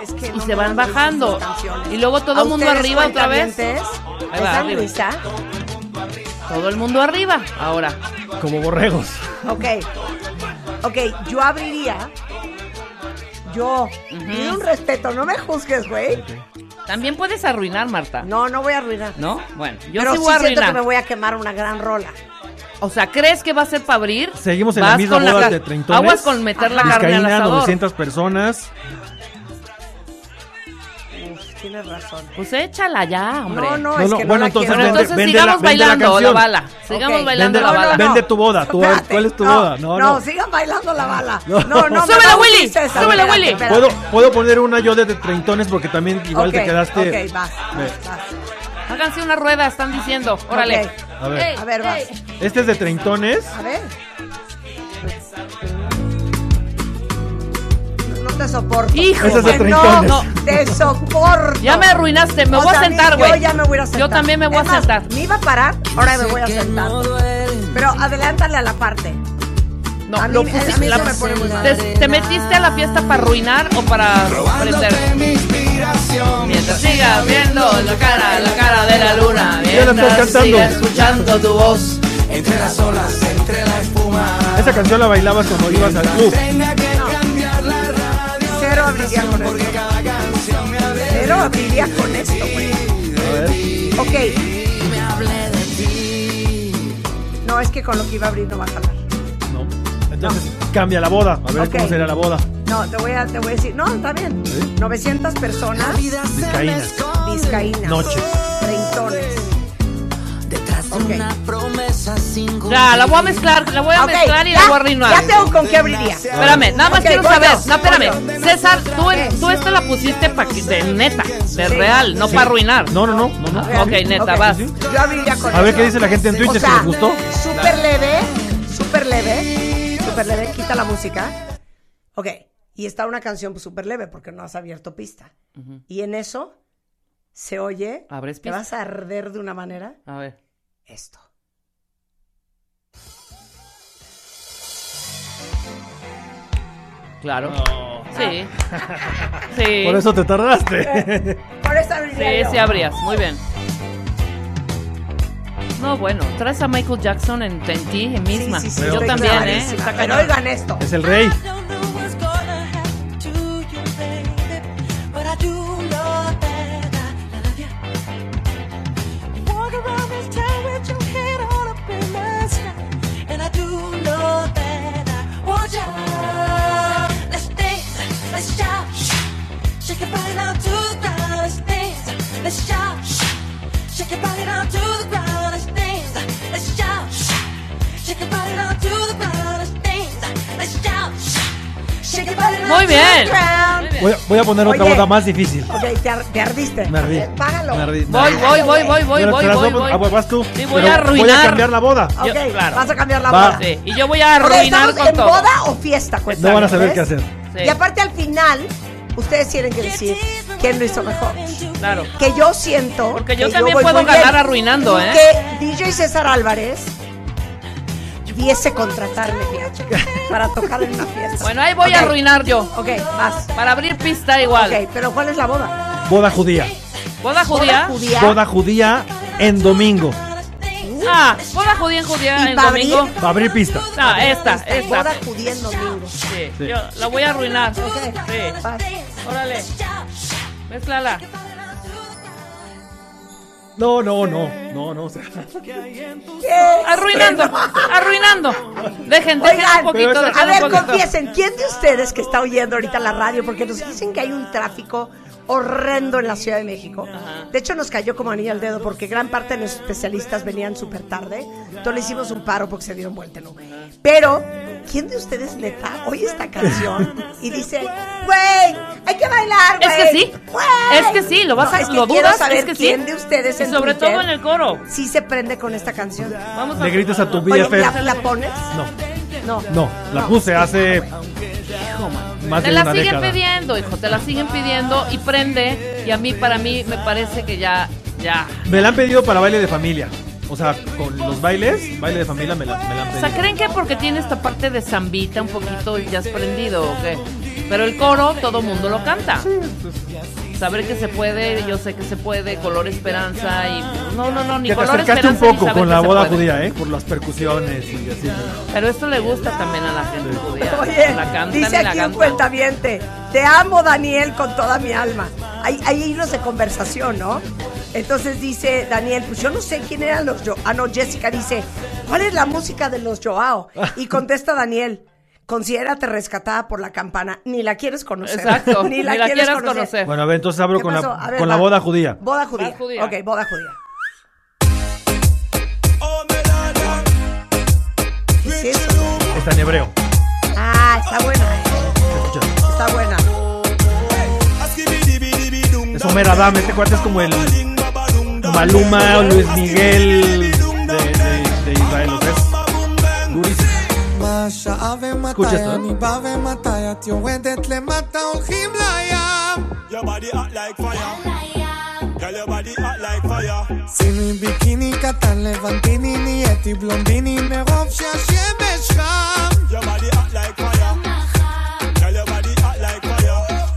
[SPEAKER 2] es que
[SPEAKER 4] Y
[SPEAKER 2] no
[SPEAKER 4] se
[SPEAKER 2] me dan
[SPEAKER 4] van
[SPEAKER 2] gusto esas
[SPEAKER 4] bajando.
[SPEAKER 2] canciones.
[SPEAKER 4] Y luego todo
[SPEAKER 2] ¿A
[SPEAKER 4] el mundo
[SPEAKER 2] ustedes,
[SPEAKER 4] arriba otra vez.
[SPEAKER 2] cuentavientes?
[SPEAKER 4] Ahí va,
[SPEAKER 2] ¿Están,
[SPEAKER 4] arriba.
[SPEAKER 2] Luisa?
[SPEAKER 4] Todo el mundo arriba. Ahora,
[SPEAKER 3] Como borregos. (laughs)
[SPEAKER 2] Ok. Ok, yo abriría. Yo. Y un respeto, no me juzgues, güey.
[SPEAKER 4] también puedes arruinar, Marta. No.
[SPEAKER 2] No, no voy a arruinar.
[SPEAKER 4] Bueno, yo
[SPEAKER 2] Pero
[SPEAKER 4] sí
[SPEAKER 2] sí
[SPEAKER 4] voy a
[SPEAKER 2] siento que
[SPEAKER 4] arruinar.
[SPEAKER 2] me voy a quemar una gran rola.
[SPEAKER 4] O sea, ¿crees que va a ser para abrir?
[SPEAKER 3] Seguimos en la
[SPEAKER 4] Vas
[SPEAKER 3] misma
[SPEAKER 4] con
[SPEAKER 3] boda
[SPEAKER 4] ca-
[SPEAKER 3] de treintones.
[SPEAKER 4] Aguas con meter la carne al
[SPEAKER 3] Vizcaína,
[SPEAKER 4] asador.
[SPEAKER 3] 900 personas.
[SPEAKER 2] Uf, tienes razón.
[SPEAKER 4] Pues échala ya, hombre.
[SPEAKER 2] No, no,
[SPEAKER 3] No,
[SPEAKER 2] es
[SPEAKER 3] no,
[SPEAKER 2] que
[SPEAKER 3] bueno,
[SPEAKER 2] no la
[SPEAKER 3] entonces
[SPEAKER 4] Bueno,
[SPEAKER 2] quiero.
[SPEAKER 3] vende-
[SPEAKER 4] entonces
[SPEAKER 3] vende la-
[SPEAKER 4] sigamos
[SPEAKER 3] vende la
[SPEAKER 4] bailando la,
[SPEAKER 3] canción.
[SPEAKER 4] bala. Sigamos
[SPEAKER 2] Ok.
[SPEAKER 4] bailando
[SPEAKER 3] Vende-
[SPEAKER 4] la bala.
[SPEAKER 3] vende tu boda, tú, a ver,
[SPEAKER 2] Espérate,
[SPEAKER 3] ¿cuál es tu
[SPEAKER 2] no,
[SPEAKER 3] boda? No, no.
[SPEAKER 2] sigan bailando la bala. No, no, no.
[SPEAKER 4] ¡Súbele,
[SPEAKER 2] me va a
[SPEAKER 4] Willy!
[SPEAKER 2] gustar esa,
[SPEAKER 4] ¡Súbele,
[SPEAKER 2] espérate,
[SPEAKER 4] Willy!
[SPEAKER 2] espérate.
[SPEAKER 3] ¿Puedo, puedo poner una yo de de treintones porque también igual
[SPEAKER 2] Ok,
[SPEAKER 3] te quedaste.
[SPEAKER 2] Ok, vas, vas,
[SPEAKER 3] Ve.
[SPEAKER 2] vas.
[SPEAKER 4] Háganse una rueda, están diciendo. Órale.
[SPEAKER 2] Ok.
[SPEAKER 3] A ver.
[SPEAKER 2] A ver, vas.
[SPEAKER 3] Este es de treintones.
[SPEAKER 2] A ver. No te soporto.
[SPEAKER 4] Hijo,
[SPEAKER 3] Ese es de
[SPEAKER 2] Que no,
[SPEAKER 3] treintones.
[SPEAKER 2] te soporto.
[SPEAKER 4] Ya me arruinaste, me
[SPEAKER 2] O
[SPEAKER 4] voy a
[SPEAKER 2] sea, ni-
[SPEAKER 4] sentar, güey.
[SPEAKER 2] Yo ya me voy a sentar.
[SPEAKER 4] Yo también me voy
[SPEAKER 2] Es
[SPEAKER 4] a
[SPEAKER 2] más,
[SPEAKER 4] sentar.
[SPEAKER 2] Me iba a parar, ahora me voy a sentar. Pero adelántale a la parte.
[SPEAKER 4] No,
[SPEAKER 2] a mí-
[SPEAKER 4] lo
[SPEAKER 2] a mí
[SPEAKER 4] pusiste-
[SPEAKER 2] eso
[SPEAKER 4] la-
[SPEAKER 2] me pone muy mal.
[SPEAKER 4] te, te metiste a la fiesta para arruinar o para prender. Mientras sigas viendo la cara, la cara de la
[SPEAKER 3] Ya
[SPEAKER 4] luna.
[SPEAKER 3] la estoy
[SPEAKER 4] Mientras
[SPEAKER 3] cantando.
[SPEAKER 4] sigas escuchando tu voz.
[SPEAKER 3] Esa canción la bailabas cuando ibas al club.
[SPEAKER 2] Cero abriría con esto. Cero abriría con esto, güey. Ok. No, es que con lo que iba a abrir no va a jalar.
[SPEAKER 3] No. Entonces, cambia la boda. A ver
[SPEAKER 2] Ok.
[SPEAKER 3] cómo será la boda.
[SPEAKER 2] No, te voy a, te voy a decir. No, está bien. 900 personas
[SPEAKER 3] Vizcaína.
[SPEAKER 2] vizcaínas.
[SPEAKER 3] Noche.
[SPEAKER 2] Treintones. Ok.
[SPEAKER 4] Ya, la voy a mezclar, la voy a
[SPEAKER 2] Ok,
[SPEAKER 4] mezclar y la voy a arruinar.
[SPEAKER 2] ya tengo con qué abriría.
[SPEAKER 4] Espérame, nada más
[SPEAKER 2] Ok,
[SPEAKER 4] quiero
[SPEAKER 2] voy
[SPEAKER 4] saber.
[SPEAKER 2] yo,
[SPEAKER 4] No, espérame.
[SPEAKER 2] voy yo.
[SPEAKER 4] César, tú,
[SPEAKER 2] ¿Qué?
[SPEAKER 4] tú esta la pusiste pa que, de neta, de
[SPEAKER 2] Sí.
[SPEAKER 4] real, no para arruinar.
[SPEAKER 3] No, no, no. no, no.
[SPEAKER 4] Ok, neta,
[SPEAKER 2] Ok,
[SPEAKER 4] vas.
[SPEAKER 2] Yo abriría con
[SPEAKER 3] A ver
[SPEAKER 2] eso.
[SPEAKER 3] qué dice la gente en Twitter,
[SPEAKER 2] O
[SPEAKER 3] si
[SPEAKER 2] sea,
[SPEAKER 3] les gustó.
[SPEAKER 2] Súper leve, súper leve, súper leve. Quita la música. Ok. Y está una canción súper leve porque no has abierto pista. Y en eso se oye.
[SPEAKER 4] Abres
[SPEAKER 2] Te
[SPEAKER 4] pista.
[SPEAKER 2] vas a arder de una manera.
[SPEAKER 4] A ver.
[SPEAKER 2] Esto.
[SPEAKER 4] Claro. Sí. Sí.
[SPEAKER 3] Por eso te tardaste.
[SPEAKER 4] (laughs)
[SPEAKER 2] Por eso abriría
[SPEAKER 4] Sí,
[SPEAKER 2] yo.
[SPEAKER 4] sí abrías. Muy bien. No, bueno, traes a Michael Jackson en, en ti en
[SPEAKER 2] Sí,
[SPEAKER 4] misma.
[SPEAKER 2] sí, sí,
[SPEAKER 4] Yo
[SPEAKER 2] estoy
[SPEAKER 4] también, ¿eh?
[SPEAKER 2] clarísima.
[SPEAKER 4] Está
[SPEAKER 2] Pero
[SPEAKER 4] cañón.
[SPEAKER 2] oigan esto.
[SPEAKER 3] es el rey.
[SPEAKER 6] Shake your body down to the ground, let's dance, let's shout. Shake your body down to the ground, let's dance, let's shout. Shake your body down
[SPEAKER 4] Muy
[SPEAKER 6] to the
[SPEAKER 4] ¿eh? bien.
[SPEAKER 6] ground.
[SPEAKER 3] Voy a, voy a poner otra
[SPEAKER 2] Oye.
[SPEAKER 3] boda más difícil.
[SPEAKER 2] Ok, te, ar- te ardiste. Eh,
[SPEAKER 3] Me ardí.
[SPEAKER 2] Págalo.
[SPEAKER 3] Me ardí.
[SPEAKER 4] Voy, voy, voy, voy, voy,
[SPEAKER 3] Pero
[SPEAKER 4] voy,
[SPEAKER 3] te las
[SPEAKER 4] voy,
[SPEAKER 3] voy a- ah,
[SPEAKER 4] voy.
[SPEAKER 3] vas tú.
[SPEAKER 4] Sí, voy
[SPEAKER 3] Pero
[SPEAKER 4] a
[SPEAKER 3] Voy a
[SPEAKER 4] arruinar. Ah,
[SPEAKER 3] cambiar la boda.
[SPEAKER 2] Ok,
[SPEAKER 4] Yo- claro.
[SPEAKER 2] vas a cambiar la
[SPEAKER 3] Va.
[SPEAKER 2] boda.
[SPEAKER 4] Sí, y yo voy a
[SPEAKER 2] Ahora,
[SPEAKER 4] arruinar
[SPEAKER 2] ¿estamos
[SPEAKER 4] con
[SPEAKER 2] en
[SPEAKER 4] todo.
[SPEAKER 2] boda o fiesta?
[SPEAKER 4] pues,
[SPEAKER 2] cuenta,
[SPEAKER 3] No van a saber
[SPEAKER 2] ¿ves?
[SPEAKER 3] qué hacer.
[SPEAKER 4] Sí.
[SPEAKER 2] Y aparte al final, ustedes tienen que decir quién lo hizo mejor.
[SPEAKER 4] Claro.
[SPEAKER 2] Que yo siento.
[SPEAKER 4] Porque yo
[SPEAKER 2] que
[SPEAKER 4] también
[SPEAKER 2] voy
[SPEAKER 4] puedo
[SPEAKER 2] muy bien.
[SPEAKER 4] ganar arruinando, ¿eh?
[SPEAKER 2] Que DJ César Álvarez viese contratarme, fíjate, para tocar en una fiesta.
[SPEAKER 4] Bueno, ahí voy a
[SPEAKER 2] Ok,
[SPEAKER 4] arruinar yo.
[SPEAKER 2] Ok, vas.
[SPEAKER 4] Para abrir pista igual.
[SPEAKER 2] Ok, pero ¿cuál es la boda?
[SPEAKER 3] Boda judía.
[SPEAKER 4] ¿Boda
[SPEAKER 2] ¿Boda
[SPEAKER 4] judía?
[SPEAKER 2] judía?
[SPEAKER 3] Boda judía en domingo.
[SPEAKER 4] Ah, boda judía en judía
[SPEAKER 2] ¿Y
[SPEAKER 4] en
[SPEAKER 2] para abrir?
[SPEAKER 4] domingo.
[SPEAKER 3] Va a abrir pista.
[SPEAKER 4] No, Ah, esta,
[SPEAKER 2] Eh, Boda
[SPEAKER 4] esta.
[SPEAKER 2] judía en domingo.
[SPEAKER 4] Sí,
[SPEAKER 3] Sí.
[SPEAKER 4] yo la voy a arruinar.
[SPEAKER 2] Ok,
[SPEAKER 4] Sí.
[SPEAKER 2] vas.
[SPEAKER 4] Órale. Mézclala.
[SPEAKER 3] No, no, no. No, no. o sea,
[SPEAKER 4] Arruinando, arruinando. Dejen, dejen
[SPEAKER 2] Oigan,
[SPEAKER 4] un poquito,
[SPEAKER 3] pero
[SPEAKER 2] a
[SPEAKER 4] dejen
[SPEAKER 2] ver,
[SPEAKER 4] un poquito.
[SPEAKER 2] confiesen, ¿quién de ustedes que está oyendo ahorita la radio? Porque nos dicen que hay un tráfico horrendo en la Ciudad de México. De hecho, nos cayó como anillo al dedo porque gran parte de los especialistas venían súper tarde. Entonces le hicimos un paro porque se dieron vuelta, ¿no? Pero, ¿quién de ustedes neta oye esta canción y dice, güey, hay que bailar,
[SPEAKER 4] Es
[SPEAKER 2] güey?
[SPEAKER 4] que sí.
[SPEAKER 2] güey"?
[SPEAKER 4] Es que sí, lo vas
[SPEAKER 2] Pues, No,
[SPEAKER 4] a
[SPEAKER 2] es que
[SPEAKER 4] lo
[SPEAKER 2] quiero
[SPEAKER 4] dudas,
[SPEAKER 2] saber
[SPEAKER 4] es que sí.
[SPEAKER 2] quién de ustedes
[SPEAKER 4] Y
[SPEAKER 2] en
[SPEAKER 4] sobre
[SPEAKER 2] Twitter
[SPEAKER 4] todo en el coro.
[SPEAKER 2] Sí se prende con esta canción.
[SPEAKER 4] Vamos a
[SPEAKER 3] Le gritas a tu
[SPEAKER 2] Oye,
[SPEAKER 3] BFF.
[SPEAKER 2] ¿la, la pones?
[SPEAKER 3] No,
[SPEAKER 2] No.
[SPEAKER 3] no, la puse hace más
[SPEAKER 4] Te
[SPEAKER 3] de
[SPEAKER 4] la
[SPEAKER 3] una
[SPEAKER 4] siguen
[SPEAKER 3] década.
[SPEAKER 4] pidiendo, hijo, te la siguen pidiendo y prende. Y a mí, para mí, me parece que ya, ya.
[SPEAKER 3] Me la han pedido para baile de familia. O sea, con los bailes, baile de familia me la, me la han
[SPEAKER 4] O
[SPEAKER 3] pedido.
[SPEAKER 4] sea, ¿creen que porque tiene esta parte de zambita un poquito y ya has prendido o qué? Pero el coro todo mundo lo canta. Saber que se puede, yo sé que se puede, color esperanza y... No, no, no, ni
[SPEAKER 3] Que te
[SPEAKER 4] color
[SPEAKER 3] acercaste un
[SPEAKER 4] esperanza ni
[SPEAKER 3] poco
[SPEAKER 4] saber
[SPEAKER 3] con
[SPEAKER 4] que
[SPEAKER 3] la
[SPEAKER 4] se
[SPEAKER 3] boda
[SPEAKER 4] puede. Eh.
[SPEAKER 3] judía, ¿eh? Por las percusiones y así.
[SPEAKER 4] Pero esto le gusta también a la gente judía.
[SPEAKER 2] Oye,
[SPEAKER 4] la cantan
[SPEAKER 2] dice
[SPEAKER 4] y la
[SPEAKER 2] aquí un
[SPEAKER 4] cantan.
[SPEAKER 2] cuentaviente, te amo Daniel con toda mi alma. Hay, hay hilos de conversación, ¿no? Entonces dice Daniel, pues yo no sé quién eran los Joao. Ah, no, Jessica dice, ¿cuál es la música de los Joao? Y contesta Daniel, considérate rescatada por la campana, ni la quieres conocer. (laughs)
[SPEAKER 4] Exacto, ni la quieres conocer.
[SPEAKER 3] Bueno, a ver, entonces abro
[SPEAKER 2] ¿Qué
[SPEAKER 3] con,
[SPEAKER 2] pasó?
[SPEAKER 3] la,
[SPEAKER 2] A ver,
[SPEAKER 3] con
[SPEAKER 2] va.
[SPEAKER 3] la boda judía.
[SPEAKER 2] Boda judía.
[SPEAKER 4] Boda judía.
[SPEAKER 2] Ok, boda judía. ¿Qué es eso?
[SPEAKER 3] Está en hebreo.
[SPEAKER 2] Ah, está buena,
[SPEAKER 3] Escucha.
[SPEAKER 2] está buena.
[SPEAKER 3] Es Homer Adam, este cuate es como el Maluma, Luis Miguel de, de- de Israel, o sea, es durísimo.
[SPEAKER 5] מה שעה
[SPEAKER 3] Escucha
[SPEAKER 5] ומתי
[SPEAKER 3] esto,
[SPEAKER 5] אני בא ומתי את יורדת למטה הולכים לים שימי ביקיני קטן לבנטיני נהייתי בלונדיני מרוב שהשמש חם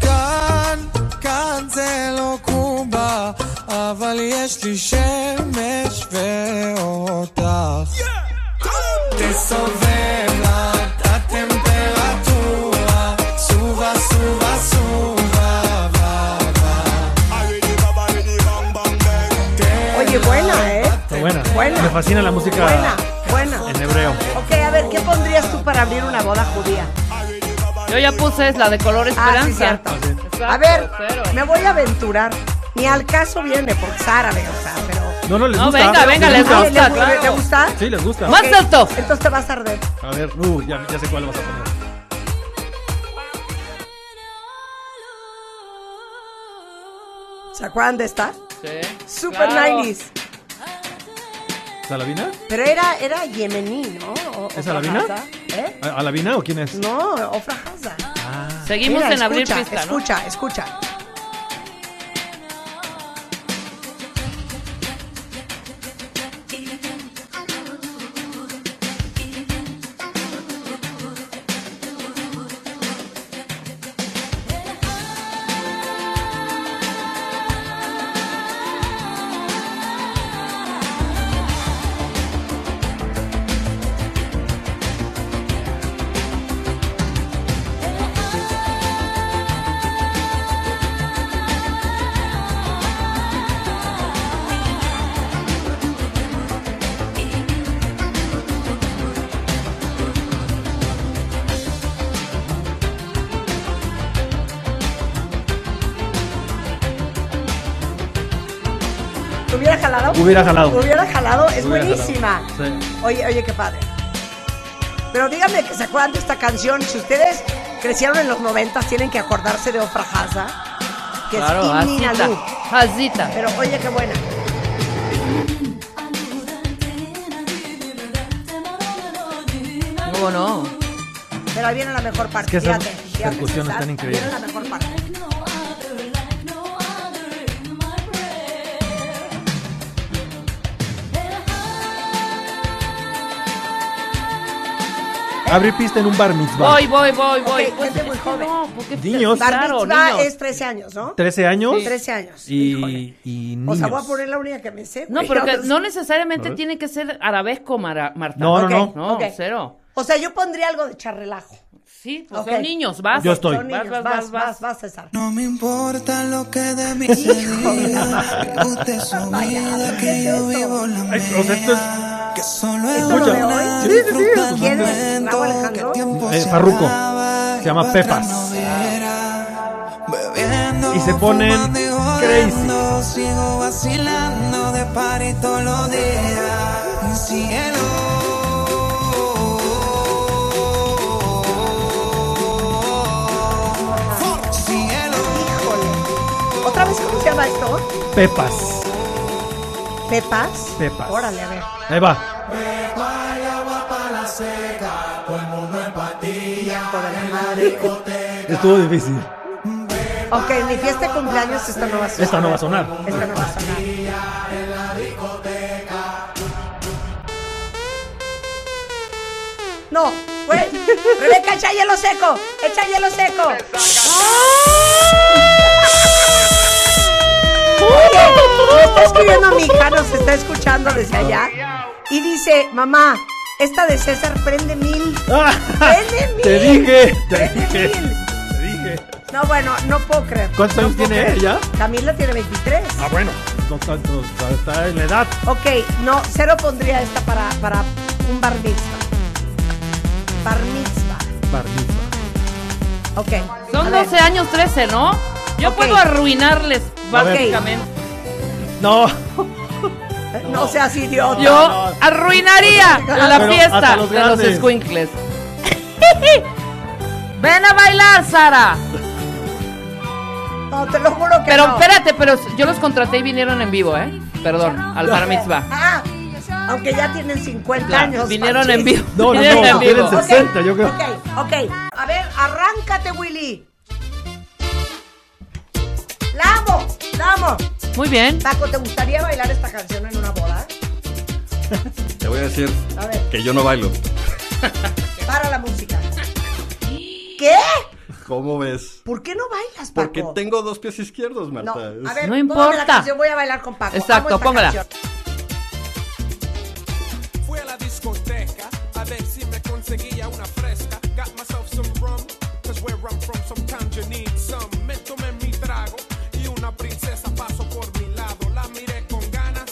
[SPEAKER 5] כאן, כאן זה לא קובה אבל יש לי שמש ואותך תסובב לה את הטמפרטורה סובה סובה סובה בה, בה.
[SPEAKER 2] Oye, buena, ¿eh?
[SPEAKER 3] Está buena.
[SPEAKER 2] Buena.
[SPEAKER 3] Me fascina la música
[SPEAKER 2] Buena, buena.
[SPEAKER 3] en hebreo.
[SPEAKER 2] Ok, a ver, ¿qué pondrías tú para abrir una boda judía?
[SPEAKER 4] Yo ya puse la de color
[SPEAKER 2] Ah,
[SPEAKER 4] esperanza.
[SPEAKER 2] sí, cierto.
[SPEAKER 4] Exacto,
[SPEAKER 2] A ver,
[SPEAKER 4] cero.
[SPEAKER 2] me voy a aventurar. Ni al caso viene, porque es árabe, o sea, pero...
[SPEAKER 3] No, no, les
[SPEAKER 4] No,
[SPEAKER 3] gusta.
[SPEAKER 4] venga, venga, les
[SPEAKER 2] Ah, ¿le,
[SPEAKER 4] gusta,
[SPEAKER 2] gu-
[SPEAKER 4] claro.
[SPEAKER 2] ¿le gusta?
[SPEAKER 3] Sí, les gusta.
[SPEAKER 4] Más
[SPEAKER 2] Ok,
[SPEAKER 4] alto.
[SPEAKER 2] Entonces te vas a arder.
[SPEAKER 3] A ver, uh, ya, ya sé cuál vas a poner.
[SPEAKER 2] ¿Se acuerdan de esta?
[SPEAKER 4] Sí,
[SPEAKER 2] Super
[SPEAKER 4] claro.
[SPEAKER 2] 90s.
[SPEAKER 3] ¿Salavina?
[SPEAKER 2] Pero era, era yemení, ¿no? O-
[SPEAKER 3] ¿Es
[SPEAKER 2] Ofra
[SPEAKER 3] Alavina?
[SPEAKER 2] Hazza. ¿Eh?
[SPEAKER 3] ¿A- ¿Alavina o quién es?
[SPEAKER 2] No, Ofra Hazza.
[SPEAKER 4] Seguimos
[SPEAKER 2] Mira,
[SPEAKER 4] en abrir
[SPEAKER 2] escucha,
[SPEAKER 4] pista, ¿no?
[SPEAKER 2] Escucha, escucha. ¿Te hubiera jalado?
[SPEAKER 3] Hubiera jalado.
[SPEAKER 2] ¿Te hubiera jalado? Es
[SPEAKER 3] Hubiera
[SPEAKER 2] buenísima.
[SPEAKER 3] jalado. Sí.
[SPEAKER 2] Oye, oye, qué padre. Pero díganme que se acuerdan de esta canción. Si ustedes crecieron en los 90, tienen que acordarse de Ofra Hazza, que
[SPEAKER 4] Claro,
[SPEAKER 3] ah,
[SPEAKER 2] es Imnina
[SPEAKER 4] Hazita.
[SPEAKER 2] Lu. Eh,
[SPEAKER 4] Hazita.
[SPEAKER 2] Pero oye, qué buena.
[SPEAKER 4] ¿Cómo no?
[SPEAKER 2] Pero ahí viene la mejor parte.
[SPEAKER 3] que esas
[SPEAKER 2] fíjate, fíjate,
[SPEAKER 3] percusiones
[SPEAKER 2] César,
[SPEAKER 3] están increíbles.
[SPEAKER 2] Viene la mejor parte.
[SPEAKER 3] Abrir pista en un bar mitzvah.
[SPEAKER 4] Voy, voy, voy, voy.
[SPEAKER 2] Ok, gente muy
[SPEAKER 4] es que
[SPEAKER 2] joven.
[SPEAKER 4] No, porque
[SPEAKER 3] Niños.
[SPEAKER 2] Bar
[SPEAKER 4] Claro,
[SPEAKER 2] mitzvah
[SPEAKER 4] niños.
[SPEAKER 2] es 13 años, ¿no?
[SPEAKER 3] 13 años.
[SPEAKER 2] 13 años. híjole.
[SPEAKER 3] Y, y
[SPEAKER 2] O
[SPEAKER 3] niños.
[SPEAKER 2] sea, voy a poner la única que me sé.
[SPEAKER 4] No,
[SPEAKER 2] güey.
[SPEAKER 4] pero que
[SPEAKER 2] Entonces-
[SPEAKER 4] no necesariamente tiene que ser arabesco, Mara- Marta.
[SPEAKER 3] No, no, no.
[SPEAKER 2] Ok,
[SPEAKER 4] No,
[SPEAKER 2] ok.
[SPEAKER 4] cero.
[SPEAKER 2] O sea, yo pondría algo de charrelajo.
[SPEAKER 4] Sí, pues
[SPEAKER 2] Ok.
[SPEAKER 4] son niños, vas.
[SPEAKER 3] Yo estoy.
[SPEAKER 2] Son niños.
[SPEAKER 4] Vas, vas, vas, vas.
[SPEAKER 2] César.
[SPEAKER 5] No me importa lo que de mí se diga, usted es su vida, que yo vivo la
[SPEAKER 3] Ay, o sea, esto es-
[SPEAKER 5] mía, que solo es
[SPEAKER 2] ¿Esto lo de hoy?
[SPEAKER 5] una,
[SPEAKER 3] Sí, sí, sí,
[SPEAKER 5] disfruta el
[SPEAKER 2] ¿Quién es?
[SPEAKER 5] momento,
[SPEAKER 2] ¿Raúl Alejandro?
[SPEAKER 5] que el tiempo
[SPEAKER 3] Eh,
[SPEAKER 5] se
[SPEAKER 3] Farruko.
[SPEAKER 5] acaba y
[SPEAKER 3] Se llama
[SPEAKER 5] para atrás
[SPEAKER 3] Pepas.
[SPEAKER 5] no verá. Bebiendo
[SPEAKER 3] y se ponen crazy.
[SPEAKER 5] Sigo vacilando de party todos los días. Mi cielo. Cielo.
[SPEAKER 2] Híjole. ¿Otra vez cómo se llama esto?
[SPEAKER 3] Pepas.
[SPEAKER 2] Pepas.
[SPEAKER 3] Pepas.
[SPEAKER 2] Órale, a ver.
[SPEAKER 3] Ahí va. Estuvo difícil.
[SPEAKER 2] Ok, en mi fiesta de cumpleaños esta no va a sonar.
[SPEAKER 3] Esta no va a sonar.
[SPEAKER 2] Esta no va a sonar. No, güey. Rebeca, echa hielo seco. Echa hielo seco. Oye, me está escribiendo mi hija, nos está escuchando desde allá. Y dice, mamá, esta de César prende mil. Prende mil.
[SPEAKER 3] Te dije, te
[SPEAKER 2] Prende
[SPEAKER 3] dije,
[SPEAKER 2] mil.
[SPEAKER 3] te dije.
[SPEAKER 2] No, bueno, no puedo creer.
[SPEAKER 3] ¿Cuántos
[SPEAKER 2] No
[SPEAKER 3] años
[SPEAKER 2] puedo
[SPEAKER 3] tiene
[SPEAKER 2] creer.
[SPEAKER 3] ella?
[SPEAKER 2] Camila tiene 23.
[SPEAKER 3] Ah, bueno, no tanto, está en la edad.
[SPEAKER 2] Ok, no, cero pondría esta para, para un bar mitzvah. Bar mitzvah.
[SPEAKER 3] Barniza.
[SPEAKER 2] Ok. a
[SPEAKER 4] Son
[SPEAKER 2] ver.
[SPEAKER 4] 12 años 13, ¿no? Yo
[SPEAKER 2] Ok.
[SPEAKER 4] puedo arruinarles,
[SPEAKER 3] A ver.
[SPEAKER 4] básicamente.
[SPEAKER 3] No,
[SPEAKER 2] Eh, No seas idiota.
[SPEAKER 4] Yo arruinaría la
[SPEAKER 3] Pero hasta
[SPEAKER 4] fiesta
[SPEAKER 3] los
[SPEAKER 4] de los
[SPEAKER 3] grandes.
[SPEAKER 4] squinkles. (laughs) Ven a bailar, Sara.
[SPEAKER 2] No, te lo juro que
[SPEAKER 4] Pero
[SPEAKER 2] no.
[SPEAKER 4] espérate, pero yo los contraté y vinieron en vivo, ¿eh? Perdón, al bar mitzvah.
[SPEAKER 2] Ah, aunque ya tienen 50
[SPEAKER 4] Claro,
[SPEAKER 2] años.
[SPEAKER 4] vinieron
[SPEAKER 2] Pachis.
[SPEAKER 4] en vivo.
[SPEAKER 3] No, no,
[SPEAKER 4] vinieron
[SPEAKER 3] no,
[SPEAKER 4] en vivo.
[SPEAKER 3] vienen 60, yo creo.
[SPEAKER 2] Ok, ok. A ver, arráncate, Willy. La amo, la amo.
[SPEAKER 4] Muy bien.
[SPEAKER 2] Paco, ¿te gustaría bailar esta canción en una boda?
[SPEAKER 10] Te voy a decir
[SPEAKER 2] A ver.
[SPEAKER 10] que yo no bailo.
[SPEAKER 2] Para la música. ¿Qué?
[SPEAKER 10] ¿Cómo ves?
[SPEAKER 2] ¿Por qué no bailas, Paco?
[SPEAKER 10] Porque tengo dos pies izquierdos,
[SPEAKER 2] No,
[SPEAKER 10] Marta.
[SPEAKER 2] a ver,
[SPEAKER 4] No
[SPEAKER 2] póngame la
[SPEAKER 4] importa.
[SPEAKER 2] canción, voy a bailar con Paco.
[SPEAKER 4] Exacto,
[SPEAKER 2] Amo esta
[SPEAKER 4] póngala.
[SPEAKER 2] canción.
[SPEAKER 5] Fui a la discoteca a ver si me conseguía una fresca. Got myself some rum, cause where I'm from sometimes you need some. Me tomé mi trago y una princesa pasó por mi lado. La miré con ganas,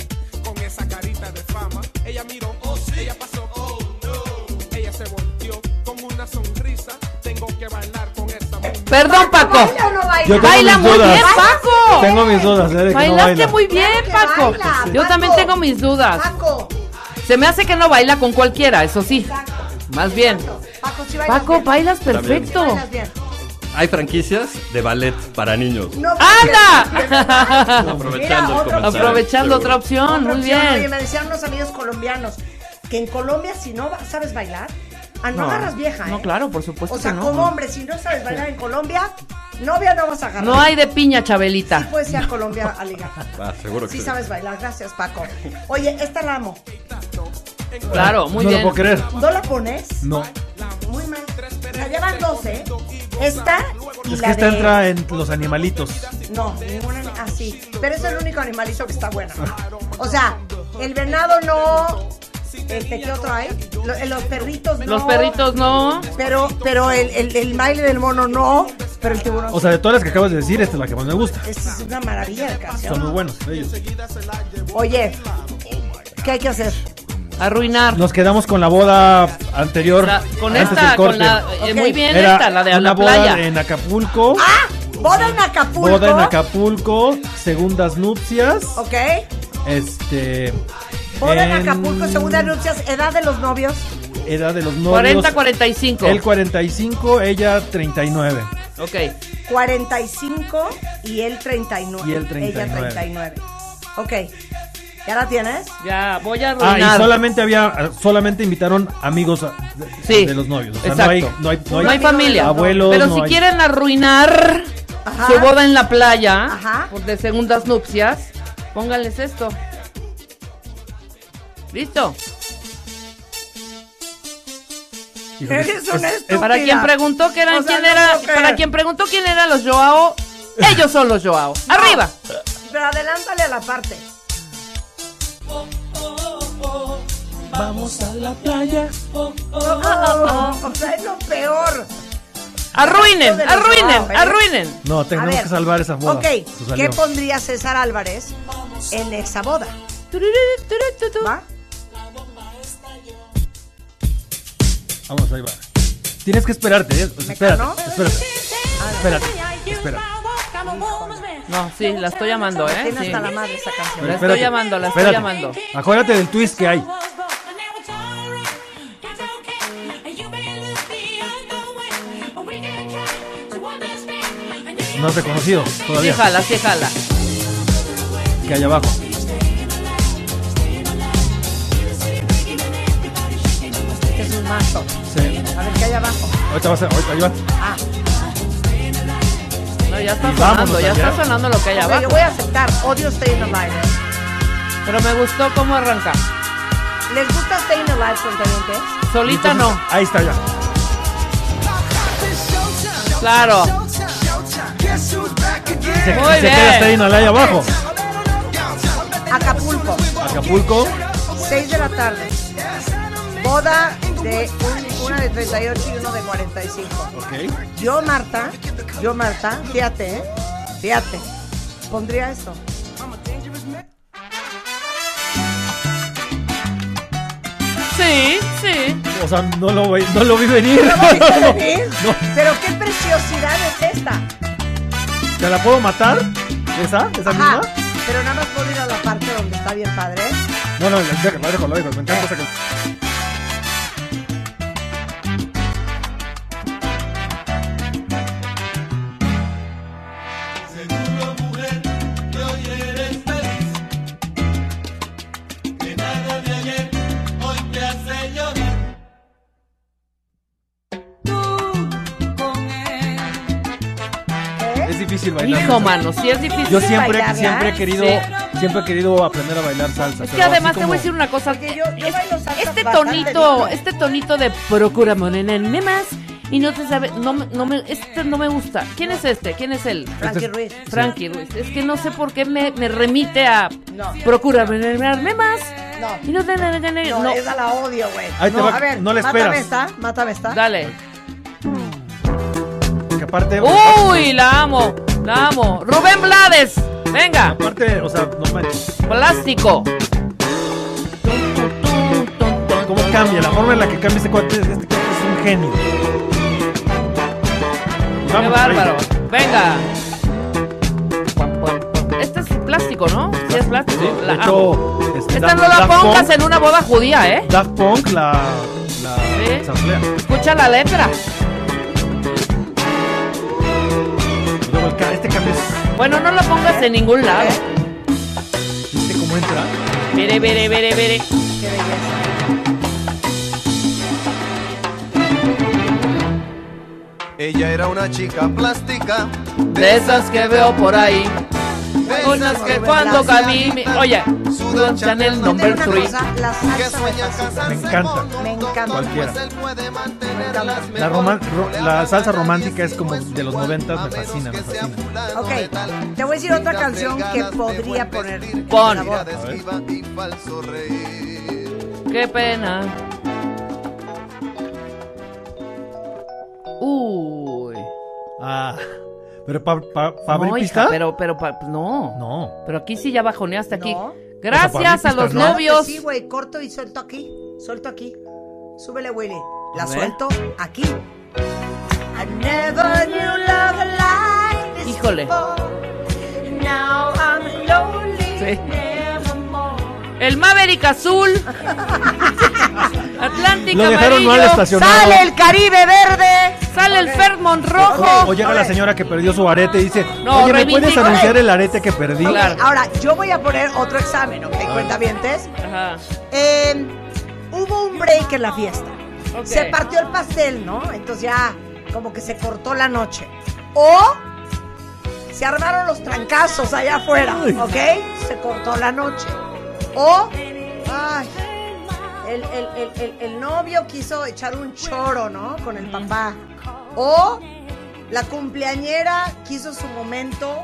[SPEAKER 5] (laughs) con esa carita de fama. Ella miró, oh sí, ella pasó, oh no. Ella se volteó con una sonrisa. Tengo que bailar con esta mujer.
[SPEAKER 4] Perdón, Paco.
[SPEAKER 2] ¿Baila o no baila?
[SPEAKER 3] Yo tengo
[SPEAKER 4] Baila
[SPEAKER 3] mis
[SPEAKER 4] muy
[SPEAKER 3] dudas.
[SPEAKER 4] bien, Paco.
[SPEAKER 3] tengo mis dudas, ¿eh? de que no
[SPEAKER 4] Bailaste
[SPEAKER 3] baila.
[SPEAKER 4] muy bien,
[SPEAKER 2] Claro que
[SPEAKER 4] Paco.
[SPEAKER 2] baila,
[SPEAKER 4] Yo
[SPEAKER 2] Paco.
[SPEAKER 4] también tengo mis dudas.
[SPEAKER 2] Paco,
[SPEAKER 4] Se me hace que no baila con cualquiera, eso sí. Más bien.
[SPEAKER 2] Paco, sí bailas
[SPEAKER 4] Paco,
[SPEAKER 2] bien.
[SPEAKER 4] bailas
[SPEAKER 10] También.
[SPEAKER 4] perfecto.
[SPEAKER 2] Bailas bien.
[SPEAKER 10] Hay franquicias de ballet para niños.
[SPEAKER 2] No,
[SPEAKER 4] ¡Anda!
[SPEAKER 10] Aprovechando
[SPEAKER 2] Mira,
[SPEAKER 10] el
[SPEAKER 2] otro-
[SPEAKER 10] comentario.
[SPEAKER 4] Aprovechando
[SPEAKER 10] Seguro.
[SPEAKER 4] otra opción, muy
[SPEAKER 2] Oye,
[SPEAKER 4] bien.
[SPEAKER 2] me decían unos amigos colombianos que en Colombia si no ba- sabes bailar, ah, no, agarras vieja,
[SPEAKER 4] No,
[SPEAKER 2] ¿eh?
[SPEAKER 4] claro, por supuesto
[SPEAKER 2] O sea,
[SPEAKER 4] que
[SPEAKER 2] como
[SPEAKER 4] no.
[SPEAKER 2] hombre, si no sabes bailar en Colombia, novia no vas a agarrar.
[SPEAKER 4] No hay de piña, Chabelita.
[SPEAKER 2] Puedes ir a Colombia a ligar.
[SPEAKER 10] Ah, seguro que
[SPEAKER 2] Sí
[SPEAKER 10] sí.
[SPEAKER 2] sabes bailar, gracias, Paco. Oye, esta la amo.
[SPEAKER 4] Claro,
[SPEAKER 3] pues,
[SPEAKER 4] muy
[SPEAKER 3] no
[SPEAKER 4] bien.
[SPEAKER 3] lo puedo creer.
[SPEAKER 2] ¿No la pones?
[SPEAKER 3] No.
[SPEAKER 2] Muy mal. O sea, ya van 12. Esta y
[SPEAKER 3] Es
[SPEAKER 2] la
[SPEAKER 3] que esta
[SPEAKER 2] de...
[SPEAKER 3] entra en los animalitos.
[SPEAKER 2] No, ninguna ni- así. Pero es el único animalito que está bueno. O sea, el venado no. Este, ¿qué otro hay? Lo- eh, Los perritos no.
[SPEAKER 4] Los perritos no.
[SPEAKER 2] Pero, pero el, el, el baile del mono no. Pero el tiburón.
[SPEAKER 3] O sea, de todas las que acabas de decir, esta es la que más me gusta.
[SPEAKER 2] sí. es una maravilla de
[SPEAKER 3] Son muy
[SPEAKER 2] canción.
[SPEAKER 3] buenos ellos.
[SPEAKER 2] Oye, ¿qué hay que hacer?
[SPEAKER 4] Arruinar.
[SPEAKER 3] Nos quedamos con la boda anterior.
[SPEAKER 4] La- con
[SPEAKER 3] a este
[SPEAKER 4] esta, con
[SPEAKER 3] corte.
[SPEAKER 4] la. eh,
[SPEAKER 2] Ok.
[SPEAKER 4] Muy bien,
[SPEAKER 3] Era
[SPEAKER 4] esta, la de
[SPEAKER 3] una
[SPEAKER 4] la
[SPEAKER 3] boda
[SPEAKER 4] playa.
[SPEAKER 3] en Acapulco.
[SPEAKER 2] ¡Ah! Boda en Acapulco.
[SPEAKER 3] Boda en Acapulco, segundas nupcias.
[SPEAKER 2] Ok.
[SPEAKER 3] Este.
[SPEAKER 2] Boda en Acapulco, segunda nupcias, edad de los novios.
[SPEAKER 3] Edad de los novios.
[SPEAKER 4] 40, 45.
[SPEAKER 3] Él 45, ella 39.
[SPEAKER 4] Ok.
[SPEAKER 2] 45 y él 39.
[SPEAKER 3] Y él
[SPEAKER 2] Ella 39.
[SPEAKER 3] 39.
[SPEAKER 2] Ok. ¿Ya la tienes?
[SPEAKER 4] Ya, voy
[SPEAKER 3] Ah,
[SPEAKER 4] a arruinar.
[SPEAKER 3] y solamente había, solamente invitaron amigos a- de,
[SPEAKER 4] Sí.
[SPEAKER 3] de los novios. O sea,
[SPEAKER 4] Exacto.
[SPEAKER 3] no hay, no hay, no hay-
[SPEAKER 4] No hay familia.
[SPEAKER 3] Abuelos,
[SPEAKER 4] Pero
[SPEAKER 3] no
[SPEAKER 4] si
[SPEAKER 3] hay-
[SPEAKER 4] quieren arruinar
[SPEAKER 2] Ajá.
[SPEAKER 4] su
[SPEAKER 2] (laughs)
[SPEAKER 4] boda en la playa
[SPEAKER 2] Ajá.
[SPEAKER 4] por de segundas nupcias, pónganles esto. ¿Listo?
[SPEAKER 3] Híjole,
[SPEAKER 2] Eres una estúpida.
[SPEAKER 4] Para quien preguntó que eran
[SPEAKER 2] O sea,
[SPEAKER 4] quién
[SPEAKER 2] no
[SPEAKER 4] era,
[SPEAKER 2] puedo creer.
[SPEAKER 4] para quien preguntó quién eran los Joao, ellos son los
[SPEAKER 2] (laughs)
[SPEAKER 4] Joao. Arriba.
[SPEAKER 2] Pero adelántale a la parte. (laughs) Vamos a la playa. O sea, es lo peor.
[SPEAKER 4] Arruinen,
[SPEAKER 2] de los Joao,
[SPEAKER 4] arruinen,
[SPEAKER 2] ¿eh?
[SPEAKER 4] arruinen.
[SPEAKER 3] No, tenemos
[SPEAKER 2] A ver,
[SPEAKER 3] que salvar esa boda.
[SPEAKER 2] Ok,
[SPEAKER 3] Se
[SPEAKER 2] ¿qué
[SPEAKER 3] salió.
[SPEAKER 2] pondría César Álvarez en esa boda?
[SPEAKER 4] Tururú, turú, tú, tú.
[SPEAKER 2] ¿Va?
[SPEAKER 3] Vamos, ahí va. Tienes que esperarte, ¿eh?
[SPEAKER 2] ¿Me
[SPEAKER 3] Espérate,
[SPEAKER 2] ganó?
[SPEAKER 3] espérate. Espérate, espérate.
[SPEAKER 4] Ah, No, sí, la estoy llamando, ¿eh?
[SPEAKER 2] Tiene
[SPEAKER 4] Sí.
[SPEAKER 2] hasta la madre esa canción.
[SPEAKER 4] La estoy
[SPEAKER 3] Espérate,
[SPEAKER 4] llamando, la estoy
[SPEAKER 3] espérate.
[SPEAKER 4] llamando.
[SPEAKER 3] Acuérdate del twist que hay. No te he conocido
[SPEAKER 4] Sí,
[SPEAKER 3] todavía.
[SPEAKER 4] jala, sí, jala.
[SPEAKER 3] Que hay abajo.
[SPEAKER 2] Este es un mazo.
[SPEAKER 3] Sí.
[SPEAKER 2] A ver qué hay abajo.
[SPEAKER 3] Ahorita vas a. Ahorita ahí va.
[SPEAKER 2] Ah,
[SPEAKER 4] No, ya está
[SPEAKER 3] Y vámonos
[SPEAKER 4] sonando, ya
[SPEAKER 3] allá.
[SPEAKER 4] está sonando lo que hay
[SPEAKER 2] ok,
[SPEAKER 4] abajo.
[SPEAKER 2] yo voy a aceptar. Odio Stay in Alive.
[SPEAKER 4] Pero me gustó cómo arranca.
[SPEAKER 2] ¿Les gusta Stay in Alive, cuentavientes?
[SPEAKER 4] Solita
[SPEAKER 3] Entonces,
[SPEAKER 4] no,
[SPEAKER 3] Ahí está ya.
[SPEAKER 4] claro.
[SPEAKER 3] Se,
[SPEAKER 4] Muy
[SPEAKER 3] se
[SPEAKER 4] bien.
[SPEAKER 3] queda hasta ahí, no la hay abajo.
[SPEAKER 2] Acapulco,
[SPEAKER 3] Acapulco.
[SPEAKER 2] 6 de la tarde. Boda de un- una de 38 y uno de 45.
[SPEAKER 3] Ok.
[SPEAKER 2] Yo, Marta, yo, Marta, fíjate, ¿eh? Fíjate. Pondría eso.
[SPEAKER 4] Sí, sí.
[SPEAKER 3] O sea, no lo, vi- no lo vi venir.
[SPEAKER 2] ¿Lo
[SPEAKER 3] (laughs)
[SPEAKER 2] viste venir?
[SPEAKER 3] No.
[SPEAKER 2] Pero qué preciosidad es esta.
[SPEAKER 3] ¿Te la puedo matar? ¿Esa? ¿Esa
[SPEAKER 2] Ajá.
[SPEAKER 3] misma?
[SPEAKER 2] Pero nada más puedo ir a la parte donde está bien padre. ¿eh?
[SPEAKER 3] No, no, la dejo, la dejo, la dejo. Me encanta esa canción. Es difícil bailar.
[SPEAKER 4] Hijo, mano, sí es difícil.
[SPEAKER 3] Yo siempre,
[SPEAKER 2] bailar,
[SPEAKER 3] siempre he
[SPEAKER 2] ¿verdad?
[SPEAKER 3] querido,
[SPEAKER 4] Sí.
[SPEAKER 3] siempre he querido aprender a bailar salsa.
[SPEAKER 4] Es que
[SPEAKER 3] pero así
[SPEAKER 4] además te
[SPEAKER 3] como-
[SPEAKER 4] voy a decir una cosa.
[SPEAKER 2] Porque yo- yo
[SPEAKER 4] Es-
[SPEAKER 2] bailo salsa
[SPEAKER 4] este
[SPEAKER 2] bastante
[SPEAKER 4] tonito,
[SPEAKER 2] bien.
[SPEAKER 4] este tonito de procura morena en más y no te sabe, no, me- no me, este no me gusta. ¿Quién es este? ¿Quién es él?
[SPEAKER 2] Frankie
[SPEAKER 3] Este-
[SPEAKER 2] Ruiz.
[SPEAKER 4] Frankie Ruiz. Es que no sé por qué me, me remite a
[SPEAKER 2] No.
[SPEAKER 4] procura envenenarme más
[SPEAKER 2] No.
[SPEAKER 4] y no te no,
[SPEAKER 2] No, esa la odio, güey.
[SPEAKER 3] Ahí te
[SPEAKER 2] no,
[SPEAKER 3] va,
[SPEAKER 2] a ver,
[SPEAKER 3] no la
[SPEAKER 2] mátame esta,
[SPEAKER 3] esperas.
[SPEAKER 2] mátame esta.
[SPEAKER 4] Dale.
[SPEAKER 3] Que aparte,
[SPEAKER 4] Uy, la amo, la amo. Rubén Blades, venga,
[SPEAKER 3] aparte, o sea, no manches.
[SPEAKER 4] plástico.
[SPEAKER 3] ¿Cómo cambia? La forma en la que cambia este cuate, este cuate es un genio.
[SPEAKER 4] Qué
[SPEAKER 3] Vamos,
[SPEAKER 4] bárbaro.
[SPEAKER 3] Rey.
[SPEAKER 4] Venga. Este es plástico, ¿no? Sí, es plástico.
[SPEAKER 3] Sí,
[SPEAKER 4] La
[SPEAKER 3] de
[SPEAKER 4] amo.
[SPEAKER 3] hecho, este,
[SPEAKER 4] Esta
[SPEAKER 3] Daft-
[SPEAKER 4] no la
[SPEAKER 3] Daft
[SPEAKER 4] pongas
[SPEAKER 3] Punk-
[SPEAKER 4] en una boda judía, ¿eh?
[SPEAKER 3] Daft Punk la, la
[SPEAKER 4] Sí.
[SPEAKER 3] samplea.
[SPEAKER 4] Escucha la letra.
[SPEAKER 3] Y luego el ca- este cambio es
[SPEAKER 4] Bueno, no la pongas en ningún lado.
[SPEAKER 3] este cómo entra.
[SPEAKER 4] Vere, vere, vere, vere.
[SPEAKER 2] Qué belleza.
[SPEAKER 5] Ella era una chica plástica.
[SPEAKER 4] De esas que veo por ahí. Unas que cuando camine. Oye, Sudan Chanel
[SPEAKER 2] Pero
[SPEAKER 4] number
[SPEAKER 2] una
[SPEAKER 4] 3.
[SPEAKER 2] cosa, la
[SPEAKER 5] Que
[SPEAKER 2] salsa me
[SPEAKER 5] sueña
[SPEAKER 2] fascina.
[SPEAKER 5] casarse
[SPEAKER 3] Me encanta.
[SPEAKER 5] con
[SPEAKER 2] Me
[SPEAKER 5] otro,
[SPEAKER 2] encanta.
[SPEAKER 3] Cualquiera.
[SPEAKER 5] pues él puede mantenerla
[SPEAKER 2] Me encanta.
[SPEAKER 5] mejor.
[SPEAKER 3] La, roman- ro-
[SPEAKER 5] No le
[SPEAKER 3] la
[SPEAKER 5] hagan
[SPEAKER 3] salsa
[SPEAKER 5] a nadie
[SPEAKER 3] romántica es
[SPEAKER 5] si
[SPEAKER 3] como
[SPEAKER 5] no es
[SPEAKER 3] de los
[SPEAKER 5] igual,
[SPEAKER 3] 90, me
[SPEAKER 5] a menos
[SPEAKER 3] fascina, me
[SPEAKER 5] que sea
[SPEAKER 3] fascina.
[SPEAKER 5] fulano
[SPEAKER 2] Ok,
[SPEAKER 5] de tal.
[SPEAKER 2] te voy a decir otra
[SPEAKER 5] Chicas
[SPEAKER 2] canción que
[SPEAKER 5] delgadas de buen
[SPEAKER 2] podría poner.
[SPEAKER 5] vestir, que
[SPEAKER 4] Pon.
[SPEAKER 5] mirada
[SPEAKER 3] A ver.
[SPEAKER 5] esquiva y falso reír.
[SPEAKER 4] Qué pena. Uy.
[SPEAKER 3] Ah, pero para pa, pa abrir
[SPEAKER 4] No, hija,
[SPEAKER 3] pista.
[SPEAKER 4] pero, pero, pa- pues, no.
[SPEAKER 3] No.
[SPEAKER 4] Pero aquí sí ya bajoneaste aquí.
[SPEAKER 2] No.
[SPEAKER 3] O sea,
[SPEAKER 4] Gracias
[SPEAKER 3] para mí
[SPEAKER 4] a los
[SPEAKER 3] pistas,
[SPEAKER 2] Claro
[SPEAKER 3] ¿no?
[SPEAKER 2] que
[SPEAKER 4] novios.
[SPEAKER 2] Sí, güey, corto y suelto aquí. Suelto aquí. Súbele, Willy.
[SPEAKER 4] A
[SPEAKER 2] La
[SPEAKER 4] ver.
[SPEAKER 2] suelto aquí. I never knew love like this
[SPEAKER 4] Híjole.
[SPEAKER 2] before. Now I'm lonely
[SPEAKER 4] Sí.
[SPEAKER 2] nevermore.
[SPEAKER 4] El Maverick Azul. Atlántico
[SPEAKER 3] Lo dejaron
[SPEAKER 4] Amarillo.
[SPEAKER 3] mal estacionado.
[SPEAKER 2] ¡Sale el Caribe Verde!
[SPEAKER 4] Sale el Fermon Rojo.
[SPEAKER 3] O llega la señora que perdió su arete y dice,
[SPEAKER 4] No,
[SPEAKER 3] oye, ¿me puedes
[SPEAKER 4] reivindico-
[SPEAKER 3] anunciar el arete que perdí?
[SPEAKER 2] Ok,
[SPEAKER 4] Claro.
[SPEAKER 2] ahora, yo voy a poner otro examen, ¿ok? Cuentavientes.
[SPEAKER 4] Ajá.
[SPEAKER 2] Eh, hubo un break en la fiesta.
[SPEAKER 4] Ok.
[SPEAKER 2] Se partió el pastel, ¿no? Entonces ya como que se cortó la noche. O se armaron los trancazos allá afuera, ¿ok? Se cortó la noche. O, ay, el, el- el- el- el novio quiso echar un choro, ¿no? Con el papá. O la cumpleañera quiso su momento,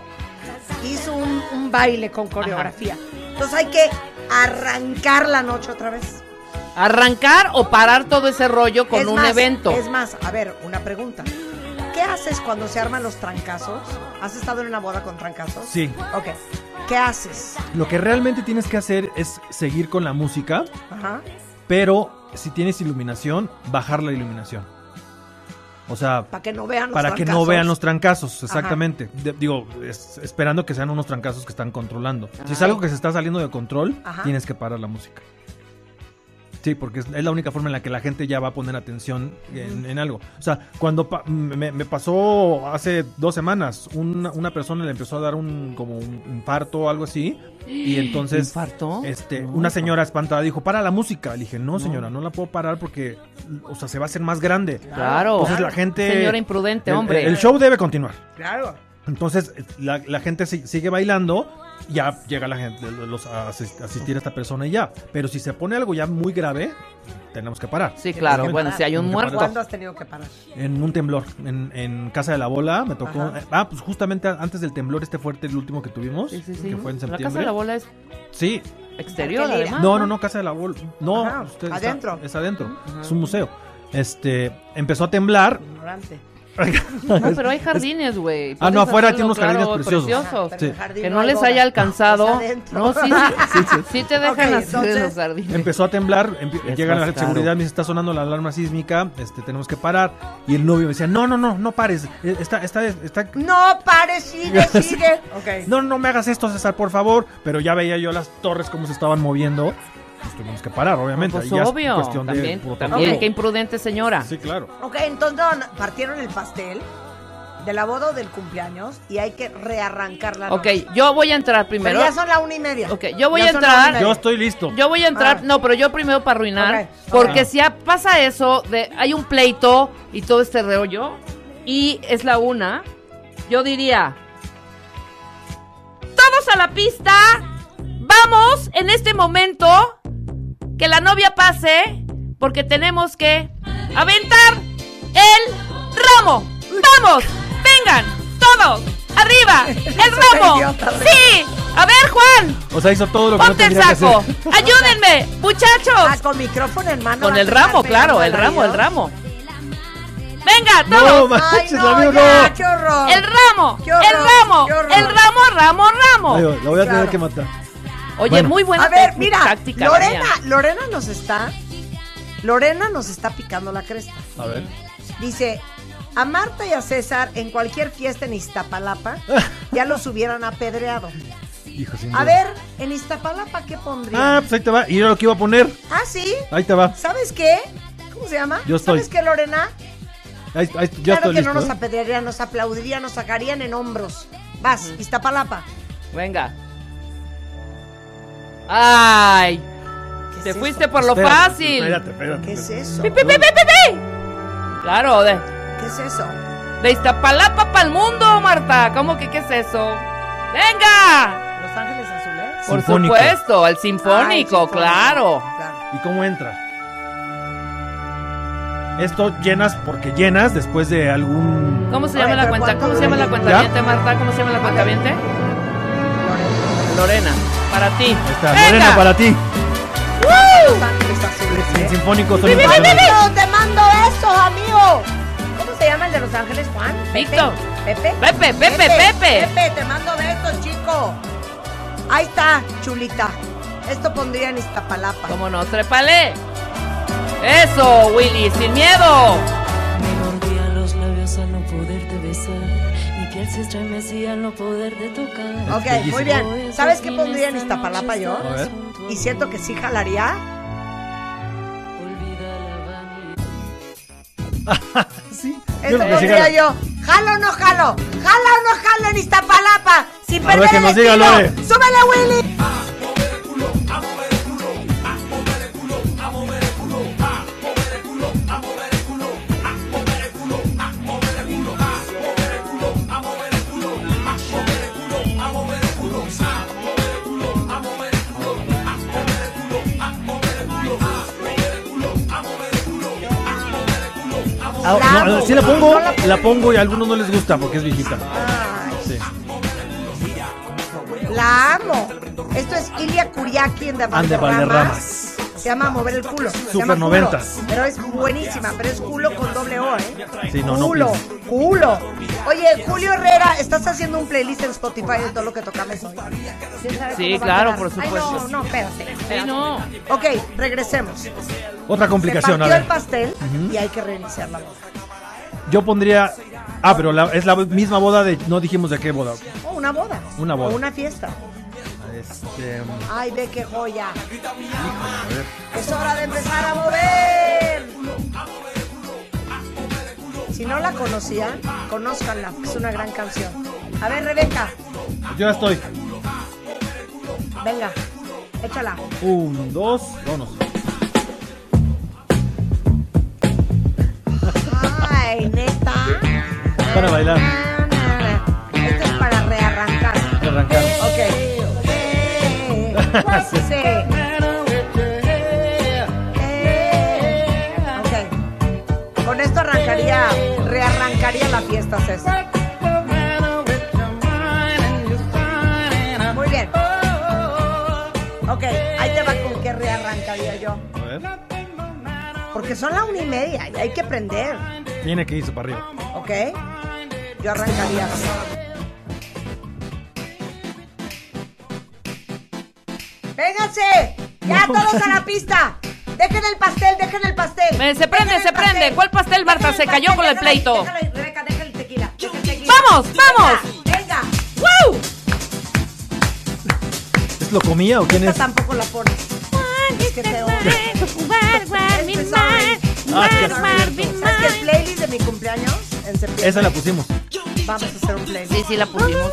[SPEAKER 2] hizo un, un baile con coreografía. Entonces hay que arrancar la noche otra vez.
[SPEAKER 4] Arrancar o parar todo ese rollo con
[SPEAKER 2] Es
[SPEAKER 4] un
[SPEAKER 2] más,
[SPEAKER 4] evento.
[SPEAKER 2] Es más, a ver, una pregunta. ¿Qué haces cuando se arman los trancazos? ¿Has estado en una boda con trancazos?
[SPEAKER 3] Sí.
[SPEAKER 2] Ok. ¿Qué haces?
[SPEAKER 3] Lo que realmente tienes que hacer es seguir con la música,
[SPEAKER 2] Ajá.
[SPEAKER 3] pero si tienes iluminación, bajar la iluminación. O O sea,
[SPEAKER 2] Para que no vean los
[SPEAKER 3] para que no
[SPEAKER 2] trancazos.
[SPEAKER 3] vean los trancazos,
[SPEAKER 2] Ajá.
[SPEAKER 3] exactamente. De- digo, es- esperando que sean unos trancazos que están controlando. Si es
[SPEAKER 2] Ay.
[SPEAKER 3] algo que se está saliendo de control,
[SPEAKER 2] Ajá.
[SPEAKER 3] tienes que parar la música. Sí, porque es, es la única forma en la que la gente ya va a poner atención en, en algo. O sea, cuando pa- me, me pasó hace dos semanas, una, una persona le empezó a dar un como un infarto o algo así.
[SPEAKER 2] (gasps)
[SPEAKER 3] Y entonces, Este, una señora espantada dijo, para la música. Le dije, no, señora, no la puedo parar porque, o sea, se va a hacer más grande.
[SPEAKER 4] Claro.
[SPEAKER 3] Entonces la gente...
[SPEAKER 4] Señora imprudente,
[SPEAKER 3] el-
[SPEAKER 4] Este hombre.
[SPEAKER 3] El, show debe continuar.
[SPEAKER 2] Claro.
[SPEAKER 3] Entonces la, la gente si- sigue bailando, ya llega la gente los, a asis- asistir a esta persona y ya. Pero si se pone algo ya muy grave, tenemos que parar.
[SPEAKER 4] Sí, claro.
[SPEAKER 3] Tenemos que
[SPEAKER 4] Bueno,
[SPEAKER 3] parar.
[SPEAKER 4] si hay un
[SPEAKER 3] Tenemos que
[SPEAKER 4] muerto.
[SPEAKER 3] parar.
[SPEAKER 2] ¿Cuándo has tenido que parar?
[SPEAKER 3] En un temblor, en, en Casa de la Bola, me tocó...
[SPEAKER 2] Ajá.
[SPEAKER 3] Ah, pues justamente antes del temblor este fuerte, el último que tuvimos,
[SPEAKER 4] Sí, sí, sí.
[SPEAKER 3] que fue en
[SPEAKER 4] La
[SPEAKER 3] septiembre.
[SPEAKER 4] casa de la Ah, bola es
[SPEAKER 3] Sí,
[SPEAKER 4] exterior,
[SPEAKER 2] Porque
[SPEAKER 4] además.
[SPEAKER 3] no, no, no, Casa de la Bola. No,
[SPEAKER 2] Ajá,
[SPEAKER 3] usted está-
[SPEAKER 2] adentro.
[SPEAKER 3] es adentro. Es un museo. Este, empezó a temblar.
[SPEAKER 2] Ignorante.
[SPEAKER 4] No, (laughs) pero hay jardines, güey.
[SPEAKER 3] Ah, no,
[SPEAKER 4] Puedes
[SPEAKER 3] afuera
[SPEAKER 4] hacerlo,
[SPEAKER 3] tiene unos jardines
[SPEAKER 4] claro,
[SPEAKER 3] preciosos.
[SPEAKER 2] Ajá, Ah, pero
[SPEAKER 3] Sí.
[SPEAKER 2] el jardín
[SPEAKER 4] Ah, Que
[SPEAKER 2] no
[SPEAKER 4] no
[SPEAKER 2] hay
[SPEAKER 4] les
[SPEAKER 2] boda.
[SPEAKER 3] (laughs)
[SPEAKER 4] haya alcanzado.
[SPEAKER 2] Es adentro.
[SPEAKER 4] No, sí, sí, sí te dejan
[SPEAKER 2] Ok,
[SPEAKER 4] hacer
[SPEAKER 2] entonces-
[SPEAKER 4] los jardines.
[SPEAKER 3] Empezó a temblar, empi-
[SPEAKER 10] Es
[SPEAKER 3] llega la
[SPEAKER 10] más
[SPEAKER 3] gente de
[SPEAKER 10] caro.
[SPEAKER 3] seguridad, me dice, está sonando la alarma sísmica, este, tenemos que parar. Y el novio me decía, no, no, no, no pares, eh, está, está, está...
[SPEAKER 2] (laughs) No, pare,
[SPEAKER 3] (laughs)
[SPEAKER 2] sigue, sigue. Ok.
[SPEAKER 3] No, no me hagas esto, César, por favor. Pero ya veía yo las torres cómo se estaban moviendo. Pues tuvimos que parar, obviamente.
[SPEAKER 4] Pues
[SPEAKER 3] Ahí ya es
[SPEAKER 4] obvio.
[SPEAKER 3] cuestión de
[SPEAKER 4] También,
[SPEAKER 3] protocolo.
[SPEAKER 4] también, em-. qué imprudente señora.
[SPEAKER 3] Sí, claro.
[SPEAKER 2] Ok, entonces partieron el pastel de la boda o del cumpleaños y hay que rearrancar la
[SPEAKER 4] Ok,
[SPEAKER 2] noche.
[SPEAKER 4] yo voy a entrar
[SPEAKER 2] Pero
[SPEAKER 4] primero.
[SPEAKER 3] Pues
[SPEAKER 2] ya son la una y media.
[SPEAKER 4] Ok, yo voy
[SPEAKER 2] Ya
[SPEAKER 4] a
[SPEAKER 2] son la una y
[SPEAKER 4] entrar.
[SPEAKER 2] media.
[SPEAKER 3] Yo estoy listo.
[SPEAKER 4] Yo voy a entrar,
[SPEAKER 2] Ah.
[SPEAKER 4] no, pero yo primero para arruinar,
[SPEAKER 2] Ok,
[SPEAKER 4] porque
[SPEAKER 3] ok.
[SPEAKER 4] si a- pasa eso, de, hay un pleito y todo este rollo, y es la una, yo diría, todos a la pista, vamos en este momento, que la novia pase, porque tenemos que aventar el ramo. Vamos, vengan, todos, arriba,
[SPEAKER 2] (laughs)
[SPEAKER 4] el
[SPEAKER 2] Soy
[SPEAKER 4] ramo.
[SPEAKER 2] idiota, Rick.
[SPEAKER 4] Sí, a ver Juan.
[SPEAKER 3] O sea, hizo todo lo que no
[SPEAKER 4] ¡Ponte el
[SPEAKER 3] tendría que
[SPEAKER 4] saco!
[SPEAKER 3] hacer.
[SPEAKER 4] (laughs) ¡Ayúdenme!
[SPEAKER 2] Ah,
[SPEAKER 4] ¡Muchachos!
[SPEAKER 2] con micrófono en mano.
[SPEAKER 4] Con
[SPEAKER 2] va a
[SPEAKER 4] el
[SPEAKER 2] tocar
[SPEAKER 4] ramo, claro,
[SPEAKER 2] pegando
[SPEAKER 4] el
[SPEAKER 2] al
[SPEAKER 4] ramo, el
[SPEAKER 2] oído.
[SPEAKER 4] ramo. ¡Venga,
[SPEAKER 3] No,
[SPEAKER 4] todos!
[SPEAKER 2] Ay,
[SPEAKER 3] manches, la
[SPEAKER 2] no,
[SPEAKER 3] vio,
[SPEAKER 2] ya,
[SPEAKER 3] no.
[SPEAKER 2] qué horror.
[SPEAKER 4] ¡El ramo!
[SPEAKER 2] Qué horror,
[SPEAKER 4] ¡El ramo!
[SPEAKER 2] qué horror.
[SPEAKER 4] ¡El ramo, ramo, ramo!
[SPEAKER 3] Digo, La voy a tener
[SPEAKER 2] Claro.
[SPEAKER 3] que matar.
[SPEAKER 4] Oye,
[SPEAKER 3] Bueno.
[SPEAKER 4] muy buena
[SPEAKER 2] A ver,
[SPEAKER 4] técnica,
[SPEAKER 2] mira,
[SPEAKER 4] táctica,
[SPEAKER 2] Lorena,
[SPEAKER 4] Dania.
[SPEAKER 2] Lorena nos está, Lorena nos está picando la cresta.
[SPEAKER 3] A
[SPEAKER 4] (laughs)
[SPEAKER 3] ver.
[SPEAKER 2] Dice, a Marta y a César en cualquier fiesta en Iztapalapa ya los hubieran apedreado.
[SPEAKER 3] Hijo, sin (laughs)
[SPEAKER 2] A
[SPEAKER 3] duda.
[SPEAKER 2] ver, en Iztapalapa, ¿qué pondrían?
[SPEAKER 3] Ah, pues ahí te va. Y yo lo que iba a poner.
[SPEAKER 2] Ah, sí.
[SPEAKER 3] Ahí te va.
[SPEAKER 2] ¿Sabes qué? ¿Cómo se llama?
[SPEAKER 3] Yo estoy.
[SPEAKER 2] ¿Sabes qué, Lorena?
[SPEAKER 3] Ahí- ahí-
[SPEAKER 2] claro
[SPEAKER 3] ya estoy
[SPEAKER 2] que
[SPEAKER 3] listo.
[SPEAKER 2] no nos
[SPEAKER 3] ¿eh?
[SPEAKER 2] apedrearían, nos aplaudirían, nos sacarían en hombros. Vas, Iztapalapa.
[SPEAKER 4] Venga. ¡Ay!
[SPEAKER 2] ¿Qué es
[SPEAKER 4] Te
[SPEAKER 2] eso?
[SPEAKER 4] fuiste por lo
[SPEAKER 3] Espérate,
[SPEAKER 4] fácil.
[SPEAKER 3] Espérate, espérate.
[SPEAKER 2] ¿Qué es eso?
[SPEAKER 4] Pi, pi, pi, pi, pi, pi. Claro, de,
[SPEAKER 2] ¿Qué es eso?
[SPEAKER 4] de Iztapalapa para el mundo, Marta. ¿Cómo que qué es eso? ¡Venga!
[SPEAKER 2] ¿Los Ángeles Azules?
[SPEAKER 4] Por
[SPEAKER 3] Sinfónico.
[SPEAKER 4] supuesto, el
[SPEAKER 2] Ah, el
[SPEAKER 4] sinfónico,
[SPEAKER 2] sinfónico,
[SPEAKER 4] claro.
[SPEAKER 2] claro.
[SPEAKER 3] ¿Y cómo entra? Esto llenas porque llenas después de algún.
[SPEAKER 4] ¿Cómo se
[SPEAKER 2] Oye,
[SPEAKER 4] llama la
[SPEAKER 2] pero
[SPEAKER 4] cuenta?
[SPEAKER 2] ¿cuánto
[SPEAKER 4] ¿Cómo se llama la
[SPEAKER 2] debe?
[SPEAKER 4] cuenta Marta? ¿Cómo se llama la cuenta
[SPEAKER 2] Lorena,
[SPEAKER 4] Lorena, para ti.
[SPEAKER 3] Ahí está,
[SPEAKER 4] ¡Venga!
[SPEAKER 3] Lorena, para ti.
[SPEAKER 2] Los Ángeles Azules.
[SPEAKER 3] El
[SPEAKER 2] ¿eh?
[SPEAKER 3] sinfónico son
[SPEAKER 2] ¡Ay,
[SPEAKER 3] impresionantes.
[SPEAKER 2] no, ¡Te mando eso, amigo! ¿Cómo se llama el de Los Ángeles, Juan? ¿Pepe?
[SPEAKER 4] Víctor.
[SPEAKER 2] ¿Pepe?
[SPEAKER 4] Pepe, Pepe, Pepe.
[SPEAKER 2] Pepe, te mando besos, chico. Ahí está, chulita. Esto pondría en Iztapalapa.
[SPEAKER 4] ¿Cómo no? ¡Trépale! ¡Eso, Willy! ¡Sin miedo!
[SPEAKER 11] Me mordía los labios al no poderte besar y que él se estremecía al no poderte tocar.
[SPEAKER 2] Ok, muy bien. ¿Sabes qué pondría en Iztapalapa yo?
[SPEAKER 3] A ver.
[SPEAKER 2] Y siento que sí jalaría.
[SPEAKER 11] Olvida la vanidad.
[SPEAKER 3] (laughs) Sí.
[SPEAKER 2] Eso
[SPEAKER 3] que sí,
[SPEAKER 2] pondría
[SPEAKER 3] jala.
[SPEAKER 2] yo. ¿Jalo o no jalo? ¿Jala o no jalo en Iztapalapa? Sin
[SPEAKER 3] A
[SPEAKER 2] perder
[SPEAKER 3] ver que
[SPEAKER 2] el
[SPEAKER 3] nos diga,
[SPEAKER 2] estilo.
[SPEAKER 3] Lore.
[SPEAKER 2] ¡Súbele, Willy!
[SPEAKER 3] Ah,
[SPEAKER 2] Bravo.
[SPEAKER 3] no, sí la pongo, la pongo y a algunos no les gusta porque es viejita.
[SPEAKER 2] Ay,
[SPEAKER 3] Sí.
[SPEAKER 2] la amo. Esto es Ilia Kuriaki en De
[SPEAKER 3] Ande
[SPEAKER 2] Valderramas.
[SPEAKER 3] Valderramas.
[SPEAKER 2] Se llama Mover el culo. Se
[SPEAKER 3] Super
[SPEAKER 2] llama culo,
[SPEAKER 3] noventas.
[SPEAKER 2] Pero es buenísima, pero es culo con doble O, ¿eh?
[SPEAKER 3] Sí, no, no,
[SPEAKER 2] culo,
[SPEAKER 3] please.
[SPEAKER 2] culo. Oye, Julio Herrera, estás haciendo un playlist en Spotify de todo lo que tocamos hoy. ¿Quién sabe
[SPEAKER 4] Sí,
[SPEAKER 2] cómo va a
[SPEAKER 4] claro,
[SPEAKER 2] quedar?
[SPEAKER 4] por supuesto.
[SPEAKER 2] Ay, no, no, espérate.
[SPEAKER 4] Sí,
[SPEAKER 2] espérate.
[SPEAKER 4] no.
[SPEAKER 2] Ok, regresemos.
[SPEAKER 3] Otra complicación,
[SPEAKER 2] Se
[SPEAKER 3] a
[SPEAKER 2] partió el
[SPEAKER 3] ver.
[SPEAKER 2] pastel y hay que reiniciar la boda.
[SPEAKER 3] Yo pondría. Ah, pero la- es la misma boda de. No dijimos de qué boda.
[SPEAKER 2] O Oh, una boda.
[SPEAKER 3] Una boda.
[SPEAKER 2] O una fiesta.
[SPEAKER 3] Este,
[SPEAKER 2] Ay, ve qué joya. Es hora de empezar a mover. Si no la conocían, conózcanla. Es una gran canción. A ver, Rebeca,
[SPEAKER 3] yo ya estoy.
[SPEAKER 2] venga, échala.
[SPEAKER 3] Un, dos, vámonos.
[SPEAKER 2] Ay, neta.
[SPEAKER 3] Para bailar.
[SPEAKER 2] Esto es para rearrancar.
[SPEAKER 3] Arrancar.
[SPEAKER 2] Ok. (laughs) Sí. Ok. Con esto arrancaría, rearrancaría la fiesta, César. Muy bien. Ok, ahí te va con que rearrancaría yo.
[SPEAKER 3] A ver.
[SPEAKER 2] Porque son la una y media y hay que prender,
[SPEAKER 3] Tiene que irse para arriba.
[SPEAKER 2] ¿ok? Yo arrancaría así. ¡Vénganse! ¡Ya todos a la pista! ¡Dejen el pastel, dejen el pastel!
[SPEAKER 4] Eh, se prende, se prende. ¿Cuál pastel, Marta? Se cayó con el pleito. ¡Vamos, vamos!
[SPEAKER 2] ¡Venga!
[SPEAKER 4] ¡Woo!
[SPEAKER 3] ¿Es lo comía o quién
[SPEAKER 2] Esta
[SPEAKER 3] es?
[SPEAKER 2] tampoco la pones. Es que te odio. Es pesado.
[SPEAKER 3] Ah, qué
[SPEAKER 2] ¿Sabes qué? el playlist de mi cumpleaños en septiembre?
[SPEAKER 3] Esa la pusimos.
[SPEAKER 2] Vamos a hacer un playlist.
[SPEAKER 4] Sí, sí, la pusimos.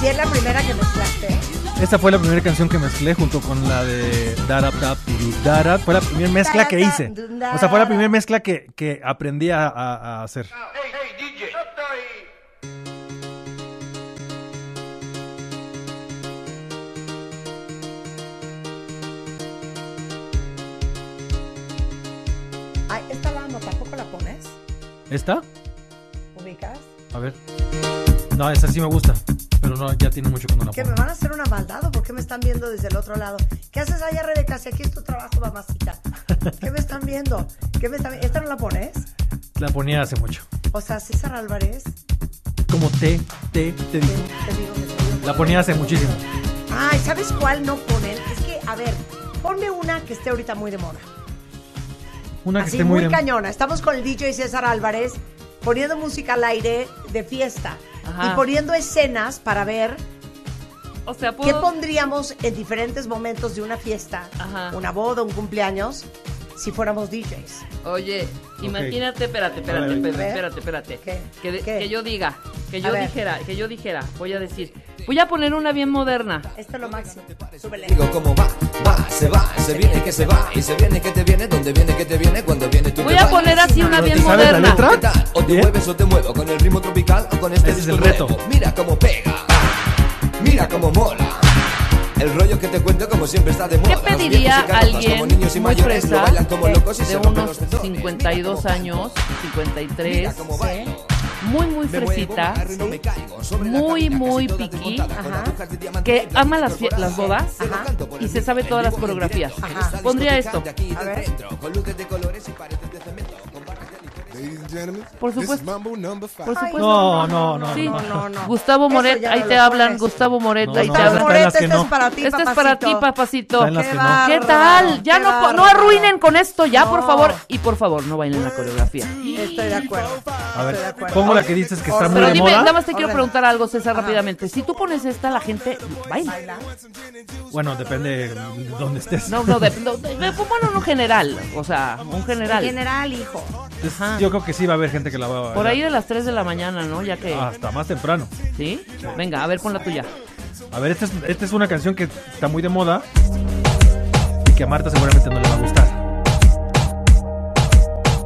[SPEAKER 2] Sí, es la primera que mezclaste.
[SPEAKER 3] Esta fue la primera canción que mezclé junto con la de Darap Tap Tiru Darap. Fue la primera mezcla que hice. O sea, fue la primera mezcla que, que aprendí a, a- a hacer.
[SPEAKER 2] Ay, esta la amo, tampoco la pones.
[SPEAKER 3] ¿Esta?
[SPEAKER 2] ¿Ubicas?
[SPEAKER 3] A ver. No, esa sí me gusta. Pero no, ya tiene mucho cuando la
[SPEAKER 2] ¿Qué
[SPEAKER 3] pongo.
[SPEAKER 2] me van a hacer una maldad o por qué me están viendo desde el otro lado? ¿Qué haces allá, Rebeca? Si aquí es tu trabajo, mamacita. ¿Qué me están viendo? ¿Qué me están... ¿Esta no la pones?
[SPEAKER 3] La ponía hace mucho.
[SPEAKER 2] O sea, César Álvarez,
[SPEAKER 3] Como te, te, te digo.
[SPEAKER 2] te digo que
[SPEAKER 3] La ponía hace muchísimo.
[SPEAKER 2] Ay, ¿sabes cuál no ponen? Es que, a ver, ponme una que esté ahorita muy de moda.
[SPEAKER 3] Una que
[SPEAKER 2] Así
[SPEAKER 3] esté
[SPEAKER 2] muy
[SPEAKER 3] muy bien.
[SPEAKER 2] cañona. Estamos con el DJ César Álvarez poniendo música al aire de fiesta
[SPEAKER 4] Ajá.
[SPEAKER 2] y poniendo escenas para ver
[SPEAKER 4] O sea,
[SPEAKER 2] qué
[SPEAKER 4] pudo.
[SPEAKER 2] pondríamos en diferentes momentos de una fiesta, una boda, un cumpleaños, si fuéramos DJs.
[SPEAKER 4] Oye, imagínate, espérate,
[SPEAKER 2] A
[SPEAKER 4] espérate,
[SPEAKER 2] ver,
[SPEAKER 4] espérate,
[SPEAKER 2] a ver.
[SPEAKER 4] espérate, espérate. Que, de-
[SPEAKER 2] ¿Qué?
[SPEAKER 4] que yo diga, que
[SPEAKER 2] A
[SPEAKER 4] yo
[SPEAKER 2] ver.
[SPEAKER 4] dijera, que yo dijera, voy a decir, voy a poner una bien moderna.
[SPEAKER 2] Esto es lo máximo. Súbele.
[SPEAKER 12] Digo cómo va, va, se va, se viene que se va y se viene que te viene, donde viene que te viene, cuando viene tú
[SPEAKER 4] Voy
[SPEAKER 12] te
[SPEAKER 4] a
[SPEAKER 12] vas.
[SPEAKER 4] poner así una
[SPEAKER 12] ¿No te
[SPEAKER 4] bien
[SPEAKER 12] sabes la
[SPEAKER 4] moderna.
[SPEAKER 12] letra? ¿Qué tal? O te mueves o te muevo con el ritmo tropical o con este disco nuevo. Mira cómo pega, mira cómo mola. El rollo que te cuento como siempre está de moda. Los viejos y
[SPEAKER 4] pediría
[SPEAKER 12] carrotas como
[SPEAKER 4] alguien
[SPEAKER 12] niños y
[SPEAKER 4] muy
[SPEAKER 12] mayores lo
[SPEAKER 4] fresa,
[SPEAKER 12] bailan como locos y se
[SPEAKER 4] de
[SPEAKER 12] rompen los
[SPEAKER 4] unos 52 años, 53, muy muy
[SPEAKER 12] Me muevo,
[SPEAKER 4] fresita,
[SPEAKER 12] me agarro y no me caigo. Sobre la
[SPEAKER 4] muy
[SPEAKER 12] camina,
[SPEAKER 4] muy
[SPEAKER 12] casi toda
[SPEAKER 4] piqui,
[SPEAKER 12] desmontada, con
[SPEAKER 4] ajá,
[SPEAKER 12] agujas de diamante
[SPEAKER 4] que
[SPEAKER 12] negro
[SPEAKER 4] ama las, fie-
[SPEAKER 12] incorporada.
[SPEAKER 4] las bodas
[SPEAKER 12] Sigo
[SPEAKER 4] ajá,
[SPEAKER 12] cantando por
[SPEAKER 4] y
[SPEAKER 12] el
[SPEAKER 4] se sabe
[SPEAKER 12] ritmo,
[SPEAKER 4] todas
[SPEAKER 12] en
[SPEAKER 4] las
[SPEAKER 12] vivo, en
[SPEAKER 4] coreografías.
[SPEAKER 12] directo, en esta
[SPEAKER 4] Pondría
[SPEAKER 12] discoteca
[SPEAKER 4] esto.
[SPEAKER 12] de aquí, del centro, con luces de colores y paredes de cemento, con barras de diferentes-
[SPEAKER 4] Por supuesto. Por
[SPEAKER 12] Ay,
[SPEAKER 4] supuesto.
[SPEAKER 12] no, no, no,
[SPEAKER 4] Sí.
[SPEAKER 12] no, no, no.
[SPEAKER 4] Gustavo
[SPEAKER 12] Eso
[SPEAKER 4] Moret,
[SPEAKER 12] ya
[SPEAKER 4] ahí
[SPEAKER 12] no
[SPEAKER 4] te
[SPEAKER 12] lo
[SPEAKER 4] hablan.
[SPEAKER 12] pones.
[SPEAKER 4] Gustavo Moret,
[SPEAKER 12] No,
[SPEAKER 4] ahí
[SPEAKER 12] no,
[SPEAKER 4] te
[SPEAKER 12] esta
[SPEAKER 4] hablan.
[SPEAKER 12] es para Moret, ti,
[SPEAKER 2] esta este es para ti,
[SPEAKER 4] Esta es para ti,
[SPEAKER 2] papacito.
[SPEAKER 4] papacito.
[SPEAKER 2] Esta es las Qué que no.
[SPEAKER 4] ¿Qué
[SPEAKER 2] bárbaro,
[SPEAKER 4] tal? Ya
[SPEAKER 2] qué
[SPEAKER 4] no, po- no
[SPEAKER 2] bárbaro.
[SPEAKER 4] arruinen con esto, ya, por favor. Y por favor, no bailen la coreografía.
[SPEAKER 2] Estoy de acuerdo.
[SPEAKER 3] A ver, pongo la que dices que está muy
[SPEAKER 4] Oh, Pero
[SPEAKER 3] de
[SPEAKER 4] dime,
[SPEAKER 3] moda.
[SPEAKER 4] nada más te quiero preguntar algo, César, rápidamente. Si tú pones esta, la gente baila.
[SPEAKER 3] Bueno, depende de dónde estés.
[SPEAKER 4] pues, No, no, de, no, de- de- bueno, no general, o sea, un general.
[SPEAKER 2] General, hijo.
[SPEAKER 3] Es- Yo yo creo que sí va a haber gente que la va a bailar.
[SPEAKER 4] Por ahí de las 3 de la mañana, ¿no? Ya que.
[SPEAKER 3] Hasta más temprano.
[SPEAKER 4] ¿Sí? Venga, a ver, pon la tuya.
[SPEAKER 3] A ver, esta es, esta es una canción que está muy de moda y que a Marta seguramente no le va a gustar.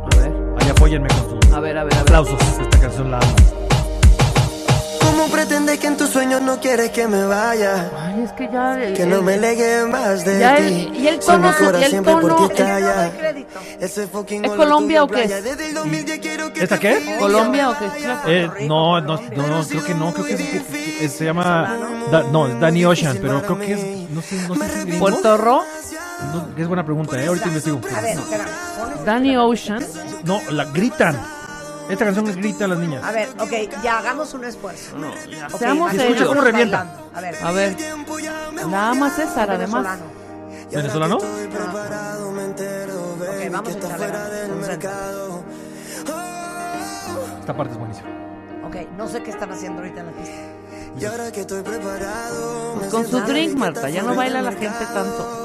[SPEAKER 3] A ver. Ahí apóyenme con sus
[SPEAKER 4] A ver, a ver, a ver.
[SPEAKER 3] aplausos. Esta canción la amo.
[SPEAKER 13] ¿Cómo pretendes que en tus sueños no quieres que me vaya?
[SPEAKER 4] Ay, es que ya. el-
[SPEAKER 13] Que no me legue más de
[SPEAKER 4] Ya
[SPEAKER 13] ti.
[SPEAKER 4] el- y el
[SPEAKER 13] Si
[SPEAKER 4] tono,
[SPEAKER 13] me fuera
[SPEAKER 4] y el
[SPEAKER 13] siempre por
[SPEAKER 4] tono,
[SPEAKER 13] ti
[SPEAKER 4] el-
[SPEAKER 13] calla.
[SPEAKER 4] ¿Es Colombia o qué es?
[SPEAKER 3] ¿Esta qué?
[SPEAKER 4] ¿Colombia o qué pues. es?
[SPEAKER 3] Eh, no, no, no, no, creo que no, creo que es, eh, se llama, Da- no, es Danny Ocean, pero creo que es, no sé, no sé si es gringo.
[SPEAKER 4] ¿Puerto Rico?
[SPEAKER 3] No, es buena pregunta, eh, ahorita investigo.
[SPEAKER 2] A ver, espera. pon- este
[SPEAKER 4] Danny Ocean.
[SPEAKER 3] No, la gritan, esta canción la gritan las niñas.
[SPEAKER 2] A ver, ok, ya hagamos un esfuerzo.
[SPEAKER 4] No, ya.
[SPEAKER 2] Ok,
[SPEAKER 4] Seamos
[SPEAKER 2] vas-
[SPEAKER 4] serios. Escucha cómo revienta.
[SPEAKER 2] bailando. A ver.
[SPEAKER 4] A ver. Nada más César, además.
[SPEAKER 2] Venezolano.
[SPEAKER 3] ¿Venezolano?
[SPEAKER 2] Ok, vamos a echarle ganas, concéntrate.
[SPEAKER 3] Esta parte es buenísima.
[SPEAKER 2] Ok, no sé qué están haciendo ahorita en la pista.
[SPEAKER 13] Y ahora que estoy preparado, me
[SPEAKER 4] Con su
[SPEAKER 13] siento-
[SPEAKER 4] drink, Marta. Ya no baila la gente tanto.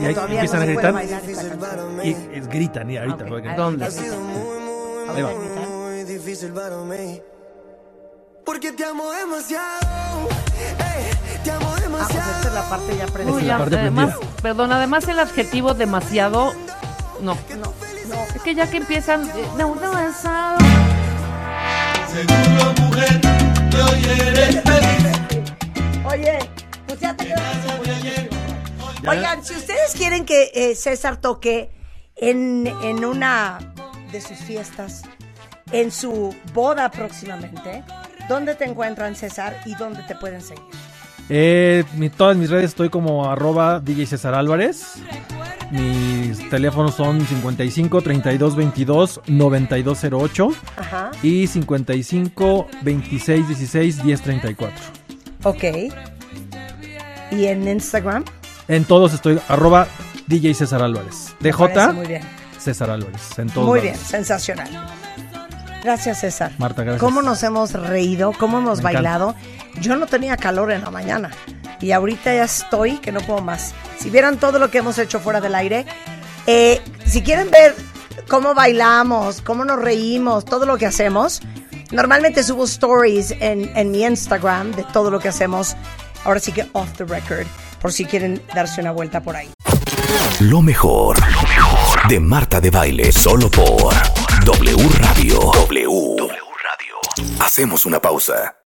[SPEAKER 3] Y ahí
[SPEAKER 2] todavía
[SPEAKER 3] empiezan
[SPEAKER 2] no
[SPEAKER 3] a
[SPEAKER 2] se puede
[SPEAKER 3] gritar,
[SPEAKER 2] bailar esta canción.
[SPEAKER 3] y es- gritan, y ahorita. voy a gritar.
[SPEAKER 4] ¿Dónde?
[SPEAKER 3] Ahí va.
[SPEAKER 13] Muy difícil para mí. Porque te amo demasiado. Ey, te
[SPEAKER 4] Ah,
[SPEAKER 13] amo
[SPEAKER 2] Ah, pues
[SPEAKER 13] demasiado. esta es la parte ya
[SPEAKER 4] Uy, ya, además, perdón, además el adjetivo demasiado. No. Es que ya que empiezan. eh, No, no, demasiado.
[SPEAKER 5] Seguro, mujer, que hoy eres feliz.
[SPEAKER 2] Oye, pues ya te quedas. Oigan, si ustedes quieren que eh, César toque en, en una de sus fiestas, en su boda próximamente, ¿dónde te encuentran, César, y dónde te pueden seguir?
[SPEAKER 3] Eh, mi- todas mis redes estoy como arroba DJ César Álvarez. Mis teléfonos son 55 32 22 9208
[SPEAKER 2] Ajá.
[SPEAKER 3] y 55 26 16 10 34.
[SPEAKER 2] Ok. ¿Y en Instagram?
[SPEAKER 3] En todos estoy arroba DJ César Álvarez.
[SPEAKER 2] parece
[SPEAKER 3] DJ
[SPEAKER 2] muy bien.
[SPEAKER 3] César Álvarez. En todos
[SPEAKER 2] Muy
[SPEAKER 3] lados.
[SPEAKER 2] bien, sensacional. Gracias, César.
[SPEAKER 3] Marta, gracias.
[SPEAKER 2] ¿Cómo nos hemos reído? ¿Cómo hemos
[SPEAKER 3] Me
[SPEAKER 2] bailado? Yo no tenía calor en la mañana y ahorita ya estoy que no puedo más. Si vieran todo lo que hemos hecho fuera del aire, eh, si quieren ver cómo bailamos, cómo nos reímos, todo lo que hacemos, normalmente subo stories en, en mi Instagram de todo lo que hacemos. Ahora sí que off the record, por si quieren darse una vuelta por ahí.
[SPEAKER 1] Lo mejor, lo mejor de Marta de Baile, solo por W Radio. W. Hacemos una pausa.